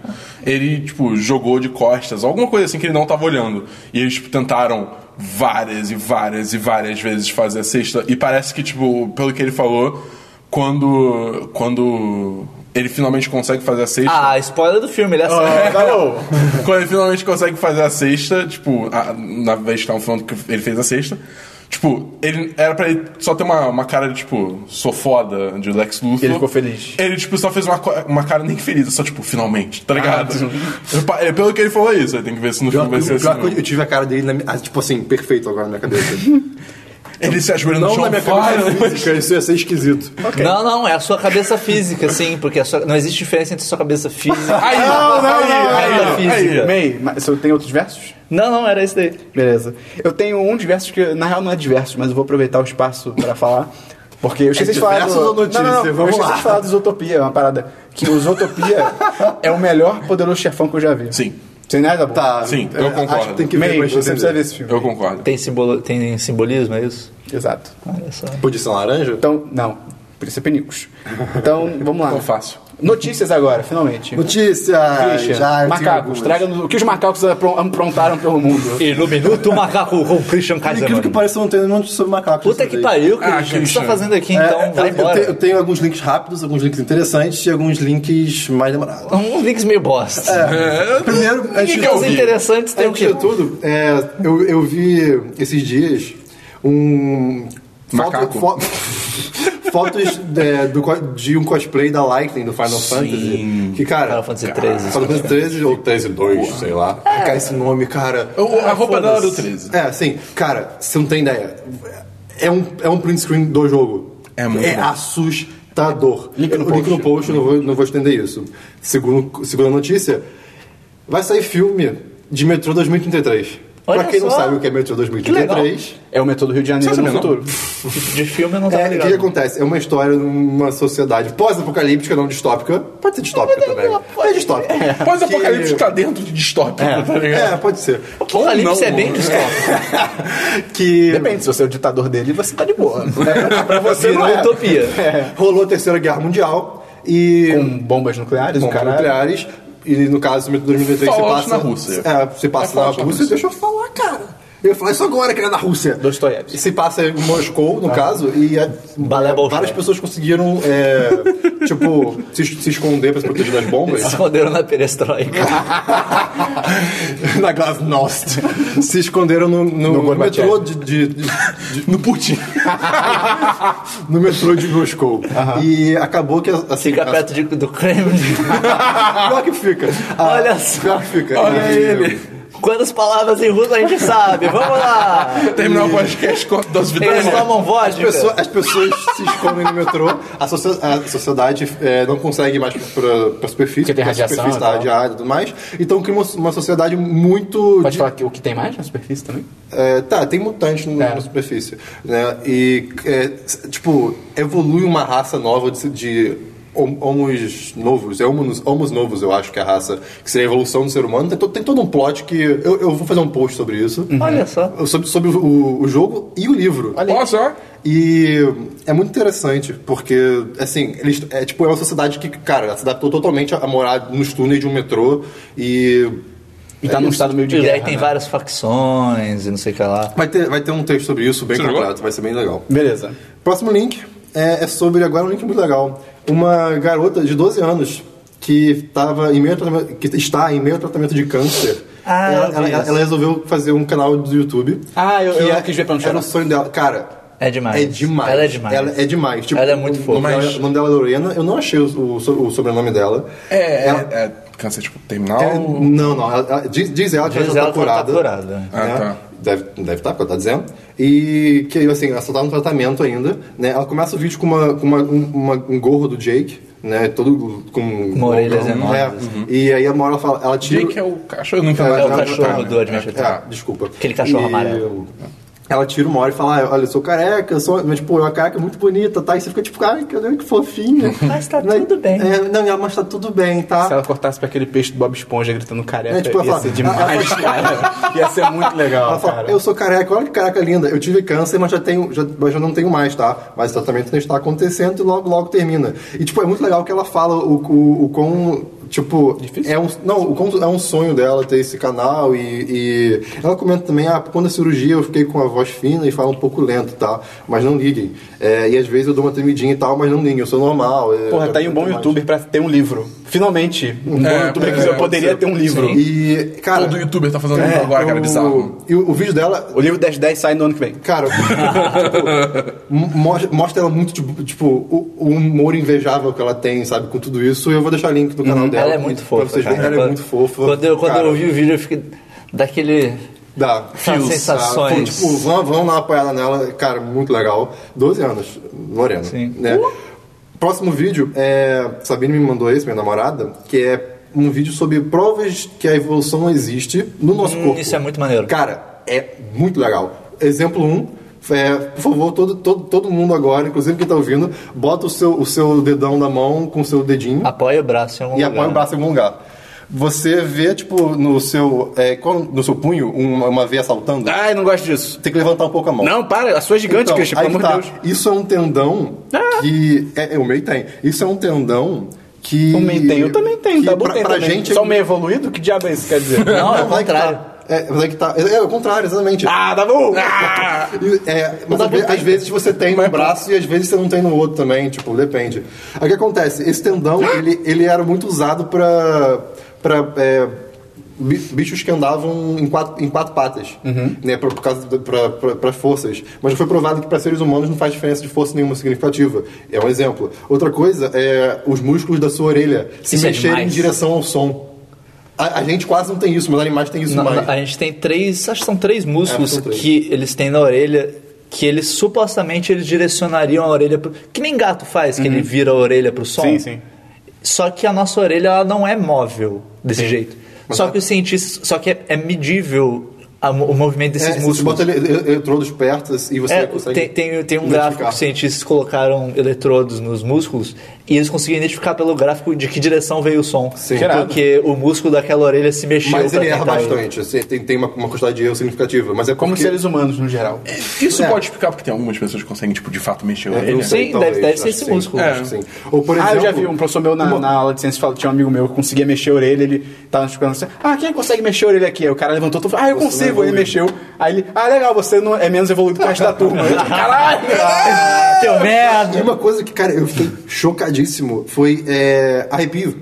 C: Ele, tipo, jogou de costas, alguma coisa assim que ele não tava olhando. E eles tipo, tentaram várias e várias e várias vezes fazer a cesta. E parece que, tipo, pelo que ele falou, quando. Quando Ele finalmente consegue fazer a sexta.
D: Ah, spoiler do filme, ele acerta.
A: Ah, Galão,
C: Quando ele finalmente consegue fazer a sexta, tipo, a- na vez que estavam falando que ele fez a sexta, tipo, ele era pra ele só ter uma, uma cara de, tipo, sou foda de Lex Luthor.
A: Ele ficou feliz.
C: Ele, tipo, só fez uma, co- uma cara nem feliz, só, tipo, finalmente, tá ligado? Ele pa- é Pelo que ele falou é isso, aí tem que ver se no
B: Pior
C: filme vai ser
B: que-
C: assim.
B: pior é que
C: mesmo.
B: Ah, eu tive a cara dele, na, mi- ah, tipo assim, perfeito agora na minha
C: *laughs*
B: cabeça.
C: Ele se ajoelha no
B: Não
C: chão,
B: na minha
C: fala,
B: cabeça física, isso ia ser esquisito.
D: Não, não, é a sua cabeça física, sim, porque a sua- não existe diferença entre a sua cabeça física.
C: Aí,
A: Não,
B: Ah,
A: não,
C: aí,
A: não,
C: aí,
D: não,
C: aí,
D: física.
C: aí.
A: May, mas você tem outros versos?
D: não, não, era esse daí.
A: Beleza. Eu tenho um de versos que, na real, não é de versos, mas eu vou aproveitar o espaço pra falar. Porque eu esqueci
B: de
A: de falar.
B: versos
A: do-
B: É ou notícia?
A: Não, não, não, eu
B: Vamos
A: esqueci
B: lá.
A: de falar do Zootopia, é uma parada. Que o
B: *laughs*
A: Zootopia é o melhor poderoso chefão que eu já vi.
C: Sim.
A: Sem nada, bom.
B: Tá,
C: Sim,
B: é,
C: eu
B: Acho
C: concordo.
B: que tem que ver
A: May,
B: com a
A: você
B: gente
A: precisa ver
B: entender.
A: esse filme.
C: Eu concordo.
D: Tem, simbolo, tem simbolismo, é isso?
A: Exato.
D: Olha só.
B: Podia ser laranja?
A: Então, não. Príncipe Nicos. Então, vamos lá.
C: Tão fácil.
A: Notícias agora, finalmente.
B: Notícias!
A: Christian,
B: Já, eu tenho
A: macacos,
B: algumas.
A: traga-nos o que os macacos apron- aprontaram pelo mundo.
D: E no minuto, o macaco com o Christian
B: Por incrível que
D: Casemiro.
B: pareça, eu não tem nenhum sobre macacos.
D: Puta
B: dessa
D: que
B: vez.
D: pariu,
C: Ah,
D: Christian. O que você
C: Christian.
D: tá fazendo aqui,
B: É,
D: então?
B: é,
D: Vai
B: eu,
D: embora.
B: tenho, eu tenho alguns links rápidos, alguns links interessantes e alguns links mais demorados.
D: Um links meio bosta.
B: É, Primeiro,
D: O que,
B: antes
D: que é os interessantes tem o
B: Antes
D: quê?
B: de tudo, é, eu, eu vi esses dias um.
C: Macaco.
B: fo- fotos é, do co- de um cosplay da Lightning do Final Fantasy. Que, cara.
D: Final Fantasy 13,
B: Final Fantasy 13 ou 13 2, sei lá. Cara, esse nome, cara.
C: Eu- a roupa dela era do
D: foda-se.
C: 13.
B: É, assim, cara, você não tem ideia. É um, é um print screen do jogo.
C: É muito bom.
B: assustador.
A: Link no
B: O link
A: post.
B: no post, eu não vou, não vou estender isso. Segundo, segunda notícia, vai sair filme de Metrô 2033.
D: Olha
B: pra quem não
D: só.
B: sabe o que é Metrô 2033,
A: É o metrô do Rio de Janeiro
C: Você
A: no
C: sabe não?
A: futuro.
D: tipo De filme eu não tava
B: é, o que, que
D: ligado.
B: acontece? É uma história numa sociedade pós-apocalíptica, não distópica. Pode ser distópica também. É distópica.
C: Pós-apocalipse tá dentro de distópico, tá
B: Que- É,
C: ligado?
B: pode ser.
D: O Apocalipse
C: Ou
D: é
C: não,
D: bem
C: né?
D: distópico.
B: Que
A: Depende, se você é o ditador dele, você tá de boa. pra você
D: Virou
A: não é.
D: utopia.
B: rolou a Terceira Guerra Mundial e...
A: Com bombas nucleares, o
B: bombas
A: cara...
B: nucleares. E no caso, o 2023 se
C: Fallout
B: passa
C: na Rússia.
B: É, se passa na
C: É Fallout
B: Rússia.
C: na Rússia.
B: Deixa eu falar, cara. Eu ia falar isso agora, que era na Rússia.
A: Dostoiévski.
B: Se passa em Moscou, no caso, e é,
D: Balé
B: é,
D: Bolshoi.
B: várias pessoas conseguiram, é, tipo, se, se esconder pra se proteger das bombas.
D: Se esconderam na perestroika.
B: *laughs* na Glasnost. se esconderam no, no, no
A: Gorbachev.
B: metrô de- de- de
C: No Putin.
B: *laughs* no metrô de Moscou. E acabou que assim.
D: Ah. Fica
B: a-
D: perto de- do Kremlin.
B: Pior que
D: *laughs*
B: fica. Ah,
D: Olha só.
B: Pior que fica.
C: Olha
B: E-
C: ele.
D: Quantas palavras em russo a gente sabe? Vamos lá!
C: Terminar o podcast com das
D: Eles
C: vitórias.
D: tomam
B: As
D: vodka.
B: pessoas, as pessoas se escondem no metrô, a, socie- a sociedade é, não consegue mais pra, pra superfície,
A: Porque tem
B: a
A: radiação
B: superfície
A: e
B: tá
A: tal.
B: radiada e tudo mais. Então cria uma, uma sociedade muito.
A: Pode
B: de-
A: falar que o que tem mais na superfície também?
B: É, tá, tem mutantes no-
A: É.
B: na superfície. Né? E, é, s- tipo, evolui uma raça nova de, de hom- homos novos. É homos, homos novos, eu acho que é a raça. Que seria a evolução do ser humano. Tem, to- tem todo um plot que... Eu, eu vou fazer um post sobre isso.
D: Olha só.
B: Sobre, sobre o, o jogo e o livro.
C: Olha só.
B: E é muito interessante, porque, assim, eles, é tipo, é uma sociedade que, cara, se adaptou totalmente a, a morar nos túneis de um metrô e... é
A: E tá num estado meio de
D: E
A: guerra,
D: daí tem
A: né?
D: várias facções e não sei o que lá.
B: Vai ter, vai ter um texto sobre isso bem
C: Você
B: completo,
C: jogou?
B: vai ser bem legal.
A: Beleza.
B: Próximo link é, é sobre agora um link muito legal. Uma garota de 12 anos que tava em meio a tratamento- que está em meio a tratamento de câncer.
D: Ah, eu
B: ela,
D: vi
B: ela-
D: isso.
B: ela resolveu fazer um canal do YouTube.
A: Ah, eu-
B: que
A: eu
B: é-
A: quis ver pra não
B: Era
A: chorar.
B: o sonho dela. Cara.
D: É demais.
B: É demais.
D: Ela é demais.
B: Ela é demais.
D: Ela é muito
B: o,
D: fofa.
B: nome dela- o nome dela é Lorena. Eu não achei o, o so- o sobrenome dela.
C: É,
B: Ela-
C: é, é câncer, tipo, terminal.
B: é, não, não. ela- ela- diz, diz ela que
D: Diz
B: ela já
D: ela
B: tá
D: que ela tá
B: curada.
D: curada.
C: Ah,
B: né?
C: tá.
B: Deve, deve estar, porque ela tá dizendo. E que assim, ela só tá no tratamento ainda, né? Ela começa o vídeo com, uma, com uma- um, uma- um gorro do Jake, né? Todo com...
D: Com orelhas
B: é,
D: enormes.
C: Uhum.
B: E aí a Mora fala... Ela tira...
C: Jake é o cachorro. Eu não entendo.
B: É, é o
C: nada,
D: cachorro
C: tá, né?
D: do Adventure
B: É, desculpa.
D: Aquele cachorro amarelo.
B: Ela tira uma hora e fala, ah, olha, eu sou careca, eu sou... mas tipo, é uma careca muito bonita, tá? E você fica tipo, ai, que que fofinha.
D: Mas tá
B: Né?
D: tudo bem.
B: É, não, e ela, mas tá tudo bem, tá?
A: Se ela cortasse pra aquele peixe do Bob Esponja gritando careca,
B: É, tipo, ela
A: ia
B: fala-
A: ser demais, *laughs* cara. Ia ser muito legal,
B: Ela fala,
A: cara.
B: eu sou careca, olha que careca linda. Eu tive câncer, mas já tenho, já, mas já não tenho mais, tá? Mas o tratamento ainda está acontecendo e logo, logo termina. E, tipo, é muito legal que ela fala o, o, o quão,
F: Tipo, é um, não, o conto- é um sonho dela ter esse canal e, e ela comenta também, ah, quando a cirurgia eu fiquei com a voz fina e fala um pouco lento, tá? Mas não liguem. É, e às vezes eu dou uma tremidinha e tal, mas não liguem, eu sou normal. é-
A: Porra, tá aí um bom
F: tudo mais.
A: youtuber pra ter um livro. Finalmente, um bom
C: É,
A: youtuber
C: é,
A: que poderia ter um livro.
F: E, cara...
C: Todo youtuber tá fazendo
F: é,
C: isso agora, cara,
F: o-
C: bizarro.
F: E o, o vídeo dela,
A: O livro 1010 sai no ano que vem.
D: *laughs*
F: Cara, tipo, mo- mostra, mostra ela muito, tipo, tipo, o, o humor invejável que ela tem, sabe, com tudo isso. Eu vou deixar link do canal dela.
D: Ela é muito
F: pra
D: fofa.
F: vocês verem,
D: cara.
F: ela é
D: Quando-
F: muito fofa.
D: Quando eu, quando
F: Cara,
D: eu vi o vídeo, eu fiquei. daquele.
F: Dá.
D: Fios, sensações.
F: sabe? Tipo, vão, vão lá apoiar ela nela. Cara, muito legal. 12 anos, Lorena.
D: Sim. Uh!
F: Né? Próximo vídeo, é, Sabine me mandou esse, minha namorada, que é um vídeo sobre provas que a evolução existe no nosso
D: Hum,
F: corpo.
D: isso é muito maneiro.
F: Cara, é muito legal. Exemplo 1. Um, é, por favor, todo, todo, todo mundo agora, inclusive quem tá ouvindo, bota o seu, o seu dedão na mão com o seu dedinho
A: Ah,
D: Apoia o braço em algum
F: e
D: lugar.
F: apoia o braço em algum lugar. Você vê, tipo, no seu, é, qual- no seu punho, uma, uma veia saltando.
A: Ai, não gosto disso.
F: Tem que levantar um pouco a mão.
A: Não, para, a sua é gigante,
F: Então,
A: Christian,
F: aí
A: pelo amor de
F: que tá.
A: Deus. Ah.
F: Isso é um tendão que. É, é, o meio tem. Isso é um tendão que.
A: O meio tem, eu também tenho,
F: que
A: tá bom?
F: pra,
A: tem
F: pra
A: também.
F: gente.
A: Só meio evoluído? Que diabo é isso quer dizer?
C: *laughs*
D: Não, é o
F: mas aí que tá.
D: contrário.
F: É, mas aí que tá. É, é o contrário, exatamente.
A: ah, tá bom! Ah!
F: *laughs* E, é, mas às, ve- às vezes você tem no braço e às vezes você não tem no outro também, tipo, depende. Aí o que acontece? Esse tendão,
D: Ah!
F: ele, ele era muito usado pra. pra é, bi- bichos que andavam em quatro, em quatro patas,
D: Uhum.
F: né, por, por causa da- pra, pra, pra forças. Mas já foi provado que para seres humanos não faz diferença de força nenhuma significativa. É um exemplo. Outra coisa é os músculos da sua orelha se
D: Isso é
F: mexerem em
D: demais.
F: direção ao som. A, a gente quase não tem isso, mas animais têm isso
D: Na-
F: mais.
D: na- a gente tem três, acho que são três músculos
F: são três.
D: que eles têm na orelha que eles supostamente eles direcionariam a orelha pro, que nem gato faz, que ele
F: Uhum.
D: vira a orelha pro som.
A: Sim, sim.
D: Só que a nossa orelha ela não é móvel desse jeito.
F: é
D: só que os cientistas, só que é, é medível a mo- o movimento
F: É,
D: desses
F: se você
D: músculos.
F: bota ele- ele- eletrodos perto e você
D: É,
F: consegue.
D: tem, tem, tem um
F: identificar.
D: gráfico que os cientistas colocaram eletrodos nos músculos e eles conseguiam identificar pelo gráfico de que direção veio o som.
F: Sim.
D: Porque o músculo daquela orelha se mexeu.
F: Mas
D: pra
F: ele erra
D: tentar-
F: bastante, assim, tem, tem uma, uma quantidade de erro significativa. Mas é
A: Como
F: porque...
A: seres humanos, no geral.
C: Isso
F: É.
C: pode explicar porque tem algumas pessoas que conseguem, tipo, de fato mexer a
F: Eu não
C: orelha.
F: sei,
D: Sim,
F: talvez,
D: deve- deve ser
F: acho
D: esse
F: que sim, É.
D: músculo.
F: acho que sim. Ou, por
A: ah,
F: exemplo,
A: eu já vi um professor meu na, na aula de ciência, falou- tinha um amigo meu que conseguia mexer a orelha, ele tava tipo assim, ah, quem consegue mexer a orelha aqui? Aí o cara levantou, falou, ah, eu consigo,
F: não
A: ele
F: evoluiu.
A: mexeu. Aí ele, ah, legal, você não é menos evoluído que o resto da turma.
B: *laughs*
A: Eu, tipo, Caralho!
D: Teu
F: E
D: merda!
F: uma coisa que, cara, eu fiquei chocadíssimo foi é, arrepio.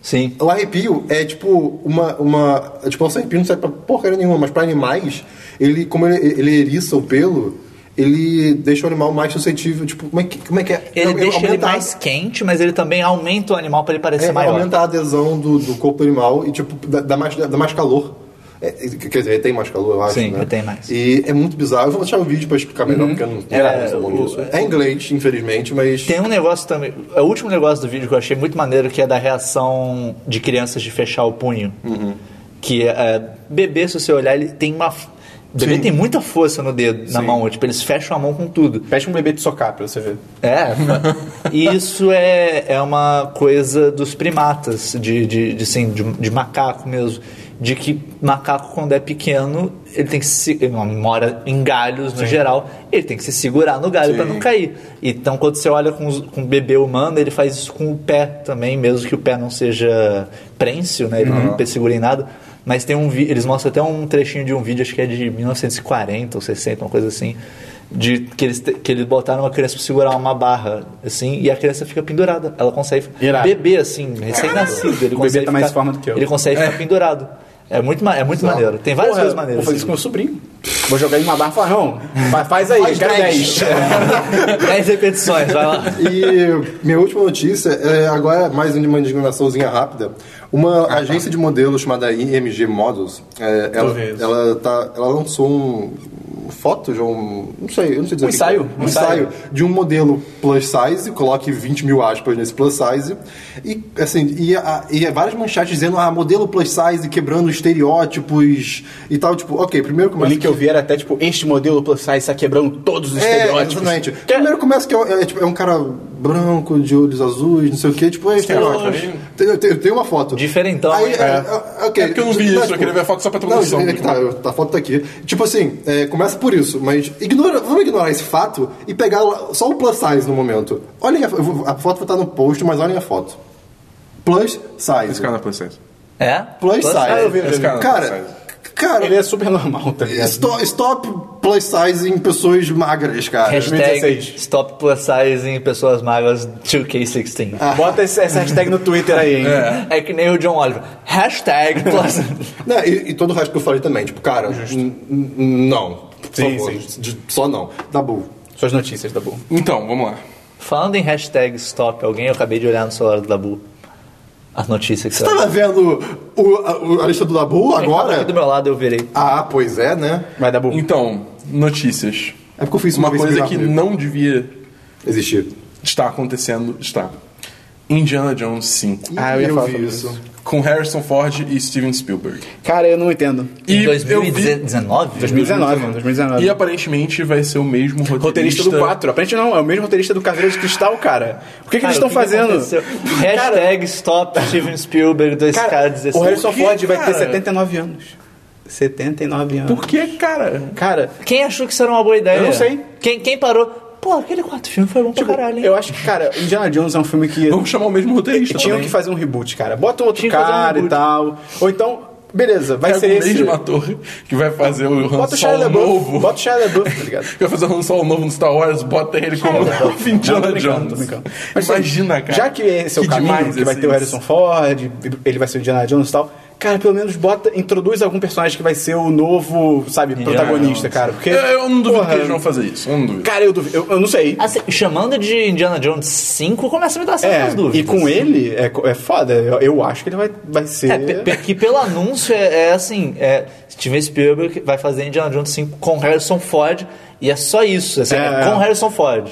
D: Sim.
F: O arrepio é tipo uma. uma tipo, o arrepio não serve pra porcaria nenhuma, mas pra animais, ele, como ele, ele eriça o pelo, ele deixa o animal mais suscetível. Tipo, como é que, como é, que é?
D: Ele
F: É, é
D: deixa ele
F: aumentar-
D: mais quente, mas ele também aumenta o animal pra ele parecer
F: É,
D: maior.
F: aumenta a adesão do, do corpo do animal e, tipo, dá, dá mais, dá mais calor. É, quer dizer, tem mais calor, eu acho,
D: Sim,
F: né?
D: tem mais.
F: E é muito bizarro. Eu vou deixar um vídeo pra explicar melhor, porque eu não tenho
D: É,
F: noção
D: o-
F: disso. É inglês, infelizmente, mas...
D: Tem um negócio também. O último negócio do vídeo que eu achei muito maneiro que é da reação de crianças de fechar o punho.
F: Uhum.
D: Que é, bebê, se você olhar, ele tem uma. Bebê
F: Sim.
D: tem muita força no dedo, na mão. Tipo, eles fecham a mão com tudo.
A: Fecha um bebê de socar pra você ver.
D: É, e *laughs* isso é, é uma coisa dos primatas, de, de, de, assim, de, de macaco mesmo. De que macaco, quando é pequeno, ele tem que se. Ele não mora em galhos no geral, ele tem que se segurar no galho para não cair. Então, quando você olha com, os- com o bebê humano, ele faz isso com o pé também, mesmo que o pé não seja prêncil, né? Ele não segura em nada. Mas tem um vi- eles mostram até um trechinho de um vídeo, acho que é de 1940 ou 60, uma coisa assim, de que eles, te- que eles botaram uma criança pra segurar uma barra, assim, e a criança fica pendurada. Ela consegue
A: Irado.
D: beber, assim, recém-nascido. Ele
A: O bebê
D: consegue
A: tá mais
D: ficar-
A: forma do que eu.
D: Ele consegue ficar pendurado. É muito, ma- é muito maneiro. Tem várias
A: Porra,
D: coisas maneiras.
A: Vou
D: assim.
A: fazer isso com meu sobrinho. Vou jogar ele numa barra e falar, não, fa- faz aí,
F: Faz
A: quero
F: 10.
A: 10.
D: *laughs* 10 repetições, vai lá.
F: E minha última notícia é agora mais uma indignaçãozinha rápida. Uma agência de modelos chamada IMG Models, é, ela,
A: vendo.
F: ela, tá, ela lançou um um fotos ou um. Não sei, eu não sei dizer.
A: Um
F: o que que
A: ensaio,
F: é.
A: um
F: Um
A: ensaio.
F: ensaio de um modelo plus size, coloque 20 mil aspas nesse plus size, e assim, e, a- e várias manchetes dizendo, ah, modelo plus size quebrando estereótipos e tal, tipo, ok,
A: *laughs*
F: primeiro
A: O
F: começa.
A: link que eu vi era até tipo, este modelo plus size está quebrando todos os
F: É,
A: estereótipos.
F: exatamente. Primeiro começa que é, é, tipo, é um cara branco, de olhos azuis, não sei o quê, tipo, é estereótipo. Tem, tem, tem uma foto.
D: Diferentão,
F: Aí,
D: hein?
F: é, é, ok.
C: É porque eu não vi isso, eu queria ver a foto só pra ter uma
F: Não,
C: noção.
F: é que tá, eu- a foto tá aqui. Tipo assim, é, começa por isso, mas ignora, vamos ignorar esse fato e tá pegar lá só o plus size no momento. Olhem a, fo- eu vou- a foto vai estar no post, mas olhem a foto.
B: Plus size.
C: Esse cara não é plus size.
D: É?
B: Plus size.
D: size.
A: Ah, eu vi no
C: Esse
A: DVD.
C: cara não é
B: Cara,
C: plus size.
B: cara,
A: Ele é super normal, tá ligado?
B: stop, stop plus size em pessoas magras, cara.
D: Hashtag
A: 2016.
D: Stop Plus Size em pessoas magras 2K16.
A: Ah. Bota esse- essa hashtag no Twitter aí, hein?
D: É que nem o John Oliver. Hashtag Plus *laughs*
B: Não, e, e todo o resto que eu falei também, tipo, cara, n- n- não. Por
A: Sim,
B: favor,
A: sim.
B: de- só não. Tá bom.
A: Suas notícias, tá bom.
C: Então, vamos lá.
D: Falando em hashtag Stop Alguém, eu acabei de olhar no celular do Dabu as notícias que
A: tá
B: Você
F: Tá
B: tava vendo o- a, o- a lista do Dabu
D: Ele tava Aqui do
B: agora?
D: meu lado eu virei.
B: Ah, pois é, né?
A: Vai dar bom.
C: Então, notícias.
B: É porque eu fiz
C: Uma
B: vez
C: coisa
B: sem
C: que
B: gravar.
C: não devia
B: Existir.
C: estar acontecendo está. Indiana Jones 5.
A: Ah, eu ia
B: eu
A: falar
B: vi
A: sobre
B: isso.
C: Com Harrison Ford e Steven Spielberg.
A: Cara, eu não entendo.
C: E
D: em
C: eu vi-
D: 2019?
A: 2019, mano, 2019.
C: E aparentemente vai ser o mesmo roteirista.
A: Roteirista do 4. Aparente não, é o mesmo roteirista do Caveira de Cristal, cara. O que, que eles
D: Cara,
A: estão
D: o que que
A: fazendo?
D: aconteceu? Hashtag Stop Steven Spielberg, dois caras 16.
A: o Harrison
C: que,
A: Ford vai ter
C: cara?
A: 79 anos. 79 anos.
C: Por que, cara?
A: Cara,
D: Quem achou que isso era uma boa ideia?
A: Eu não sei. Tipo,
D: Quem, quem parou? Pô, aquele quarto filme foi bom pra caralho, hein?
A: eu acho que, cara, Indiana Jones é um filme que
C: Vamos chamar o mesmo roteirista
A: tinham
C: também.
A: que fazer um reboot, cara. Bota um outro
D: Tinha que fazer um
A: cara e
D: reboot.
A: tal. Ou então, beleza, vai
C: Pega
A: ser
C: É o
A: esse.
C: mesmo ator que vai fazer o Han
A: Bota o Shia
C: Solo
A: LaBeouf.
C: um novo.
A: Bota o Shia LaBeouf, tá ligado?
C: Que vai fazer o Han Solo novo no Star Wars, bota ele como *laughs* o *laughs* Indiana
A: Não, tô brincando, tô
C: Jones.
A: brincando. Mas,
C: Imagina,
A: assim,
C: cara.
A: Já que esse é o
C: Que
A: caminho,
C: demais
A: que vai
C: esse-
A: ter o Harrison Ford, ele vai ser o Indiana Jones e tal. Cara, pelo menos bota, introduz algum personagem que vai ser o novo, sabe, protagonista, cara. Porque,
C: Eu, eu não duvido
A: porra,
C: que eles vão fazer isso. Eu não duvido.
A: Cara, eu duvido. Eu, eu não sei.
D: Assim, chamando de Indiana Jones 5, começa a me dar certas
A: É,
D: dúvidas.
A: e com
C: assim.
A: ele é, co- é foda. Eu, eu acho que ele vai, vai ser.
D: É, pe- pe- que pelo anúncio é, é assim: é, Steven Spielberg vai fazer Indiana Jones 5 com Harrison Ford, e é só isso, assim,
A: É,
D: é
A: é.
D: com Harrison Ford.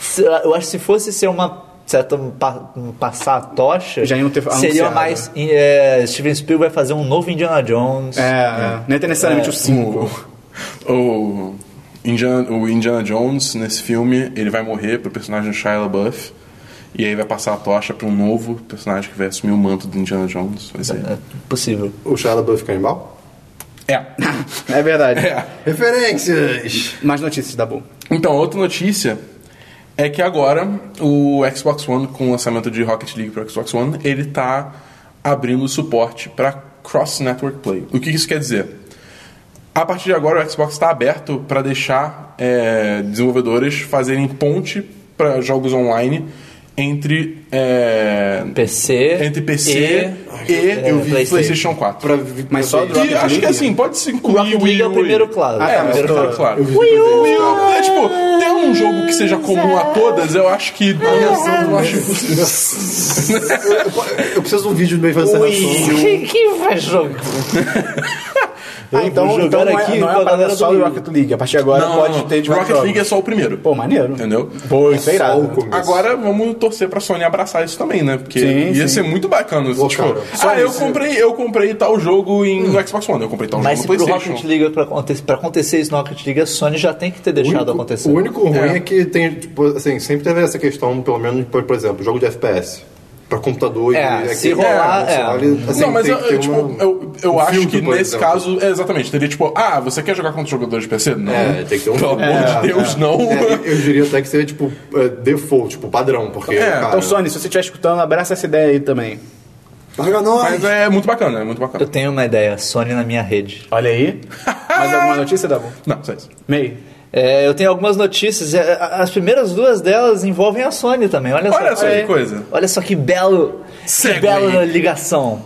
D: Se- eu acho que se fosse ser uma certa um pa- um passar a tocha,
A: Já iam ter
D: seria
A: anunciado. né?
D: mais é, Steven Spielberg vai fazer um novo Indiana Jones.
A: É, é. não é necessariamente o
C: *laughs*
A: 5.
C: O Indiana, o Indiana Jones, nesse filme, ele vai morrer pro personagem do Shia LaBeouf. E aí vai passar a tocha pra um novo personagem que vai assumir o manto do Indiana Jones. Vai ser.
D: É possível.
B: O Shia LaBeouf canibal?
C: É.
A: É verdade.
C: é.
B: Referências!
A: Mais notícias da Bull.
C: Então, outra notícia é que agora o Xbox One, com o lançamento de Rocket League para Xbox One, ele tá abrindo suporte para Cross Network Play. O que isso quer dizer? A partir de agora, o Xbox está aberto para deixar é, desenvolvedores fazerem ponte para jogos online entre é,
D: PC.
C: entre PC e,
D: é,
C: eu vi
D: PlayStation.
C: PlayStation, 4.
B: Pra vi-
A: Mas só
B: pra
A: do-
B: ver.
C: E
F: é
C: acho que assim, pode se incluir
D: Rocket League é o
C: Wii U e-
D: primeiro, claro.
A: Ah,
C: é,
A: tá, mas
C: mas
A: tô-
C: claro, claro.
B: Eu vi
C: Wii
B: isso.
C: U, é, tipo, ter um jogo que seja comum a todas, eu acho que. Eu não acho impossível.
B: Eu preciso de um vídeo meio fazendo essa reação.
D: Quem, quem vai jogar?
A: Ah, então,
D: jogar
A: então não é,
D: aqui
A: não é uma
D: com a
A: parada
D: galera
A: só
D: do
A: do
D: Rio.
A: Rocket League. A partir de agora
C: Não,
A: pode
C: não, não.
A: ter de mais
C: Rocket
A: jogos.
C: League é só o primeiro.
A: Pô, maneiro.
C: Entendeu?
A: Pô, isso é
B: Só
A: irado.
B: o começo.
C: Agora vamos torcer pra Sony abraçar isso também, né? Porque
A: Sim,
C: ia
A: sim.
C: ser muito bacana.
B: Pô,
C: tipo,
B: cara, só
C: ah, eu
B: isso.
C: comprei, eu comprei tal jogo em, no Xbox One, eu comprei tal
D: Hum. Mas se
C: jogo
D: pro
C: no
D: Rocket
C: PlayStation.
D: League, pra, aconte- pra acontecer isso no Rocket League, a Sony já tem que ter
B: O
D: deixado
B: único-
D: acontecer.
B: O único ruim
C: É.
B: é. que tem, tipo, assim, sempre teve essa questão, pelo menos, por, por exemplo, jogo de FPS. Pra computador
D: É,
B: e
D: se
B: aquele-
D: rolar, é.
B: console, assim,
C: não, mas
B: tem
C: eu,
B: que ter
C: eu, tipo,
B: uma-
C: eu, eu
B: um
C: acho
B: filtro,
C: que
B: por
C: nesse
B: exemplo.
C: caso, é, exatamente, teria tipo, ah, você quer jogar contra os jogadores de PC? Não.
B: É, tem que ter um
C: Pelo amor de Deus, não.
B: É, eu- eu diria até que seria tipo é, default, tipo padrão, porque.
C: É,
B: cara,
A: Então, Sony, se você estiver escutando, abraça essa ideia aí também.
B: Paga nós!
C: Mas é muito bacana, é muito bacana.
D: Eu tenho uma ideia, Sony na minha rede.
A: Olha aí.
C: *laughs*
A: Mais alguma notícia, Dabu?
C: Não, só isso.
A: Meio.
D: É, eu tenho algumas notícias, é, a- as primeiras duas delas envolvem a Sony também. Olha,
C: Olha só
D: olha
C: que
D: aí.
C: coisa.
D: Olha só que belo, que
C: Segue.
D: bela ligação.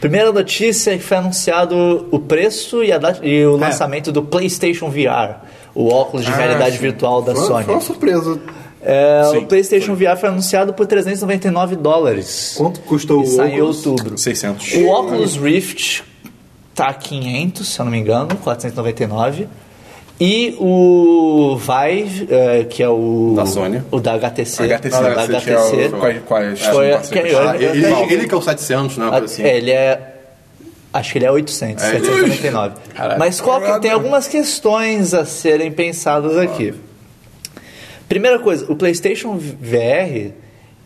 D: Primeira notícia é que foi anunciado o preço e, a data- e o lançamento do PlayStation VR, o óculos de
C: É. Ah,
D: realidade
C: sim.
D: virtual da
B: Foi-
D: Sony.
B: Foi uma surpresa.
D: É,
C: Sim,
D: o PlayStation VR foi anunciado por 399 dólares.
B: Quanto custou
D: E
B: o
D: sai em
B: óculos?
D: outubro.
C: 600.
D: O Oculus Rift tá 500, se eu não me engano, 499. E o Vive, eh, que é o...
C: Da Sony.
D: O da HTC.
C: HTC,
D: da
C: HTC,
D: HTC.
C: que é o- quais- quais
D: Foi a-
C: são os
D: que é-
C: parceiros?
B: Ah, ele,
D: eu-
B: ele, ele que é o 700, né? uma coisa assim.
D: é, ele é. Acho que ele é 800,
A: *laughs*
D: 799. Mas qual que, tem algumas questões a serem pensadas aqui. Primeira coisa, o PlayStation VR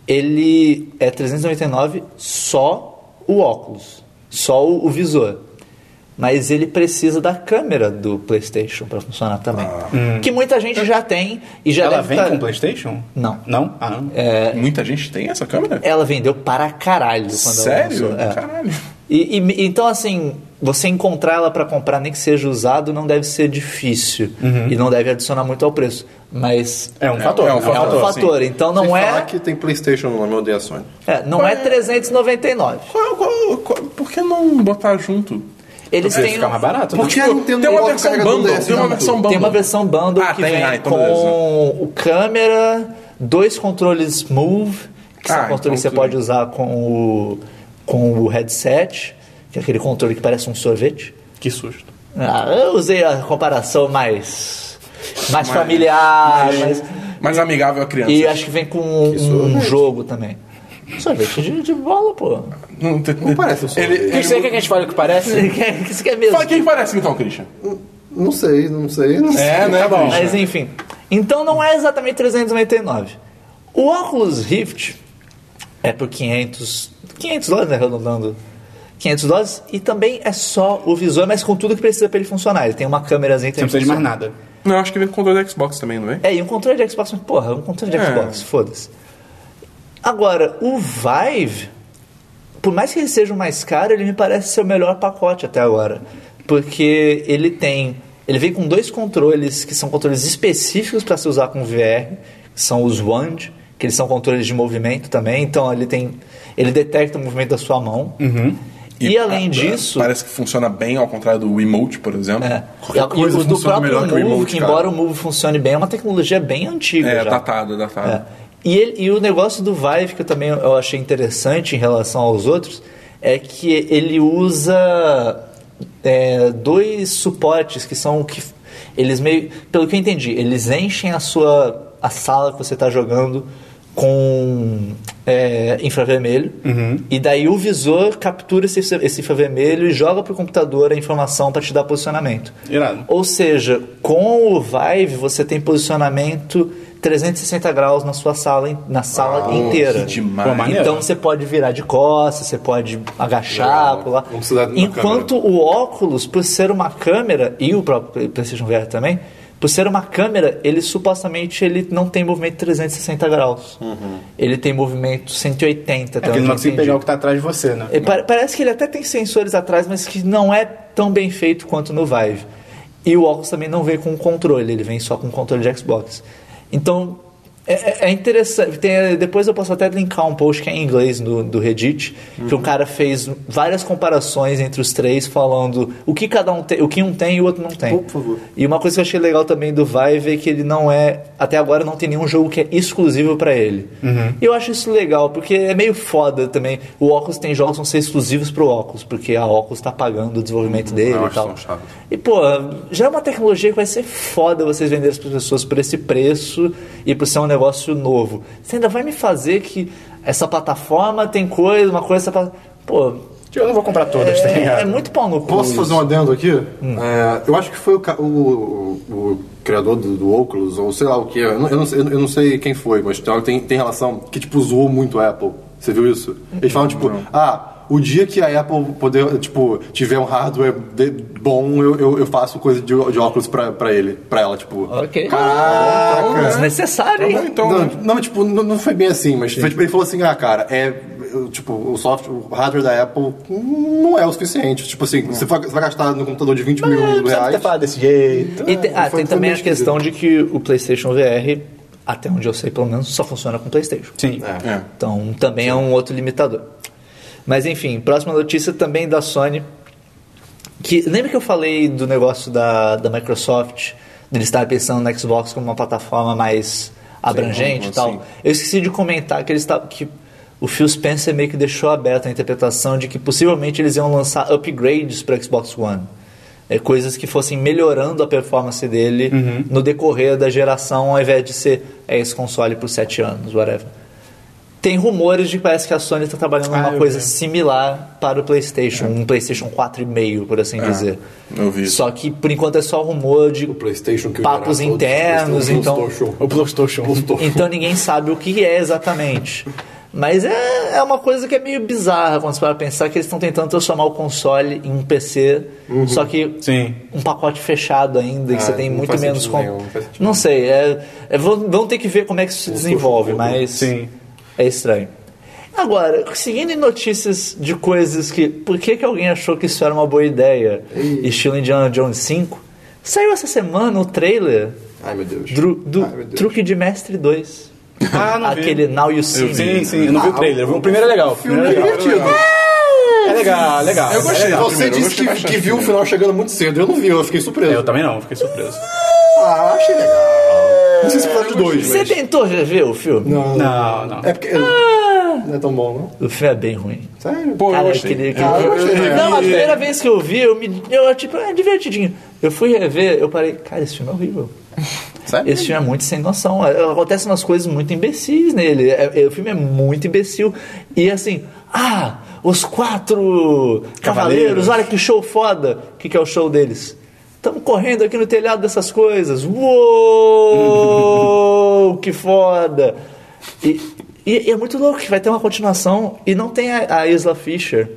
D: ele é 399 só o óculos, só o, o visor. mas ele precisa da câmera do PlayStation pra funcionar também. Que muita gente já tem e já
A: Ah. Ela
D: deve
A: vem
D: tá-
A: com o PlayStation?
D: Não.
A: Não? Ah, não.
B: É.
C: Muita gente tem essa câmera?
D: Ela vendeu para caralho quando
C: Sério?
D: ela lançou. É.
C: Caralho.
D: E, e- então, assim, você encontrar ela pra comprar, nem que seja usado, não deve ser difícil. E não deve adicionar muito ao preço. Mas
A: Uhum. É um fator.
C: é um
A: né?
D: é um
C: fator,
D: fator. Então não
B: Sem falar
D: é,
B: que tem PlayStation no nome, eu odeio a Sony.
D: é, não é 399.
C: Qual, qual, qual- por que não botar junto? Tipo,
D: Eles
A: Porque
D: têm
A: fica mais barato, né?
B: Por que a Nintendo
C: tem uma
B: coloca
C: versão
B: carregador
C: bundle,
B: desse
C: tem uma
B: junto?
C: versão bundle.
D: Tem uma versão bundle
C: Ah,
D: que
C: tem,
D: vem
C: ah, então
D: com
C: beleza.
D: o câmera, dois controles Move, que
C: Ah,
D: são controles que
C: então
D: você
C: tudo
D: pode
C: bem.
D: usar com o, com o headset, que é aquele controle que parece um sorvete.
A: Que susto.
D: Ah, eu usei a comparação mais, mais
C: Mais-
D: familiar, mais-
C: Mais É amigável à criança.
D: e acho que vem com um, um
B: sorvete.
D: jogo também. Sorvete de, de bola, pô.
C: Não, tem-
B: Não parece um som.
C: Ele,
A: O que
C: ele
A: você quer
D: é
A: que a gente fale o que parece?
D: *laughs* Você quer, você é quer mesmo?
C: Fala quem parece então, Christian.
B: Não sei, não sei, não sei.
C: É, né,
A: Tá bom.
C: Christian?
D: Mas enfim. Então não é exatamente 399. O óculos Rift é por 500, 500 dólares, né, arredondando. 500 dólares e também é só o visor, mas com tudo que precisa para ele funcionar. Ele tem uma câmerazinha
A: Você não precisa de mais nada.
C: Não, acho que vem com controle da Xbox também, não é?
D: É, e um controle de Xbox, mas porra, um controle de
C: É.
D: Xbox, foda-se. Agora, o Vive, por mais que ele seja o mais caro, ele me parece ser o melhor pacote até agora. Porque ele tem. Ele vem com dois controles que são controles específicos para se usar com VR, que são os Wand, que eles são controles de movimento também, então ele tem. Ele detecta o movimento da sua mão. E, além
C: ah,
D: disso.
C: Parece que funciona bem, ao contrário do Wiimote, por exemplo.
D: É. E,
C: Qualquer
D: e
C: coisa
D: o do
C: funciona
D: próprio
C: melhor que o
D: Move,
C: Wiimote,
D: que
C: cara.
D: embora o Move funcione bem, é uma tecnologia bem antiga.
C: É,
D: já.
C: datado,
D: É.
C: datado.
D: E, ele- e o negócio do Vive, que eu também eu achei interessante em relação aos outros, é que ele usa é, dois suportes que são o que. Eles meio. Pelo que eu entendi, eles enchem a sua. a sala que você está jogando com é, infravermelho. E daí o visor captura esse, esse infravermelho e joga pro computador a informação para te dar posicionamento.
A: Irado.
D: Ou seja, com o Vive você tem posicionamento 360 graus na sua sala, in- na sala inteira.
C: que demais.
A: Pô, maneiro.
D: então você pode virar de costas, você pode agachar,
B: Legal.
D: pular.
B: Não precisa de uma
D: Enquanto o óculos, por ser uma câmera, e o próprio PlayStation VR também, por ser uma câmera, ele supostamente ele não tem movimento 360 graus. Ele tem movimento 180,
A: É porque ele não consegue pegar o que tá atrás de você, né?
D: é, pa- parece que ele até tem sensores atrás, mas que não é tão bem feito quanto no Vive. E o óculos também não vem com controle, ele vem só com controle de Xbox. Então, é, é- é interessante. Tem- depois eu posso até linkar um post que é em inglês do, do Reddit, que o
B: Uhum.
D: cara fez várias comparações entre os três, falando o que cada um tem, o que um tem e o outro não tem.
B: Por favor.
D: E uma coisa que eu achei legal também do Vive é que ele não é. Até agora não tem nenhum jogo que é exclusivo pra ele. E eu acho isso legal, porque é meio foda também. O Oculus tem jogos que vão ser exclusivos pro Oculus, porque a Oculus tá pagando o desenvolvimento dele
C: eu
D: e
C: acho
D: tal.
C: isso uma chave.
D: E, pô, já é uma tecnologia que vai ser foda vocês venderem para pessoas por esse preço e por ser um negócio novo. Você ainda vai me fazer que essa plataforma tem coisa, uma coisa. essa pla- Pô,
A: Eu não vou comprar todas, tá ligado?
D: é, é muito pau no cu.
B: Posso
D: isso.
B: fazer um adendo aqui? É, eu acho que foi o, ca- o- o- o criador do, do Oculus, ou sei lá o que. Eu não, eu não sei- eu não sei quem foi, mas tem, tem- tem relação que, tipo, zoou muito a Apple. Você viu isso? Eles falam, tipo, ah, o dia que a Apple poder, tipo, tiver um hardware de- bom, eu, eu- eu faço coisa de, de óculos pra, pra ele, pra ela, tipo.
D: Ok.
B: Caraca!
D: Desnecessário, hein?
C: Tá bom, então,
B: não,
C: né?
B: não, tipo, não, não foi bem assim, mas foi, tipo, ele falou assim, ah, cara, é, eu, tipo, o software, o hardware da Apple não é o suficiente. Tipo assim, você vai, você vai gastar no computador de 20
D: é,
B: mil reais.
D: tá
A: desse jeito.
D: E tem- ah,
B: foi-
D: tem
B: foi
D: também
B: meio
D: a questão de que o PlayStation VR, até onde eu sei pelo menos, só funciona com PlayStation.
A: Sim.
C: É.
D: Então também é um outro limitador. Mas enfim, próxima notícia também da Sony. Que, lembra que eu falei do negócio da, da Microsoft, deles estar pensando no Xbox como uma plataforma mais abrangente
C: sim.
D: e tal? Eu esqueci de comentar que eles tavam- que o Phil Spencer meio que deixou aberta a interpretação de que possivelmente eles iam lançar upgrades para Xbox One. É, coisas que fossem melhorando a performance dele
C: Uhum.
D: no decorrer da geração, ao invés de ser é, esse console por 7 anos, whatever. Tem rumores de que parece que a Sony está trabalhando
A: Ah,
D: numa
A: eu
D: coisa
A: vi. É.
D: similar para o PlayStation, um PlayStation 4,5, por assim dizer.
C: eu É. vi isso.
D: Só que por enquanto é só rumor de
B: O PlayStation que
D: papos
B: era todo-
D: internos,
B: o
D: então.
B: PlayStation,
A: O PlayStation.
B: o PlayStation.
D: Então ninguém sabe o que é exatamente. Mas é, é uma coisa que é meio bizarra quando você para pensar que eles estão tentando transformar o console em um PC, só que
A: Sim.
D: um pacote fechado ainda, que você
B: Uhum.
D: tem
B: Ah, não
D: muito
B: faz
D: menos.
B: sentido nenhum, não faz sentido Uhum.
D: não sei, é, é, vão, vão ter que ver como é que isso se desenvolve, mas
A: Sim.
D: é estranho. Agora, seguindo em notícias de coisas que. Por que, que alguém achou que isso era uma boa ideia? Estilo Indiana Jones 5? Saiu essa semana o trailer
B: Ai, meu Deus.
D: do, do
B: Ai, meu Deus.
D: Truque de Mestre 2.
A: Ah, não vi.
D: Aquele Now You See Me.
A: Sim, sim, eu não vi o trailer. O primeiro é legal. O
B: Filme
A: primeiro é legal.
B: divertido.
A: É legal, legal.
C: Eu gostei.
A: É legal.
B: Você
C: primeiro, eu
B: disse
C: gostei
B: que,
C: bastante
B: que viu o
C: primeiro.
B: final chegando muito cedo. Eu não vi, É, eu fiquei surpreso.
A: Eu também não, fiquei surpreso.
B: Ah, achei legal. Não sei se foi de dois, né?
D: Você
B: mas...
D: tentou rever o filme?
B: Não,
A: Não, não.
B: É porque... Não é tão bom, não.
D: O filme é bem ruim.
B: Sério?
C: Pô,
D: Cara,
C: eu
D: eu
C: gostei.
D: queria que-
C: Eu- eu-
B: eu gostei,
C: eu-
B: né?
D: Não, a
C: eu-
D: primeira vez que eu vi, eu me. Eu, tipo, é divertidinho. Eu fui rever, eu parei, cara, esse filme é horrível.
B: Sério?
D: Esse filme é muito sem noção. É, Acontecem umas coisas muito imbecis nele. É, é, o filme é muito imbecil. E assim, ah, os quatro cavaleiros,
A: Cavaleiros.
D: olha que show foda. O que, que é o show deles? Estamos correndo aqui no telhado dessas coisas. Uou, *laughs* que foda. E, e- e é muito louco que vai ter uma continuação e não tem a, a Isla Fisher.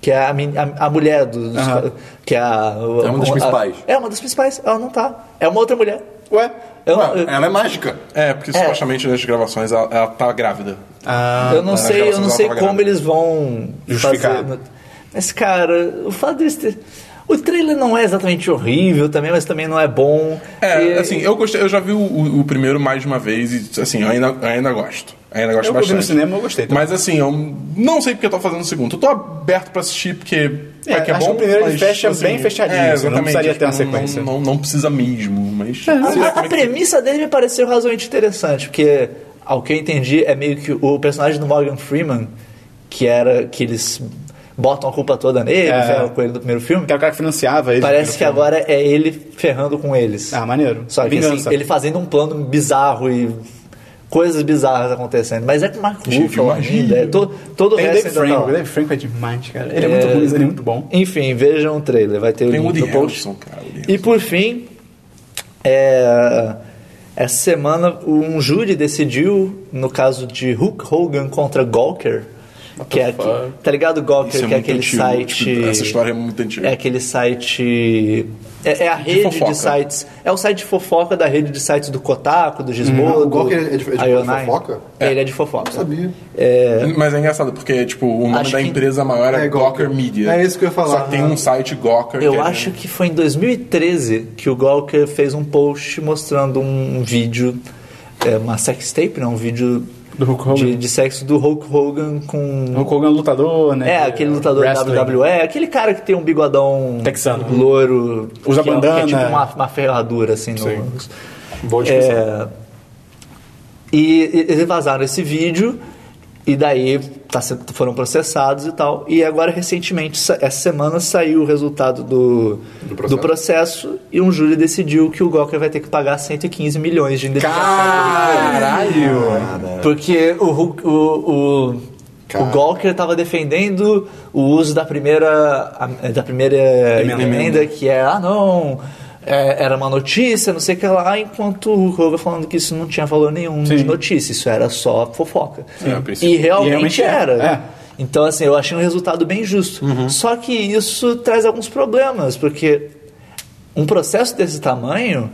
D: Que é a, men- a- a mulher dos.
A: Aham.
D: Que é a.
B: É uma das
D: a-
B: principais.
D: é uma das principais. Ela não tá. É uma outra mulher.
B: Ué?
D: Eu-
B: Ué,
D: eu-
B: Ela é mágica.
C: É, porque supostamente nas gravações ela, ela tá grávida.
A: Ah,
D: eu não
C: tá.
D: sei, eu não
C: Ela
D: sei
C: tava
D: como
C: grávida.
D: eles vão
A: Justificar.
D: fazer. Mas cara, o fato deles ter... o trailer não é exatamente horrível também, mas também não é bom.
C: É,
D: E-
C: assim, eu gostei, eu já vi o, o- o primeiro mais de uma vez e assim, eu ainda, eu ainda gosto. Eu Ainda gosto
A: Eu vi
C: bastante.
A: no cinema, eu gostei também.
C: Mas assim, eu não sei porque eu tô fazendo o segundo. Eu tô aberto pra assistir porque
A: É,
C: que é
A: acho
C: bom.
A: que o primeiro ele
C: mas,
A: fecha bem fechadinho,
C: É,
A: assim, não
C: exatamente.
A: precisaria ter uma
C: Acho que não-
A: sequência. É.
C: Não, não, não precisa mesmo, mas.
D: A-
C: Sim,
D: a, a
C: também-
D: premissa dele me pareceu razoavelmente interessante, porque, ao que eu entendi, é meio que o personagem do Morgan Freeman, que era que eles botam a culpa toda nele,
A: É.
D: ferram com ele do primeiro filme,
A: que era o cara que financiava ele.
D: parece que agora é ele ferrando com eles.
A: Ah, maneiro.
D: Só que
A: Vingança.
D: assim, ele fazendo um plano bizarro e coisas bizarras acontecendo. Mas é com o Mark
C: Cheio de
D: Ruffalo
C: magia.
D: ainda. É todo, todo o
A: Tem o
D: resto
A: Dave
D: ainda
A: Franco.
D: tá
A: O
D: lá.
A: Dave Franco é demais, cara. Ele é, muito ruim, mas ele é muito bom.
D: Enfim, vejam o trailer. Vai ter o
C: Tem
D: link
C: Woody
D: no post.
C: Harrelson, cara. Woody
D: E por fim, é, essa semana um júri decidiu, no caso de Hulk Hogan contra Gawker, que é, aqui, tá ligado Gawker,
C: Isso é
D: que é
C: muito
D: aquele
C: antigo,
D: site...
C: tipo, essa história é muito antiga.
D: É aquele site... É, é a rede de,
C: fofoca.
D: sites... É o site de fofoca da rede de sites do Kotaku, do Gizmodo,
B: o Gawker é de- é de
D: Ionai.
B: fofoca?
D: Ele é de fofoca.
B: Não sabia.
C: Mas é engraçado, porque, tipo, o nome
D: Acho
C: da
D: que-
C: empresa maior é,
B: É,
C: Gawker
B: Gawker.
C: Media.
B: É isso que eu ia falar.
C: Só que tem um site Gawker. que
D: Eu
C: é-
D: acho que foi em 2013 que o Gawker fez um post mostrando um vídeo, é, uma sextape, não, um vídeo
A: Do Hulk Hogan.
D: De, de sexo do Hulk Hogan com...
A: O Hulk Hogan é lutador, né?
D: é, aquele lutador
A: Wrestling.
D: da WWE, aquele cara que tem um bigodão
A: Texano.
D: louro,
A: Usa
D: que é- que é
A: bandana.
D: tipo uma, uma ferradura assim no-
B: Boa descrição.
D: é, e e- eles vazaram esse vídeo e daí tá se- foram processados e tal. E agora, recentemente, sa- essa semana saiu o resultado do, do, processo.
B: processo.
D: e um júri decidiu que o Gawker vai ter que pagar 115 milhões de indenização.
A: Caralho!
D: Porque o, Hulk- o, o, o
B: Cara.
D: Gawker estava defendendo o uso da primeira, a- da primeira
A: Emenda.
D: emenda, que é, ah não, é, era uma notícia, não sei o que lá, enquanto o Hulk Hogan falando que isso não tinha valor nenhum
A: Sim.
D: de notícia, isso era só fofoca.
C: a princípio.
D: e realmente,
A: E realmente é,
D: era.
A: é. Uhum.
D: Então, assim, eu achei um resultado bem justo. Só que isso traz alguns problemas, porque um processo desse tamanho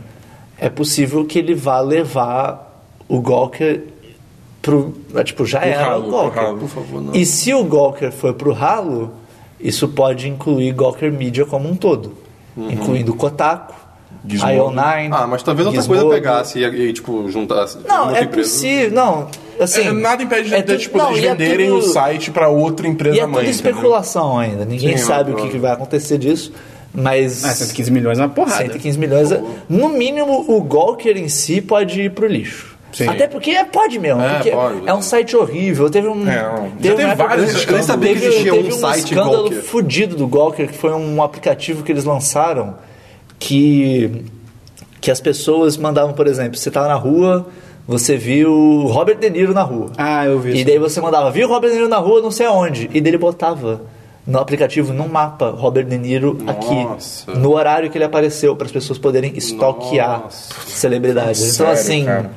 D: é possível que ele vá levar o Gawker pro. é, Tipo, já era
C: ralo,
D: o
C: pro
D: Gawker.
C: ralo. Por favor, não.
D: E se o Gawker for pro ralo, isso pode incluir Gawker Media como um todo. Incluindo Kotaku,
C: Uhum. Gizmodo.
D: Ionine.
B: Ah, mas talvez outra
D: Gizmodo.
B: coisa pegasse e, e, tipo, juntasse.
D: Não,
B: outra
D: é
B: empresa.
D: possível. Não, assim.
C: É, nada impede de,
D: é tudo-
C: tipo,
D: não,
C: eles
D: e é
C: venderem
D: tudo-
C: o site pra outra empresa
D: E é
C: mãe.
D: tudo
C: entendeu?
D: especulação ainda. Ninguém
B: Sim,
D: sabe
B: eu-
D: o que, que vai acontecer disso. Mas.
A: Ah, 115 milhões é uma porrada.
D: 115 milhões. é- No mínimo, o Gawker em si pode ir pro lixo.
C: Sim.
D: Até porque é- pode mesmo.
C: É,
D: porque
C: pode.
D: é um site horrível. Teve um.
C: É, não. Já
D: uma
C: teve
D: época-
C: vários
D: teve-
C: escândalos. Eu nem
B: sabia que existia
D: teve
B: um site
D: escândalo
B: Gawker.
D: fudido do Gawker, que foi um aplicativo que eles lançaram que. que as pessoas mandavam, por exemplo, você tava na rua. Você viu Robert De Niro na rua.
A: Ah, eu vi
D: E
A: isso.
D: daí você mandava, viu Robert De Niro na rua, não sei aonde. E daí ele botava no aplicativo, num mapa, Robert De Niro
B: Nossa.
D: aqui. No horário que ele apareceu, para as pessoas poderem estoquear celebridades. Então,
C: Sério,
D: assim,
C: cara.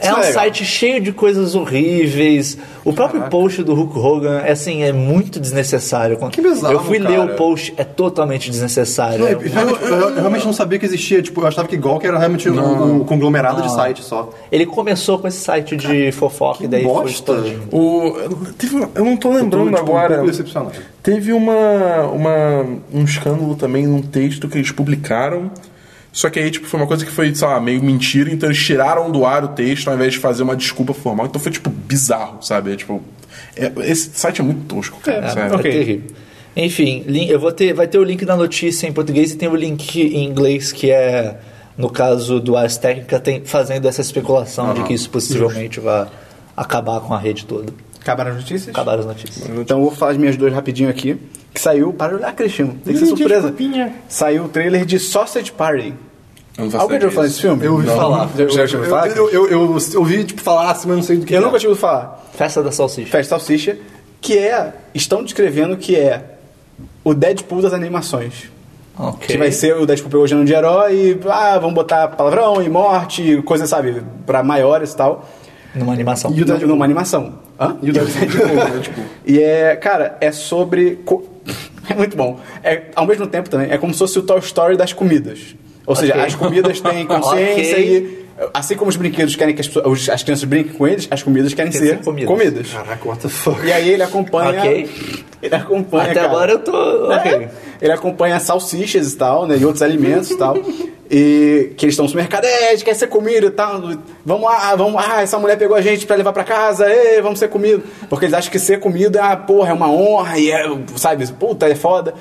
D: É um
A: legal.
D: site cheio de coisas horríveis. O próprio post do Hulk Hogan, é assim, é muito desnecessário. Que
B: bizarro,
D: Eu fui ler
B: cara.
D: o post, é totalmente desnecessário.
B: Não,
D: É
B: eu,
D: um-
B: realmente, eu- eu realmente não sabia que existia. Tipo, eu achava que Gawker era realmente um, um conglomerado de site só.
D: Ele começou com esse site de fofoca e daí foi
B: bosta.
D: explodindo.
C: O, teve uma- eu não tô
B: Tô,
C: lembrando
B: tipo, um
C: agora.
B: pouco decepcionado.
C: Teve uma, uma, um escândalo também num texto que eles publicaram. Só que aí, tipo, foi uma coisa que foi, sei lá, meio mentira, então eles tiraram do ar o texto ao invés de fazer uma desculpa formal. Então foi, tipo, bizarro, sabe? É, tipo, é- esse site é muito tosco, cara.
A: É,
C: sério.
D: É
A: Ok.
D: terrível. Enfim, lin- eu vou ter, vai ter o link da notícia em português e tem o link em inglês que é, no caso do Ars Técnica, tem, fazendo essa especulação de que isso possivelmente vai acabar com a rede toda.
A: Acabaram as notícias?
D: Acabaram as notícias.
A: Então eu vou falar as minhas duas rapidinho aqui. Que saiu para olhar, Cristiano. Tem que ser
B: Ih,
A: surpresa.
B: desculpinha.
A: Saiu o trailer de Sausage Party.
C: Eu não faço
A: Alguém já
C: ideia
A: ouviu falar
C: disso.
A: desse filme?
B: Eu ouvi
A: Não.
B: falar.
A: Já, já ouviu falar?
B: Eu, eu, eu, eu ouvi, tipo, falar assim, mas não sei do que.
A: Eu
B: é.
A: nunca tinha ouvido falar.
D: Festa da Salsicha.
A: Festa Salsicha, que é. Estão descrevendo que é o Deadpool das animações.
D: Ok.
A: Que vai ser o Deadpool pegou o gênero de herói e. Ah, vamos botar palavrão e morte, e coisa, sabe, pra maiores e tal.
D: Numa animação.
A: E o Deadpool numa animação. Hã?
B: E o
A: *laughs*
B: Deadpool.
A: E é, cara, é sobre. co- *laughs* É muito bom. É, ao mesmo tempo também, é como se fosse o Toy Story das comidas. Ou seja,
D: Ok.
A: as comidas têm consciência
D: Ok.
A: e. Assim como os brinquedos querem que as, pessoas- os- as crianças brinquem com eles, as comidas querem
D: Quer
A: ser,
D: ser
A: comidas.
D: comidas.
B: Caraca, what the fuck.
A: E aí ele acompanha.
D: Ok.
A: Ele acompanha. Oh, né,
D: Até
A: cara.
D: agora eu tô.
A: É.
D: Ok.
A: Ele acompanha salsichas e tal, né? E outros alimentos e tal. E que eles estão no supermercado, é, a gente quer ser comido e tal. Vamos lá, vamos lá, essa mulher pegou a gente pra levar pra casa, ê, vamos ser comido. Porque eles acham que ser comido é, uma porra, é uma honra, e é, sabe, puta, é foda.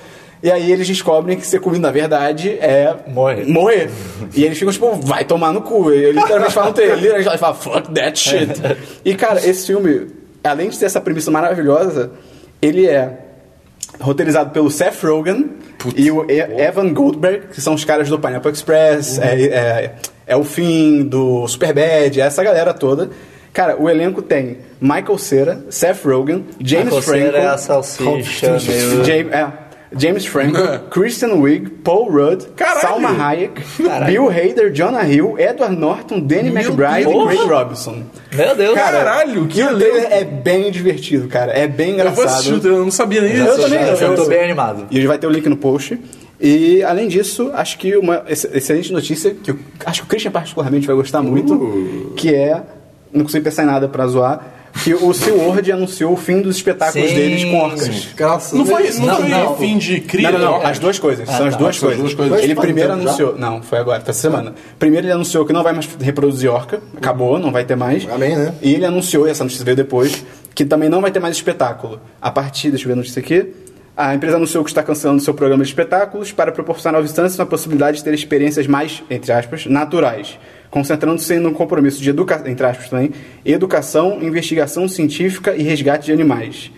A: E aí eles descobrem que ser comido, na verdade, é...
D: Morrer.
A: Morrer. E eles ficam, tipo, vai tomar no cu. E eles literalmente falam, pra ele, literalmente eles falam, fuck that shit. E, cara, esse filme, além de ter essa premissa maravilhosa, ele é roteirizado pelo Seth Rogen e o E- Evan Goldberg, que são os caras do Pineapple Express, é, é, é o fim do Superbad, é essa galera toda. Cara, o elenco tem Michael Cera, Seth Rogen, James
D: a coceira
A: Franco,
D: é a salsicha. meio-
A: James, é, James Franco, Kristen Wiig, Paul Rudd,
C: Caralho!
A: Salma Hayek,
D: Caralho.
A: Bill Hader, Jonah Hill, Edward Norton, Danny
C: Meu
A: McBride e
C: Deus!
A: Craig Robinson.
D: Meu Deus.
A: Cara,
C: Caralho, que
A: e o
C: elenco!
A: trailer é bem divertido, cara. É bem
C: Eu vou
A: engraçado.
C: assistir o trailer, eu não sabia nem
A: Eu
C: isso.
A: também
D: eu,
A: não.
D: tô
A: eu-
D: bem animado.
A: E vai ter o link no post. E, além disso, acho que uma ex- excelente notícia, que eu acho que o Christian particularmente vai gostar
C: Uh.
A: muito, que é. Não consigo pensar em nada pra zoar. Que o *laughs* SeaWorld anunciou o fim dos espetáculos
D: Sim.
A: deles com orcas.
B: Graças
C: Não foi, não,
D: Não,
C: foi
D: não.
C: fim de
A: Não,
C: cria,
A: não, não. As duas coisas. são as duas
B: são É. Ah,
A: coisas.
B: tá, as duas coisas.
A: Ele
B: Faz
A: primeiro
B: tempo já?
A: anunciou. Não, foi agora, essa semana. Primeiro ele anunciou que não vai mais reproduzir orca. Acabou, não vai ter mais.
B: Amém, né?
A: E ele anunciou, e essa notícia veio depois, que também não vai ter mais espetáculo. A partir, deixa eu ver a notícia aqui. A empresa anunciou que está cancelando seu programa de espetáculos para proporcionar aos visitantes uma possibilidade de ter experiências mais, entre aspas, naturais, concentrando-se em um compromisso de educação, entre aspas também, educação, investigação científica e resgate de animais.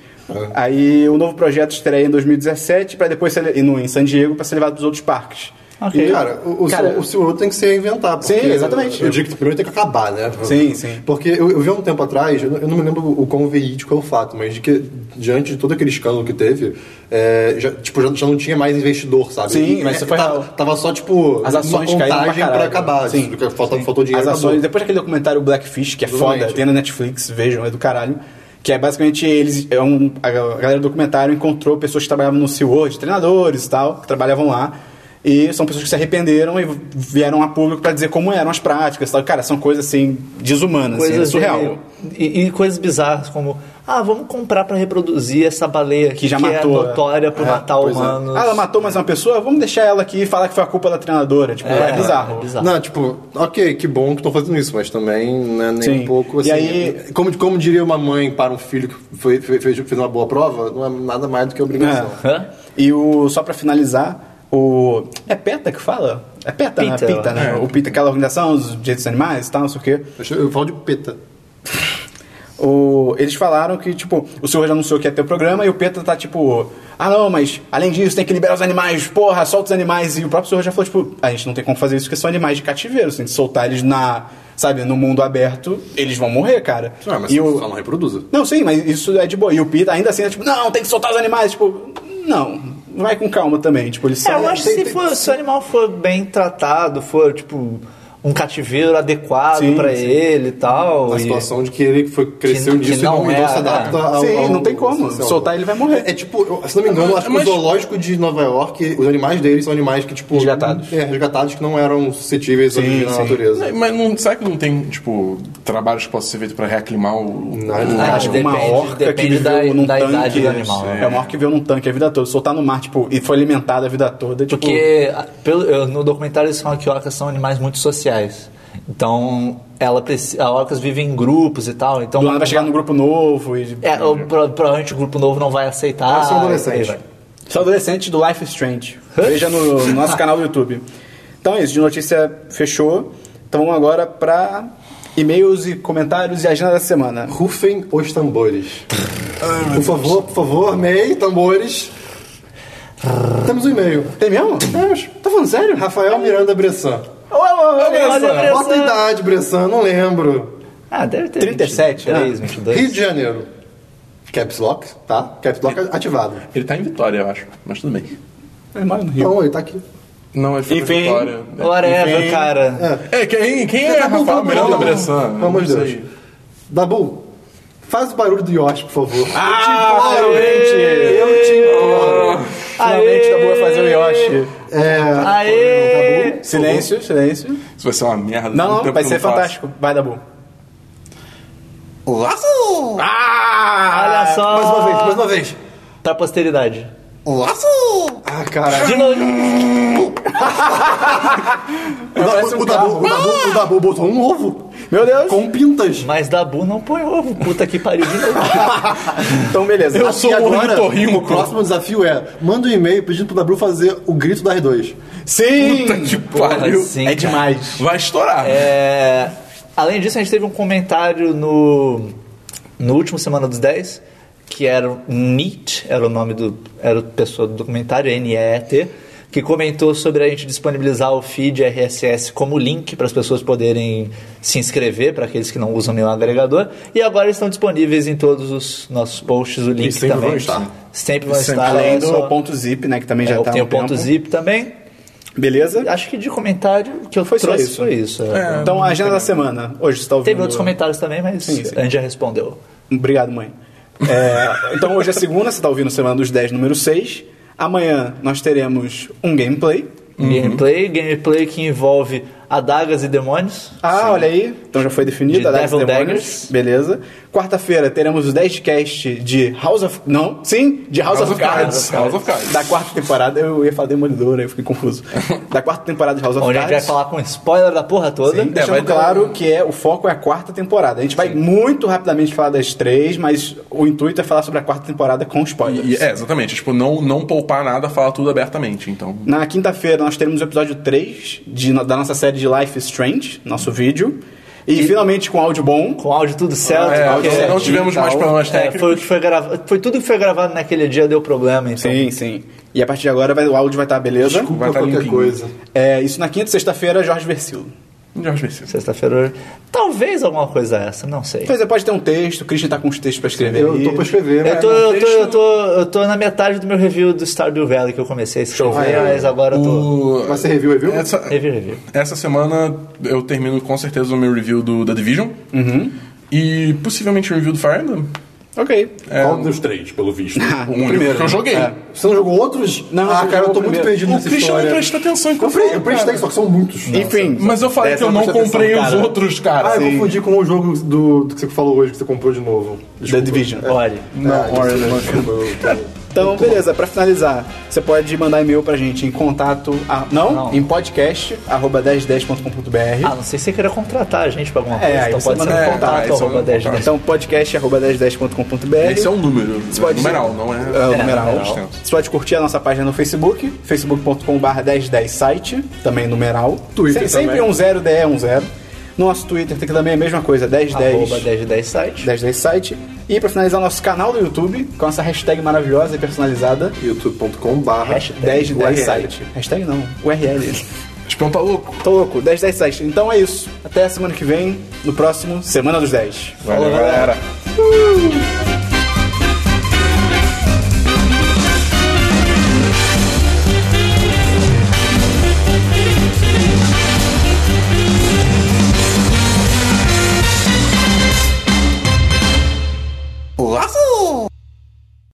A: Aí o novo projeto estreia em 2017 para depois ser, e no- em San Diego para ser levado para os outros parques.
D: Ok.
A: E,
B: Cara, o, o,
A: Cara,
B: o Silvio tem que se reinventar. porque
A: Sim, exatamente.
B: Eu, eu digo que primeiro tem que acabar, né?
A: Sim, sim.
B: Porque eu, eu vi há um tempo atrás, eu não, eu não me lembro o quão verídico é o fato, mas de que diante de todo aquele escândalo que teve, é, já, tipo, já, já não tinha mais investidor, sabe?
A: Sim,
B: E-
A: mas
B: e
A: isso foi
B: tava,
A: real.
B: tava só, tipo,
A: As ações
B: uma
A: caíram pra
B: contagem pra
A: caralho. né?
B: acabar.
A: Sim.
B: Porque Faltou, faltou dinheiro,
A: As
B: acabou.
A: ações, depois daquele documentário Blackfish, que é
B: Exatamente.
A: foda, tem na Netflix, vejam, é do caralho. Que é basicamente eles. É um, a galera do documentário encontrou pessoas que trabalhavam no SeaWorld, treinadores e tal, que trabalhavam lá. E são pessoas que se arrependeram e vieram a público pra dizer como eram as práticas e tal. Cara, são coisas assim, desumanas, assim, é
D: Coisas
A: surreal.
D: meio- E, e coisas bizarras como. Ah, vamos comprar pra reproduzir essa baleia aqui,
A: Que já
D: que
A: matou,
D: é
A: né?
D: notória por matar
B: pois é.
D: humanos.
A: Ah, ela matou mais uma pessoa, vamos deixar ela aqui e falar que foi a culpa da treinadora. Tipo, é, bizarro.
D: é bizarro.
B: Não, tipo, ok, que bom que estão fazendo isso, mas também não é nem
A: Sim.
B: um pouco
A: E
B: assim.
A: aí-
B: como, como diria uma mãe para um filho que foi, fez, fez- fez uma boa prova, não é nada mais do que obrigação.
A: É.
D: Hã?
A: E o só pra finalizar, o é PETA que fala? É PETA,
D: PETA,
A: né? PETA, né?
C: é.
A: O PETA, aquela organização dos direitos dos animais e tal, não sei o quê.
B: Eu, eu falo de peta.
A: O, eles falaram que, tipo, o senhor já anunciou que ia ter o programa e o PETA tá tipo, ah não, mas além disso tem que liberar os animais, porra, solta os animais. E o próprio senhor já falou, tipo, a gente não tem como fazer isso porque são animais de cativeiro, se a gente soltar eles na, sabe, no mundo aberto, eles vão morrer, cara.
B: Ah, mas
A: e
B: só
A: o-
B: não reproduza.
A: não, sim, mas isso é de boa. E o Peter ainda assim é tipo, não, tem que soltar os animais. Tipo, não, vai com calma também. Tipo, eles
D: É,
A: são-
D: eu acho que se, for, se o animal for bem tratado, for, tipo, um cativeiro adequado
A: Sim,
D: pra
A: sim.
D: ele e tal.
B: A
D: e-
B: situação de que ele foi, cresceu
D: Que- que
B: disso e
D: não
B: não, e
D: é,
B: não se adapta
D: é.
B: ao,
A: Sim,
B: ao-
A: não tem como.
B: ao-
A: Soltar ele vai morrer.
B: É, é tipo, eu- se não me engano, acho que
C: Mas-
B: o zoológico de Nova York, os animais deles são animais que, tipo.
A: Resgatados.
B: É, resgatados que não eram suscetíveis à
A: Sim,
B: origem da
A: sim.
B: natureza.
C: Mas não, será que não tem, tipo, trabalhos que possam ser feitos pra reaclimar o.
B: Não,
C: o-
B: não.
D: Ah,
A: Acho que é uma
D: depende-
A: orca que
D: depende
A: viveu
D: da-
A: num
D: da
A: tanque.
D: idade do animal, né?
A: É uma orca que viveu num tanque a vida toda. Soltar no mar, tipo, e foi alimentada a vida toda. Tipo,
D: Porque a- pelo- eu- no documentário eles falam que orcas são animais muito sociais. Então, ela preci- a orcas vivem em grupos e tal. Então,
A: do nada vai chegar num grupo novo e...
D: é, o- pro- provavelmente o grupo novo não vai aceitar.
A: Ah,
B: Elas são adolescentes.
D: e- e-
A: Sou adolescente do Life is Strange. Veja no, no nosso canal do YouTube. Então é isso, de notícia fechou. Então vamos agora pra e-mails e comentários e agenda da semana.
B: Rufem os tambores. por favor, por favor, MEI, tambores. Temos um e-mail.
A: Tem mesmo?
B: Temos.
A: Tá falando sério?
B: Rafael Miranda Bressan.
A: Ô, ô, ô,
D: Olha, Bressan.
B: Bota a idade, Bressan, não lembro.
D: Ah, deve ter
A: 37,
D: 23,
A: né?
D: 22.
B: Rio de Janeiro. Caps Lock, tá? Caps Lock ativado.
C: Ele tá em Vitória, eu acho. Mas tudo bem.
A: Ele mora é no Rio.
B: Não, ele tá aqui.
C: Não, ele foi pra
A: Enfim. né?
C: Vitória.
D: Whatever,
A: Enfim,
D: cara.
C: É, quem, quem é
B: Tá bom, tá
C: Rafael
B: bom,
C: Miranda
B: tá bom.
C: Bressan?
B: Pelo amor de
C: Não
B: Deus.
C: sei.
B: Dabu, faz o barulho do Yoshi, por favor.
A: Ah, finalmente! Eu te imploro. Finalmente
D: Aê!
A: tá boa fazer o Yoshi.
B: É,
D: Aê!
A: Silêncio, silêncio.
C: Isso vai ser uma merda. Tem
A: Não,
C: tempo
A: não, vai
C: que eu
A: ser
C: faço.
A: fantástico. Vai, Dabu.
C: Laço!
A: Ah!
D: Olha só.
B: mais uma vez, mais uma vez.
D: Pra posteridade.
C: Laço!
B: Ah, caralho.
D: De novo.
B: O
A: Parece um
B: Dabu, o,
A: carro.
B: Dabu, o, Dabu, o Dabu botou um ovo
A: Meu Deus!
B: com pintas.
D: Mas Dabu não põe ovo. Puta que pariu de novo.
A: Então, beleza.
C: Eu sou um
B: E
C: o
B: agora,
C: ornitorrinco.
B: o próximo desafio é, manda um e-mail pedindo pro Dabu fazer o grito da R2.
A: Sim!
C: Puta que
D: Porra,
C: pariu.
D: sim,
A: é
D: cara.
A: demais.
C: Vai estourar.
D: É, além disso, a gente teve um comentário no, no último Semana dos 10, que era um o Neat, era o nome do. Era a pessoa do documentário, N-E-E-T, que comentou sobre a gente disponibilizar o feed RSS como link para as pessoas poderem se inscrever, para aqueles que não usam nenhum agregador. E agora estão disponíveis em todos os nossos posts o link
B: sempre
D: também.
B: vão estar.
D: Sempre vão
C: Sempre.
D: estar.
A: Além
D: é
A: do
D: só-
A: Tá ponto zip, né? Que também já
D: é,
A: tá
D: tem
A: no
D: o ponto
A: tempo.
D: zip também.
A: Beleza?
D: Acho que de comentário que eu
A: Foi só
D: trouxe
A: isso.
D: foi isso. é.
A: Então, a agenda da semana. Hoje você tá ouvindo.
D: Teve outros comentários também, mas
A: Sim, sim.
D: a gente já respondeu.
A: Obrigado, mãe. É, então, hoje é segunda, você tá ouvindo Semana dos 10, número 6. Amanhã nós teremos um gameplay.
D: Gameplay, gameplay que envolve adagas e demônios.
A: Ah, olha aí. Então já foi definido.
D: De
A: a Dagger
D: Devil
A: Demônios.
D: Daggers.
A: Beleza. Quarta-feira teremos o 10 cast de House of... Não, sim, de House, of, Cards.
C: House of Cards.
A: Da quarta temporada. Eu ia falar Demolidor, aí eu fiquei confuso. Da quarta temporada de House of
D: Onde a gente
A: Cards.
D: vai falar com spoiler da porra toda.
A: Sim, deixando
C: vai ter
A: claro
C: um-
A: que é, o foco é a quarta temporada. A gente vai muito rapidamente falar das três, mas o intuito é falar sobre a quarta temporada com spoilers.
C: E- é, exatamente. Tipo, não, não poupar nada, falar tudo abertamente. Então,
A: Na quinta-feira nós teremos o episódio 3 de- da nossa série de Life is Strange, nosso vídeo. E, finalmente com áudio bom.
D: Com áudio tudo certo.
C: É,
D: porque-
A: áudio
C: não tivemos
A: tal.
C: mais problemas
D: é,
C: técnicos.
D: foi, o que foi, grava... foi tudo que foi gravado naquele dia deu problema, então.
A: Sim, sim. E a partir de agora vai- o áudio vai estar beleza.
B: Desculpa
C: Vai tá
B: qualquer
C: limpinho.
B: coisa.
A: É, isso na quinta, sexta-feira, Jorge Versilo.
C: Jorge
A: tá
C: Mercedes.
D: Sexta-feira hoje. Talvez alguma coisa essa, não sei.
A: Pois é, pode ter um texto, o Christian tá com os textos pra escrever.
B: Eu
A: aí.
B: tô pra
A: É,
B: escrever,
D: Eu
B: né?
C: É,
D: tô, eu, tô, eu, tô, eu tô na metade do meu review do Stardew Valley que eu comecei a escrever,
B: Show.
D: mas agora eu tô.
C: O-
B: Vai ser review, review?
C: Essa,
D: Review, review.
C: essa semana eu termino com certeza o meu review do The Division.
A: Uhum.
C: E possivelmente o review do Fire Emblem.
A: Ok.
B: Qual dos três, pelo visto?
C: O único que eu joguei.
A: É.
B: *laughs* Você não jogou outros?
A: Não,
B: ah,
A: eu
B: cara, eu tô
A: jogo
B: muito
A: primeiro.
B: perdido
C: O
B: nessa
C: Christian não
B: história.
C: presta atenção em que
B: Eu prestei, eu
C: falo,
B: prestei,
C: cara.
B: só que são muitos.
A: Enfim.
C: Mas eu falei
A: Dessa
C: que eu não
A: presta atenção,
C: comprei os
A: cara.
C: outros, cara.
B: Ah, eu
A: Sim.
B: confundi com o jogo do, do que você falou hoje, que você comprou de novo.
A: The Division.
D: Olha.
A: Uhum.
B: Não, Orange
A: Então, beleza, pra finalizar, você pode mandar e-mail pra gente em contato. a- não,
D: Não.
A: em podcast, arroba 1010.com.br.
D: Ah, não sei se você queira contratar a gente pra alguma
A: É,
D: coisa.
A: aí
D: então
A: você
D: pode ser
A: manda-
D: um
A: é,
C: aí
D: contato,
C: você
D: arroba
C: manda
D: 10
C: um contato.
A: então, podcast, arroba 1010.com.br.
C: Esse é um número.
A: Você pode-
C: é numeral, não é.
A: É, o numeral.
C: é extenso.
A: Você pode curtir a nossa página no Facebook, facebook.com.br 1010 site, também numeral.
B: Twitter
A: Sem- Sempre
B: também.
A: um zero, DE um zero. Nosso Twitter tem que também a mesma coisa, 1010.
D: Arroba 1010 site.
A: 1010 site. E pra finalizar, nosso canal do YouTube, com essa hashtag maravilhosa e personalizada,
B: youtube.com barra
A: 1010
D: Hashtag
B: URL.
A: site. Hashtag não, URL.
C: Tipo, é um tá louco.
A: Tô louco, 1010 site. Então é isso. Até a semana que vem, no próximo Semana dos 10.
C: Valeu, galera.